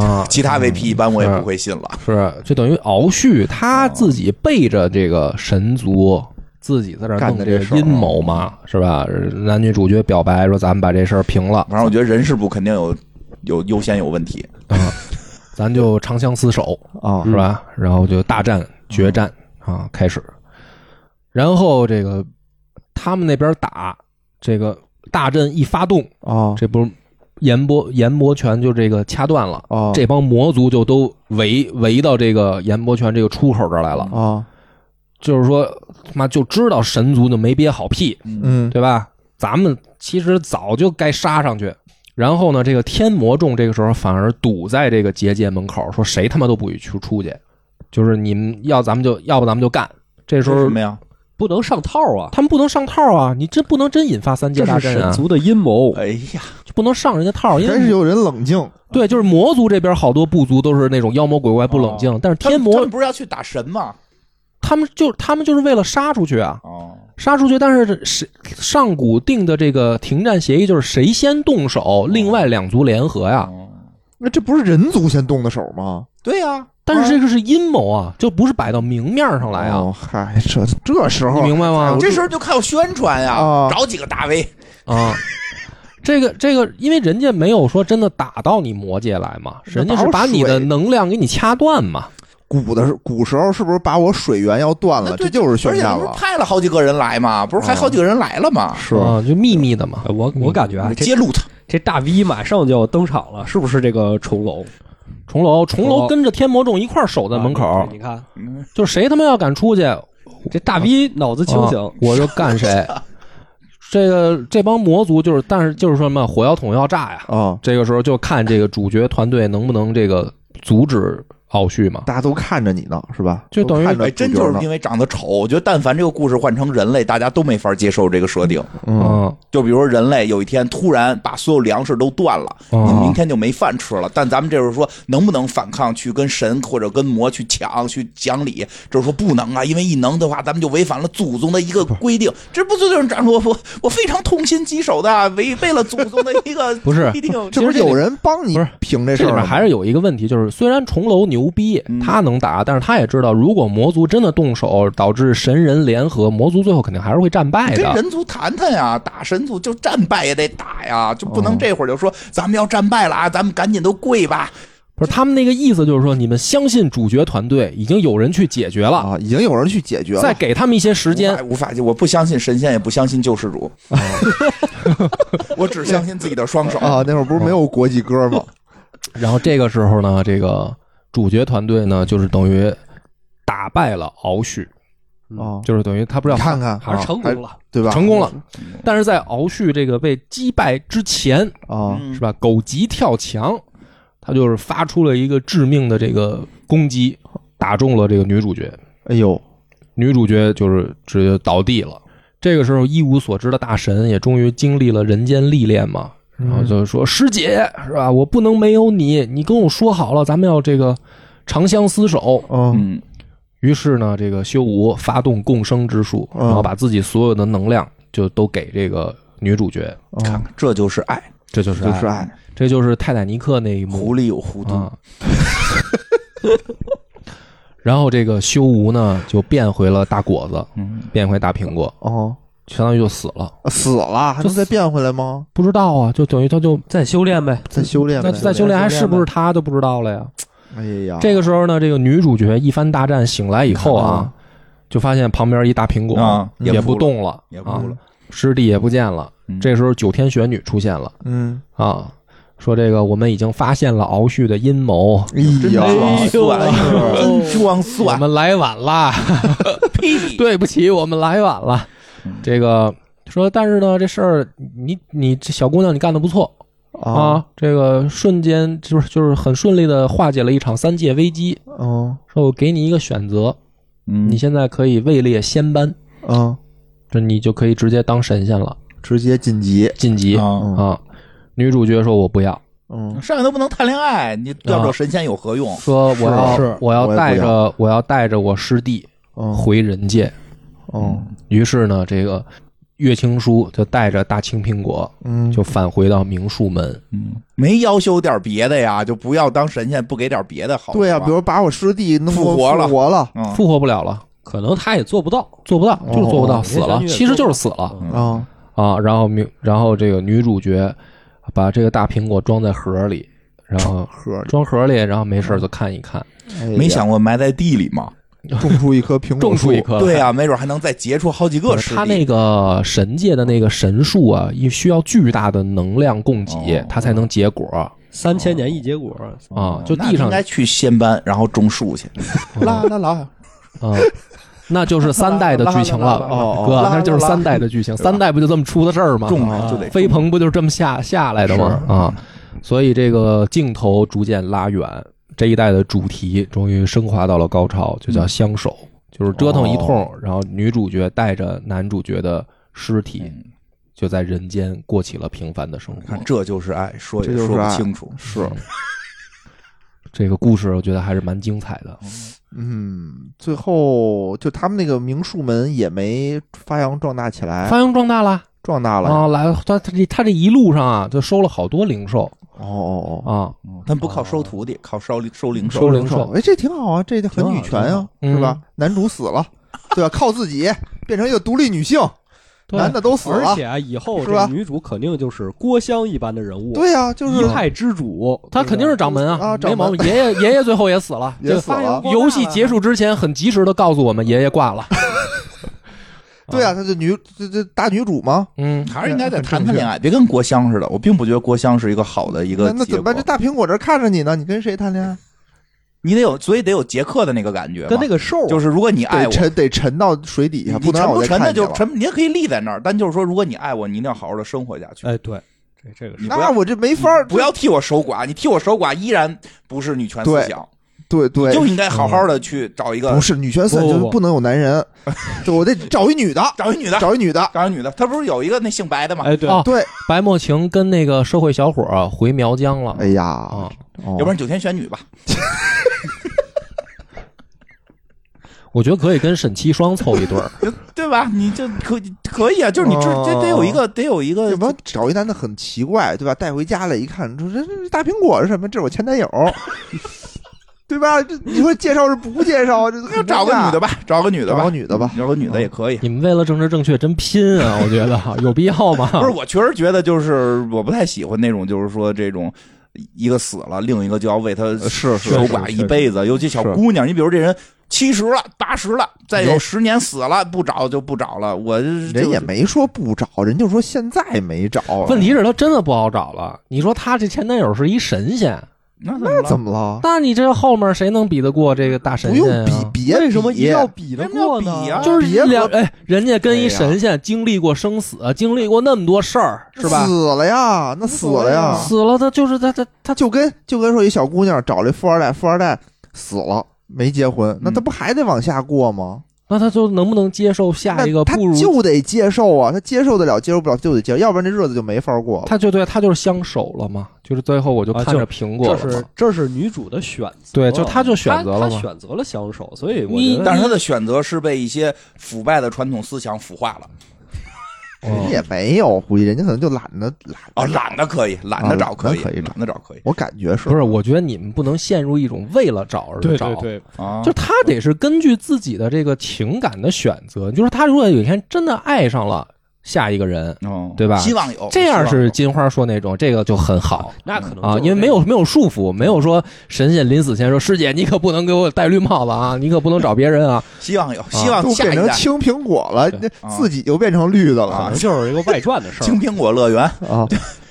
A: 啊，
B: 其他 VP 一般我
A: 是
B: 也不会信了。
A: 是就等于敖旭
C: 啊
A: 他自己背着这个神族。自己在这儿弄
C: 干的这事儿
A: 阴谋嘛，是吧？男女主角表白说：“咱们把这事儿平了，
B: 反正我觉得人事部肯定有有优先有问题。
A: 咱就长相厮守，
C: 啊
A: 是吧？”然后就大战决战啊开始，然后这个他们那边打，这个大阵一发动，
C: 啊
A: 这不是炎魔炎魔拳就这个掐断了，
D: 哦
C: 啊
A: 这帮魔族就都围围到这个炎魔拳这个出口这儿来
D: 嗯
A: 了。
C: 啊
A: 就是说，他妈就知道神族就没憋好屁，
C: 嗯
A: 对吧？咱们其实早就该杀上去。然后呢，这个天魔众这个时候反而堵在这个结界门口，说谁他妈都不许出出去，就是你们要咱们就要不咱们就干。这时
B: 为什
A: 候
B: 么呀？
D: 不能上套啊，
A: 他们不能上套啊，你真不能真引发三界
D: 这
A: 大
D: 是
A: 战
D: 神
A: 啊，
D: 族的阴谋。
B: 哎呀，
A: 就不能上人家套，因
C: 还是
A: 为
C: 有人冷静
A: 对，就是魔族这边好多部族都是那种妖魔鬼怪不冷静，但是
B: 他
A: 天
B: 们他
A: 魔
B: 们不是要去打神吗？
A: 他们就他们就是为了杀出去啊，
B: 哦，
A: 杀出去，但是这谁上古定的这个停战协议就是谁先动手，另外两族联合呀。
B: 哦
C: 那这不是人族先动的手吗？
B: 对呀，哦
A: 但是这个是阴谋啊，就不是摆到明面上来啊，
C: 哦，嗨，这这时
A: 你
C: 候
A: 明白吗？
B: 这时候就靠宣传呀
C: 啊，
B: 找几个大 V
A: 啊，这个这个，因为人家没有说真的打到你魔界来嘛，人家是把你的能量给你掐断嘛。
C: 古的时古时候是不是把我水源要断了？
A: 哎
B: 那对
C: 这就是宣
B: 而且
C: 战
B: 不是
C: 了。哦
B: 派了好几个人来嘛，不是还好几个人来了吗？
C: 是
A: 啊，就秘密的嘛。
D: 我我感觉啊，这
B: 揭露他，
D: 这大 V 马上就要登场了，是不是这个重楼
A: 重楼，重
D: 重
A: 楼
D: 楼
A: 跟着天魔众一块儿守在门
D: 啊
A: 口，
D: 你看
B: 嗯
A: 就谁他妈要敢出去，
D: 这大 V 脑子清
A: 啊
D: 醒，
A: 我就干 谁。这个这帮魔族就是，但是就是说什么火药桶要炸呀，
C: 啊，
A: 这个时候就看这个主角团队能不能这个阻止奥旭嘛。
C: 大家都看着你呢，是吧？
A: 就等于
C: 都看着
B: 哎，真就是因
C: 为
B: 为长得丑，我觉得但凡这个故事换成人类，大家都没法接受这个设定。
C: 嗯
A: 嗯，
B: 就比如说人类有一天突然把所有粮食都断了，
A: 嗯
B: 你明天就没饭吃了。但咱们这时候说，能不能反抗去跟神或者跟魔去抢去讲理？就是说不能啊，因为一能的话，咱们就违反了祖宗的一个 规定。这不就是长我我我非常痛心疾首的违背了祖宗的一个
A: 不是
B: 规定。
C: 这
A: 其
C: 不是
A: 实这
C: 有人帮你
A: 不是
C: 评这事
A: 这
C: 儿
A: 里
C: 了吗，
A: 面还是有一个问题，就是虽然重楼牛逼
B: 嗯，
A: 他能打，但是他也知道，如果魔族真的动手，导致神人联合，魔族最后肯定还是会战败
C: 哎
B: 跟
A: 的。
B: 人族谈谈呀，打神族就战败也得打呀，就不
A: 哦
B: 能这会儿就说咱们要战败了啊，咱们赶紧都跪吧。
A: 不是他们那个意思，就是说你们相信主角团队已经有人去解决了，
C: 啊，已经有人去解决了。
A: 再给他们一些时间。
B: 无法无法，我不相信神仙，也不相信救世主，我只相信自己的双 手。
C: 啊，那会儿不是没有国际歌吗？
A: 然后这个时候呢，这个主角团队呢，就是等于打败了敖旭，嗯
C: 啊，
A: 就是等于他不是
C: 你
A: 要
C: 看看，
A: 啊
D: 还是成功了？
C: 对吧？
A: 成功了，但是在敖旭这个被击败之前，
C: 啊
B: 嗯
A: 是吧？狗急跳墙，他就是发出了一个致命的这个攻击，打中了这个女主角，
C: 哎呦，
A: 女主角就是直接倒地了。这个时候，一无所知的大神也终于经历了人间历练嘛，
C: 嗯
A: 然后就说：“师姐是吧？我不能没有你，你跟我说好了，咱们要这个长相厮守。
C: 嗯
B: 嗯，”
A: 于是呢，这个修吾发动共生之术，
C: 嗯
A: 然后把自己所有的能量就都给这个女主角，
C: 哦
B: 看看，这就是爱，
A: 这就是
C: 就
A: 爱
C: 是爱，
A: 这就是泰坦尼克那一幕
B: 狐狸有狐毒，
A: 啊。 然后这个修吾呢，就变回了大果子，
B: 嗯，
A: 变回大苹果，
C: 哦，
A: 相当于就死了。
C: 啊死了还能再变回来吗？
A: 不知道啊，就等于他就
D: 再修炼呗，
C: 再修炼呗
A: 那再修炼还啊是不是他就不知道了呀。
C: 哎呀，
A: 这个时候呢，这个女主角一番大战醒来以后啊，就发现旁边一大苹果
B: 啊
A: 嗯也不动了，
B: 也哭
A: 啊
B: 了，
A: 尸体也不见了。
B: 嗯
A: 这时候九天玄女出现了
C: 嗯，
A: 啊，说这个我们已经发现了敖旭的阴谋，
C: 哎
B: 真
C: 呀，
B: 装 蒜，
D: 哎呦
B: 真装
A: 我
B: 蒜，
A: 们来晚啦，
B: 屁，
A: 对不起，我们来晚了
B: 嗯。
A: 这个说，但是呢，这事儿你你这小姑娘你干的不错
C: 啊，
A: 啊，这个瞬间就是就是很顺利的化解了一场三界危机。
C: 嗯
A: 说我给你一个选择，
B: 嗯
A: 你，现在可以位列仙班，
C: 嗯，
A: 这你就可以直接当神仙了，
C: 直接晋级，
A: 晋级啊、
B: 啊
A: 女主角说：“我不要，
C: 嗯
B: 上来都不能谈恋爱，你要这神仙有何用？
A: 说我要
C: 是
A: 我要
C: 我也不
A: 带
C: 要
A: 着我要带着我师弟
C: 嗯
A: 回人界。
C: 嗯
A: 于是呢，这个月青书就带着大青苹果
C: 嗯，
A: 就返回到明树门。
B: 嗯，没要求点别的呀，就不要当神仙，不给点别的好吗。啊
C: 对啊呀，比如把我师弟弄
B: 复活了
C: 复活了，啊
B: 嗯
A: 复活不了了，
D: 可能他也做不到。
A: 做不到，
C: 哦
A: 就是做不到，
D: 哦
A: 死
D: 人
A: 了，
D: 家
A: 其实就是死了
D: 嗯
C: 啊，
A: 啊。然后明，然后这个女主角把这个大苹果装在盒里，然后
C: 盒里，
A: 装盒里，然后没事儿就看一看，
C: 哎呀
B: 没想过埋在地里吗？
C: 种出一棵苹
A: 种
C: 果
A: 出
C: 树
A: 一，棵来。
B: 对呀、没准还能再结出好几个师弟。
A: 他那个神界的那个神树啊，也需要巨大的能量供给
B: 哦，
A: 它才能结果
D: 三千年一结果，
A: 啊。就地
B: 那
A: 上
B: 应该去仙班，然后种树去。啦啦啦，
A: 啊，那就是三代的剧情了，
B: 拉拉拉拉
C: 拉拉
A: 哥
B: 拉，拉
A: 那就是三代的剧情，三代不就这么出的事儿吗？
B: 种啊就得
A: 飞鹏不就是这么下下来的吗？啊，所以这个镜头逐渐拉远，这一代的主题终于升华到了高潮，就叫相守，就是折腾一通，然后女主角带着男主角的尸体
C: 哎
B: 嗯。
A: 就在人间过起了平凡的生活。
B: 看，这就是爱，说也
C: 这就是
B: 说不
C: 爱
B: 清楚。
C: 是，
A: 这个故事我觉得还是蛮精彩的。
C: 嗯，最后就他们那个明树门也没发扬壮大起来，
A: 发扬壮大啦
C: 壮大了，哦
A: 啊！来了，他他这他这一路上啊，就收了好多零售
C: 哦哦，
A: 啊，
B: 嗯但不靠收徒弟，靠收收零
A: 收
B: 售。
A: 零售
C: 哎，这挺好啊，这很女权呀、
A: 挺好嗯
C: 是吧？男主死了，对吧？靠自己变成一个独立女性，
A: 对
C: 男的都死
D: 而
C: 了，
D: 且啊，以后
C: 是吧
D: 这女主肯定就是郭襄一般的人物，
C: 对呀、啊就是
D: 一派之主，
A: 嗯他肯定是掌门啊
C: 啊，
A: 没
C: 掌
A: 毛
C: 门
A: 病。爷爷爷爷最后也死了，
C: 也死
D: 发扬
C: 了
D: 光，
A: 游戏结束之前很及时的告诉我们爷爷挂 了。
C: 对啊，她就女这这大女主嘛，
A: 嗯，
B: 还是应该再谈谈恋爱，别跟郭襄似的。我并不觉得郭襄是一个好的一
C: 那
B: 个
C: 那
B: 结
C: 怎
B: 果
C: 么办？这。大苹果这看着你呢，你跟谁谈恋爱？
B: 你得有，所以得有杰克的那个感觉嘛。
D: 跟那个兽
B: 就是如果你爱
C: 得
B: 哎我，
C: 沉得沉到水底下，
B: 你
C: 能
B: 沉
C: 让
B: 不
C: 我再
B: 沉的
C: 看见
B: 就
C: 了。
B: 沉，你也可以立在那儿。但就是说，如果你爱我，你一定要好好的生活下去。
D: 哎，对，这这个是
B: 你不
C: 那
B: 要
C: 我这没法儿，
B: 不要替我守寡，你替我守寡依然不是女权思
C: 对
B: 想，
C: 对对，嗯
B: 就应该好好的去找一个
C: 不是女权思想，
D: 不不
C: 就是
D: 不
C: 不能有 男人，对我得找一女的，
B: 找一女的，
C: 找一女的，
B: 找一女的。她不是有一个那姓白的吗？
D: 哎对，
A: 哦
C: 对，
A: 白墨晴跟那个社会小伙儿回苗疆了
C: 哎呀，哦
A: 啊，
C: 要
B: 要不然九天玄女吧。
A: 我觉得可以跟沈七双凑一对儿。
B: 对吧？你就可可 以啊，就是你这
C: 哦
B: 这得有一个得有一个
C: 怎么找一男的很奇怪，对吧？带回家来一看，说这这大苹果是什么？这是我前男友，对吧？这你说介绍是不介绍？啊这
B: 要啊找个女的
C: 吧，
B: 吧，找个女的吧，
C: 找个女的吧，
B: 找个女的也可以。
A: 你们为了政治正确真拼啊！我觉得有必要吗？
C: 嗯
B: 不是，我确实觉得就是我不太喜欢那种，就是说这种一个死了，另一个就要为他
C: 呃是
B: 守寡一辈子，尤其小
C: 是
B: 姑娘。你比如这人七十了、八十了，再有
C: 人
B: 十年死了，不找就不找了。我
C: 人也没说不找，人就说现在没找。啊
A: 问题是，他真的不好找了。你说他这前男友是一神仙，
C: 啊
B: 那
C: 那怎
B: 么
C: 么了？
A: 那你这后面谁能比得过这个大神仙、
C: 不用
A: 啊？
C: 比，别
D: 为什么一定要比
B: 为什
D: 得
B: 么要
D: 过
B: 比
D: 呢
B: 啊？
A: 就是
C: 别嗯
A: 两
C: 和
A: 哎，人家跟一神仙经历过生死，经历过那么多事儿，是吧？
C: 死了呀，那死了呀，
A: 死了，他就是他他他
C: 就跟就跟说一小姑娘找了一富二代，富二代死了。没结婚，那他不还得往下过吗？
A: 那他就能不能接受下
C: 那
A: 一个
C: 他
A: 不如
C: 就得接受啊，他接受得了，接受不了就得接受，要不然这日子就没法过了。
A: 他就对他就是相守了嘛，就是最后我就
D: 啊
A: 看着苹果
D: 这
A: 了嘛、
D: 是这是女主的选择，
A: 对就她就选择了嘛
D: 她她选择了相守，所以我
B: 你
D: 觉得
B: 但是他的选择是被一些腐败的传统思想腐化了。嗯
C: 人家
A: 啊
C: 也没有，估计人家可能就懒得懒
B: 哦，懒得可以，懒得找可以，
C: 啊懒得可以
B: 懒得找可以
C: 我感觉是
A: 不是？我觉得你们不能陷入一种为了找而
D: 对
A: 找，
D: 对对，
B: 啊
A: 就他得是根据自己的这个情感的选择，就是他如果有一天真的爱上了下一个人，
B: 哦
A: 对吧
B: 希望有，
A: 这样
B: 希望
A: 是
B: 有
A: 金花说那种，这个就很好
D: 那可能
A: 啊，
D: 就是
A: 因为没
D: 那
A: 有没有束缚，没有说神仙临死前说师姐你可不能给我戴绿帽子啊，你可不能找别人啊，
B: 希望有，希望
C: 都
B: 下
C: 变
B: 一
C: 成
B: 代
C: 青苹果了，
D: 对
C: 那
B: 啊
C: 自己就变成绿的了
D: 可
C: 啊
D: 能就是一个外传的事儿嗯
B: 青。苹果乐园，
C: 啊！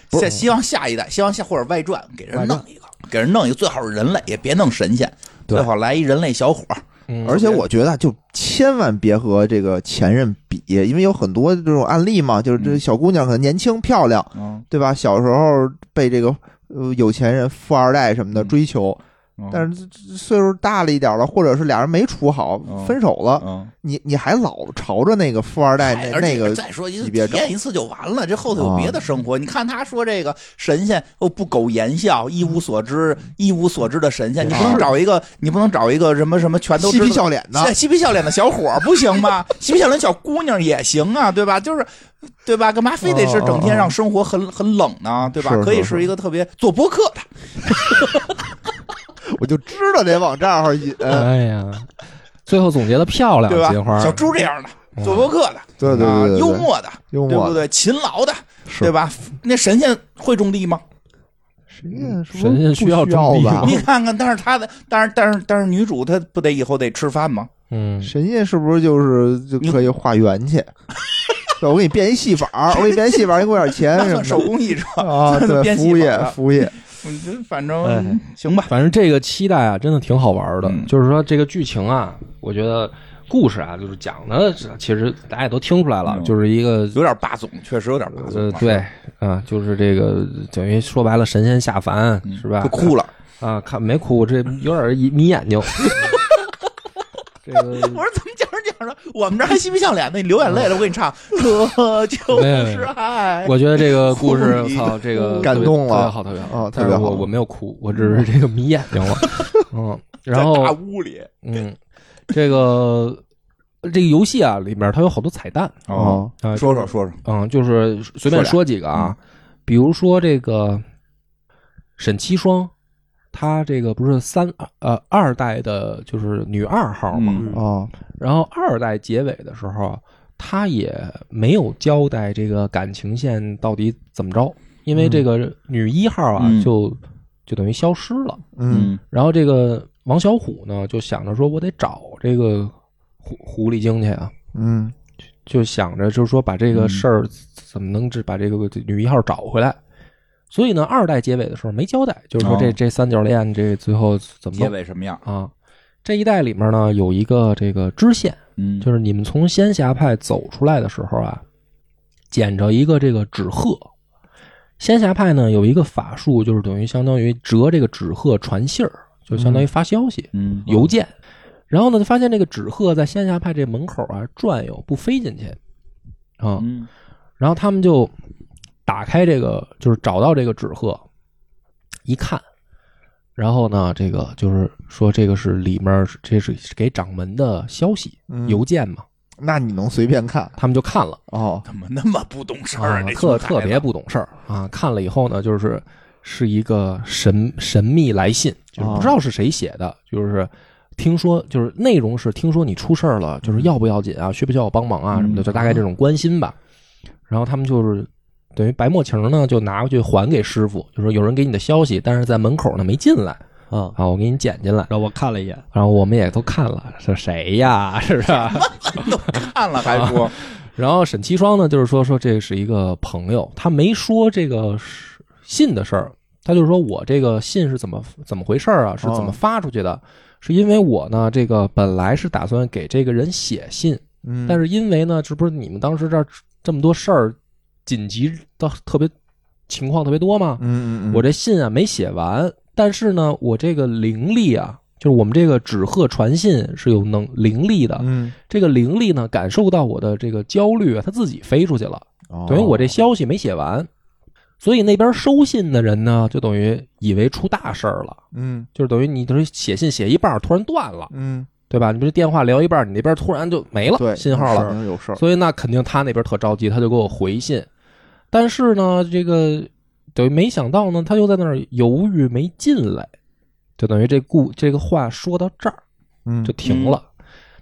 C: 不是
B: 下希望下一代，希望下或者外传，给
A: 外传
B: 人弄一个，给人弄一个，最好是人类，也别弄神仙，
A: 对
B: 最好来一人类小伙儿。
A: 嗯
C: 而且我觉得就千万别和这个前任比，因为有很多这种案例嘛，就是这
B: 嗯
C: 小姑娘可能年轻漂亮，
B: 嗯，
C: 对吧？小时候被这个呃有钱人、富二代什么的
B: 嗯
C: 追求，但是这这岁数大了一点了，或者是俩人没处好
B: 嗯
C: 分手了，
B: 嗯，
C: 你你还老朝着那个富二代那
B: 哎而且
C: 那个，
B: 再说一次，
C: 级
B: 体
C: 别
B: 验一次就完了，这后头有别的生活。你看他说这个神仙哦，不苟言笑，一无所知，一无所知的神仙，你不能找一个，你不能找一个什么什么全都
C: 嬉
B: 知
C: 皮
B: 道
C: 笑脸的
B: 对，嬉皮笑脸的小伙儿不行吗？嬉皮笑脸小姑娘也行啊，对吧？就是，对吧？干嘛非得是整天让生活很很冷呢？对吧？
C: 哦是是
B: 可以
C: 是
B: 一个特别做播客的，
C: 我就知道得往这儿引。
A: 哎呀，最后总结的漂亮
B: 呃对，吧
A: 金花？
B: 小猪这样的，
A: 嗯
B: 做播客的，
C: 对对
B: 啊
C: 对对，
B: 幽默的，
C: 幽
B: 对不
C: 默，
B: 对？勤劳的，
C: 是
B: 对吧？那神仙会种地吗？
C: 神
A: 神仙需要
C: 要啊
A: 装逼
C: 吧
A: 吗？
B: 你看看，但是他的，但是但是但是女主她不得以后得吃饭吗？
A: 嗯，
C: 神仙是不是就是就
B: 你
C: 可以化缘去？对我给你变一戏法儿，我给你变一戏法儿，你给我点钱
B: 那
C: 什
B: 算手
C: 么
B: 工艺者，
C: 的啊？
B: 算
C: 对，
B: 变戏
C: 服务
B: 法
C: 业
B: 儿了，
C: 服务业，
B: 我觉得反
A: 哎
B: 正行吧。
A: 反正这个期待啊，真的挺好玩的。
B: 嗯
A: 就是说这个剧情啊，我觉得故事啊，就是讲的，其实大家也都听出来了，
B: 嗯
A: 就是一个
B: 有点霸总，确实有点霸总
A: 呃
B: 啊，，
A: 对啊、就是这个等于说白了，神仙下凡、
B: 嗯
A: 是吧？
B: 就哭了。
A: 啊，看没哭，我这有点迷迷 眼睛。这个
B: 我说怎么讲着讲着，我们这还嬉皮笑脸的，你流眼泪了。我给你唱， 这就是爱。
A: 我觉得这个故事
B: 哭，一
A: 操，这个
C: 感
A: 特别
C: 动
A: 特
C: 了
A: 别好，特别好。
C: 哦特
A: 但
C: 别
A: 是
C: 好
A: 我我没有哭，我只是这个迷眼睛了。嗯，然
B: 在大
A: 后
B: 屋里
A: 嗯，这个这个游戏啊，里面它有好多彩蛋
C: 哦，
A: 啊，
B: 说说说说，
A: 嗯，就是随便说几个啊，比如说这个沈七双，她这个不是三呃二代的，就是女二号嘛，
B: 嗯
C: 哦，
A: 然后二代结尾的时候，她也没有交代这个感情线到底怎么着，因为这个女一号啊，
B: 嗯
A: 就就等于消失了。
C: 嗯，
A: 然后这个王小虎呢，就想着说我得找这个狐狐狸精去啊，
C: 嗯
A: 就想着就是说把这
B: 嗯
A: 个事儿怎么能只把这个女一号找回来。所以呢，二代结尾的时候没交代，就是说这、
B: 哦
A: 这三角恋这最后怎么
B: 结
A: 弄
B: 尾什么样？
A: 啊？这一代里面呢有一个这个支线，
B: 嗯
A: 就是你们从仙侠派走出来的时候啊，捡着一个这个纸鹤。仙侠派呢有一个法术，就是等于相当于折这个纸鹤传信儿，就相当于发消息、
B: 嗯
A: 邮件。然后呢，就发现这个纸鹤在仙侠派这门口啊转悠，不飞进去啊。
B: 嗯
A: 然后他们就打开这个，就是找到这个纸鹤，一看，然后呢，这个就是说这个是里面儿这是给掌门的消息
C: 嗯
A: 邮件嘛，
C: 那你能随便看
A: 他们就看了
C: 哦？
B: 怎么那么不懂事儿
A: 啊
B: 啊？这，
A: 特
B: 熊孩
A: 特
B: 子
A: 别不懂事儿啊。看了以后呢，就是是一个神神秘来信，就是
C: 哦
A: 不知道是谁写的，就是。听说就是内容是听说你出事儿了，就是要不要紧啊，需不需要我帮忙啊什么的，
B: 嗯
A: 就大概这种关心吧。然后他们就是等于白墨晴呢，就拿回去还给师傅，就说有人给你的消息，但是在门口呢没进来
D: 嗯，
A: 啊，我给你捡进来。
D: 然后我看了一眼，
A: 然后我们也都看了，是谁呀？ 是不是？
D: 哦
B: 都看了还说，
A: 啊然后沈七双呢，就是说说这是一个朋友，他没说这个是信的事儿，他就说我这个信是怎么怎么回事儿啊，是怎么发出去的？是因为我呢，这个本来是打算给这个人写信，
C: 嗯，
A: 但是因为呢，这不是你们当时这儿这么多事儿，紧急到特别情况特别多吗？
C: 嗯嗯嗯，
A: 我这信啊没写完，但是呢，我这个灵力啊，就是我们这个纸鹤传信是有能灵力的，
C: 嗯，
A: 这个灵力呢，感受到我的这个焦虑啊，它自己飞出去了，
C: 哦
A: 等于我这消息没写完，所以那边收信的人呢，就等于以为出大事儿了，
C: 嗯
A: 就是等于你等于写信写一半儿突然断了，
C: 嗯，
A: 对吧？你不是电话聊一半儿，你那边突然就没了
C: 对，
A: 信号了
C: 可，能有事儿，
A: 所以那肯定他那边特着急，他就给我回信。但是呢，这个等于没想到呢，他又在那儿犹豫没进来，就等于这故这个话说到这儿
C: 嗯
A: 就停了。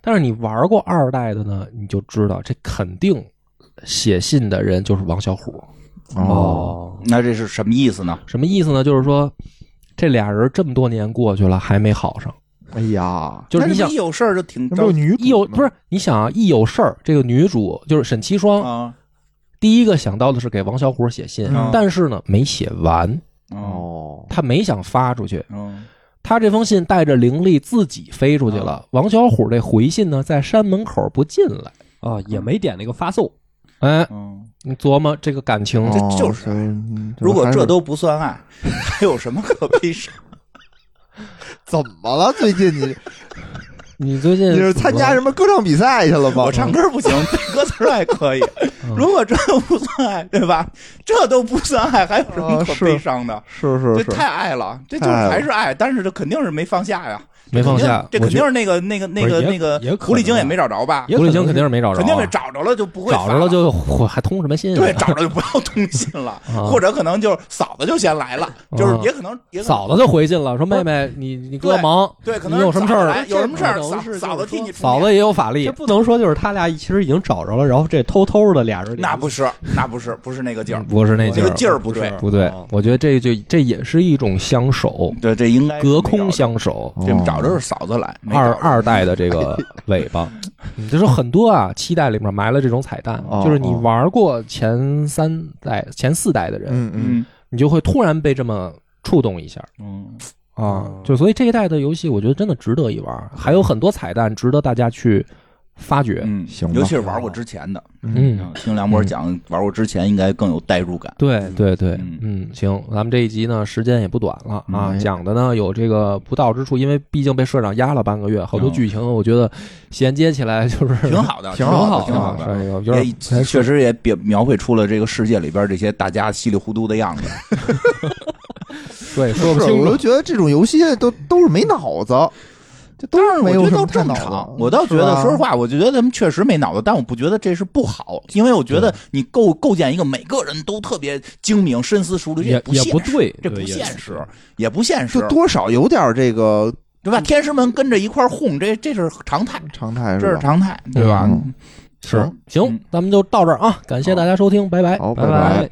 A: 但是你玩过二代的呢，你就知道这肯定写信的人就是王小虎。
B: 哦，那这是什么意思呢？
A: 什么意思呢？就是说这俩人这么多年过去了还没好上，
C: 哎呀，
A: 就是你
B: 那这
A: 想
B: 不一有事儿就挺
C: 那不有女主
A: 一有
C: 吗
A: 不是你想啊，一有事儿，这个女主就是沈七双，
B: 啊？
A: 第一个想到的是给王小虎写信，
B: 嗯
A: 但是呢没写完，
B: 哦，
C: 哦，
A: 他没想发出去。
B: 嗯
A: 他这封信带着灵力自己飞出去了。王小虎这回信呢，在山门口不进来。
D: 啊，也没点那个发送，
A: 哎，
B: 嗯，
A: 你琢磨这个感情，
B: 这就是
C: 哦所以嗯
B: 如果
C: 还
B: 这
C: 是
B: 都不算爱， 还有什么可悲伤？
C: 怎么了？最近 你
A: 你最近
C: 你是参加什么歌唱比赛去了吗？
B: 我唱歌不行，背歌词儿还可以。
A: 嗯
B: 如果这都不算爱，对吧？这都不算爱，还有什
A: 哦
B: 么可悲伤的？
C: 是是
B: 这
C: 是，
B: 太爱了，这就
C: 太爱了
B: 还是爱，但是这肯定是没放下呀，
A: 没放下？
B: 肯定这肯定是那个那个那
D: 不
B: 个
D: 是也
B: 那个
D: 也可能
B: 狐狸精也没找着吧？
D: 也
A: 狐
D: 可
A: 狸
D: 能
A: 精肯定
D: 是
A: 是没找着啊，
B: 肯定是找着了就不会
A: 找
B: 发
A: 着了就我还通什么信啊？
B: 对，找着就不要通信了，
A: 啊
B: 或者可能就是嫂子就先来了，就是也可能也可能
A: 嗯嫂子就 回信了，说妹妹，你你哥
B: 对
A: 忙，
B: 对，可
A: 你
B: 能
A: 有什么事
B: 嫂子
A: 儿
B: 来？有什么事儿？
D: 这可能
B: 嫂
D: 是就是
B: 嫂子替你出面
A: 嫂子也有法力
D: 这，不能说就是他俩其实已经找着了，然后这偷偷的俩人
B: 那不是，那不是，不是那个劲儿，
A: 嗯不是那劲
B: 这个
A: 儿，
B: 劲儿嗯不对
D: 不，是
A: 不对
D: 哦，
A: 我觉得这就这也是一种相守，
B: 对，这应该
A: 隔空，相守。
B: 这找着是嫂子来，嗯没
A: 哦二
B: 找着
A: 二代的这 个尾巴，嗯就是很多啊，七代里面埋了这种彩蛋，
C: 哦
A: 就是你玩过前三代、前四代的人，
C: 嗯嗯
B: 嗯
A: 你就会突然被这么触动一下
B: 嗯，
A: 啊
D: 嗯。
A: 就所以这一代的游戏，我觉得真的值得一玩，还有很多彩蛋值得大家去发掘。
B: 嗯，
C: 行吧
B: 尤其是玩过之前的，啊
C: 嗯
A: 嗯，
B: 听梁博讲玩过之前应该更有代入感。
A: 对对对
B: 嗯，哎
A: 嗯，行，咱们这一集呢时间也不短了啊，
C: 嗯
A: 讲的呢有这个不到之处，因为毕竟被社长压了半个月，好多
B: 嗯
A: 剧情我觉得衔接起来就是
B: 挺好的，
C: 挺
B: 好
C: 好
B: 的，
C: 的
B: 挺好
A: 的，
B: 的。哎
A: 是有点
B: 也确实也表描绘出了这个世界里边这些大家稀里糊涂的样子。
A: 对，说不
C: 是，
A: 清
C: 我
A: 楚
C: 就。觉得这种游戏都都是没脑子，这都是没
B: 我觉
C: 有什
B: 得都
C: 么太
B: 正
C: 脑
B: 常
C: 子，
B: 我倒觉
C: 是
B: 得，
C: 吧
B: 说实话，我觉得他们确实没脑子，但我不觉得这是不好，因为我觉得你构构建一个每个人都特别精明、深思熟虑，这
D: 也
B: 不现
D: 也不
B: 实
D: 对
B: 这不
D: 对也
B: 现实，也不现实
C: 就，多少有点这个
B: 对吧？天师们跟着一块儿哄，这这是常态，
C: 常态
B: 这是
C: 吧？
B: 常态，对吧？
C: 嗯
A: 是
C: 行
D: 嗯
A: 行，咱们就到这儿啊！感谢大家收听，拜拜，
C: 好
A: 拜
C: 拜拜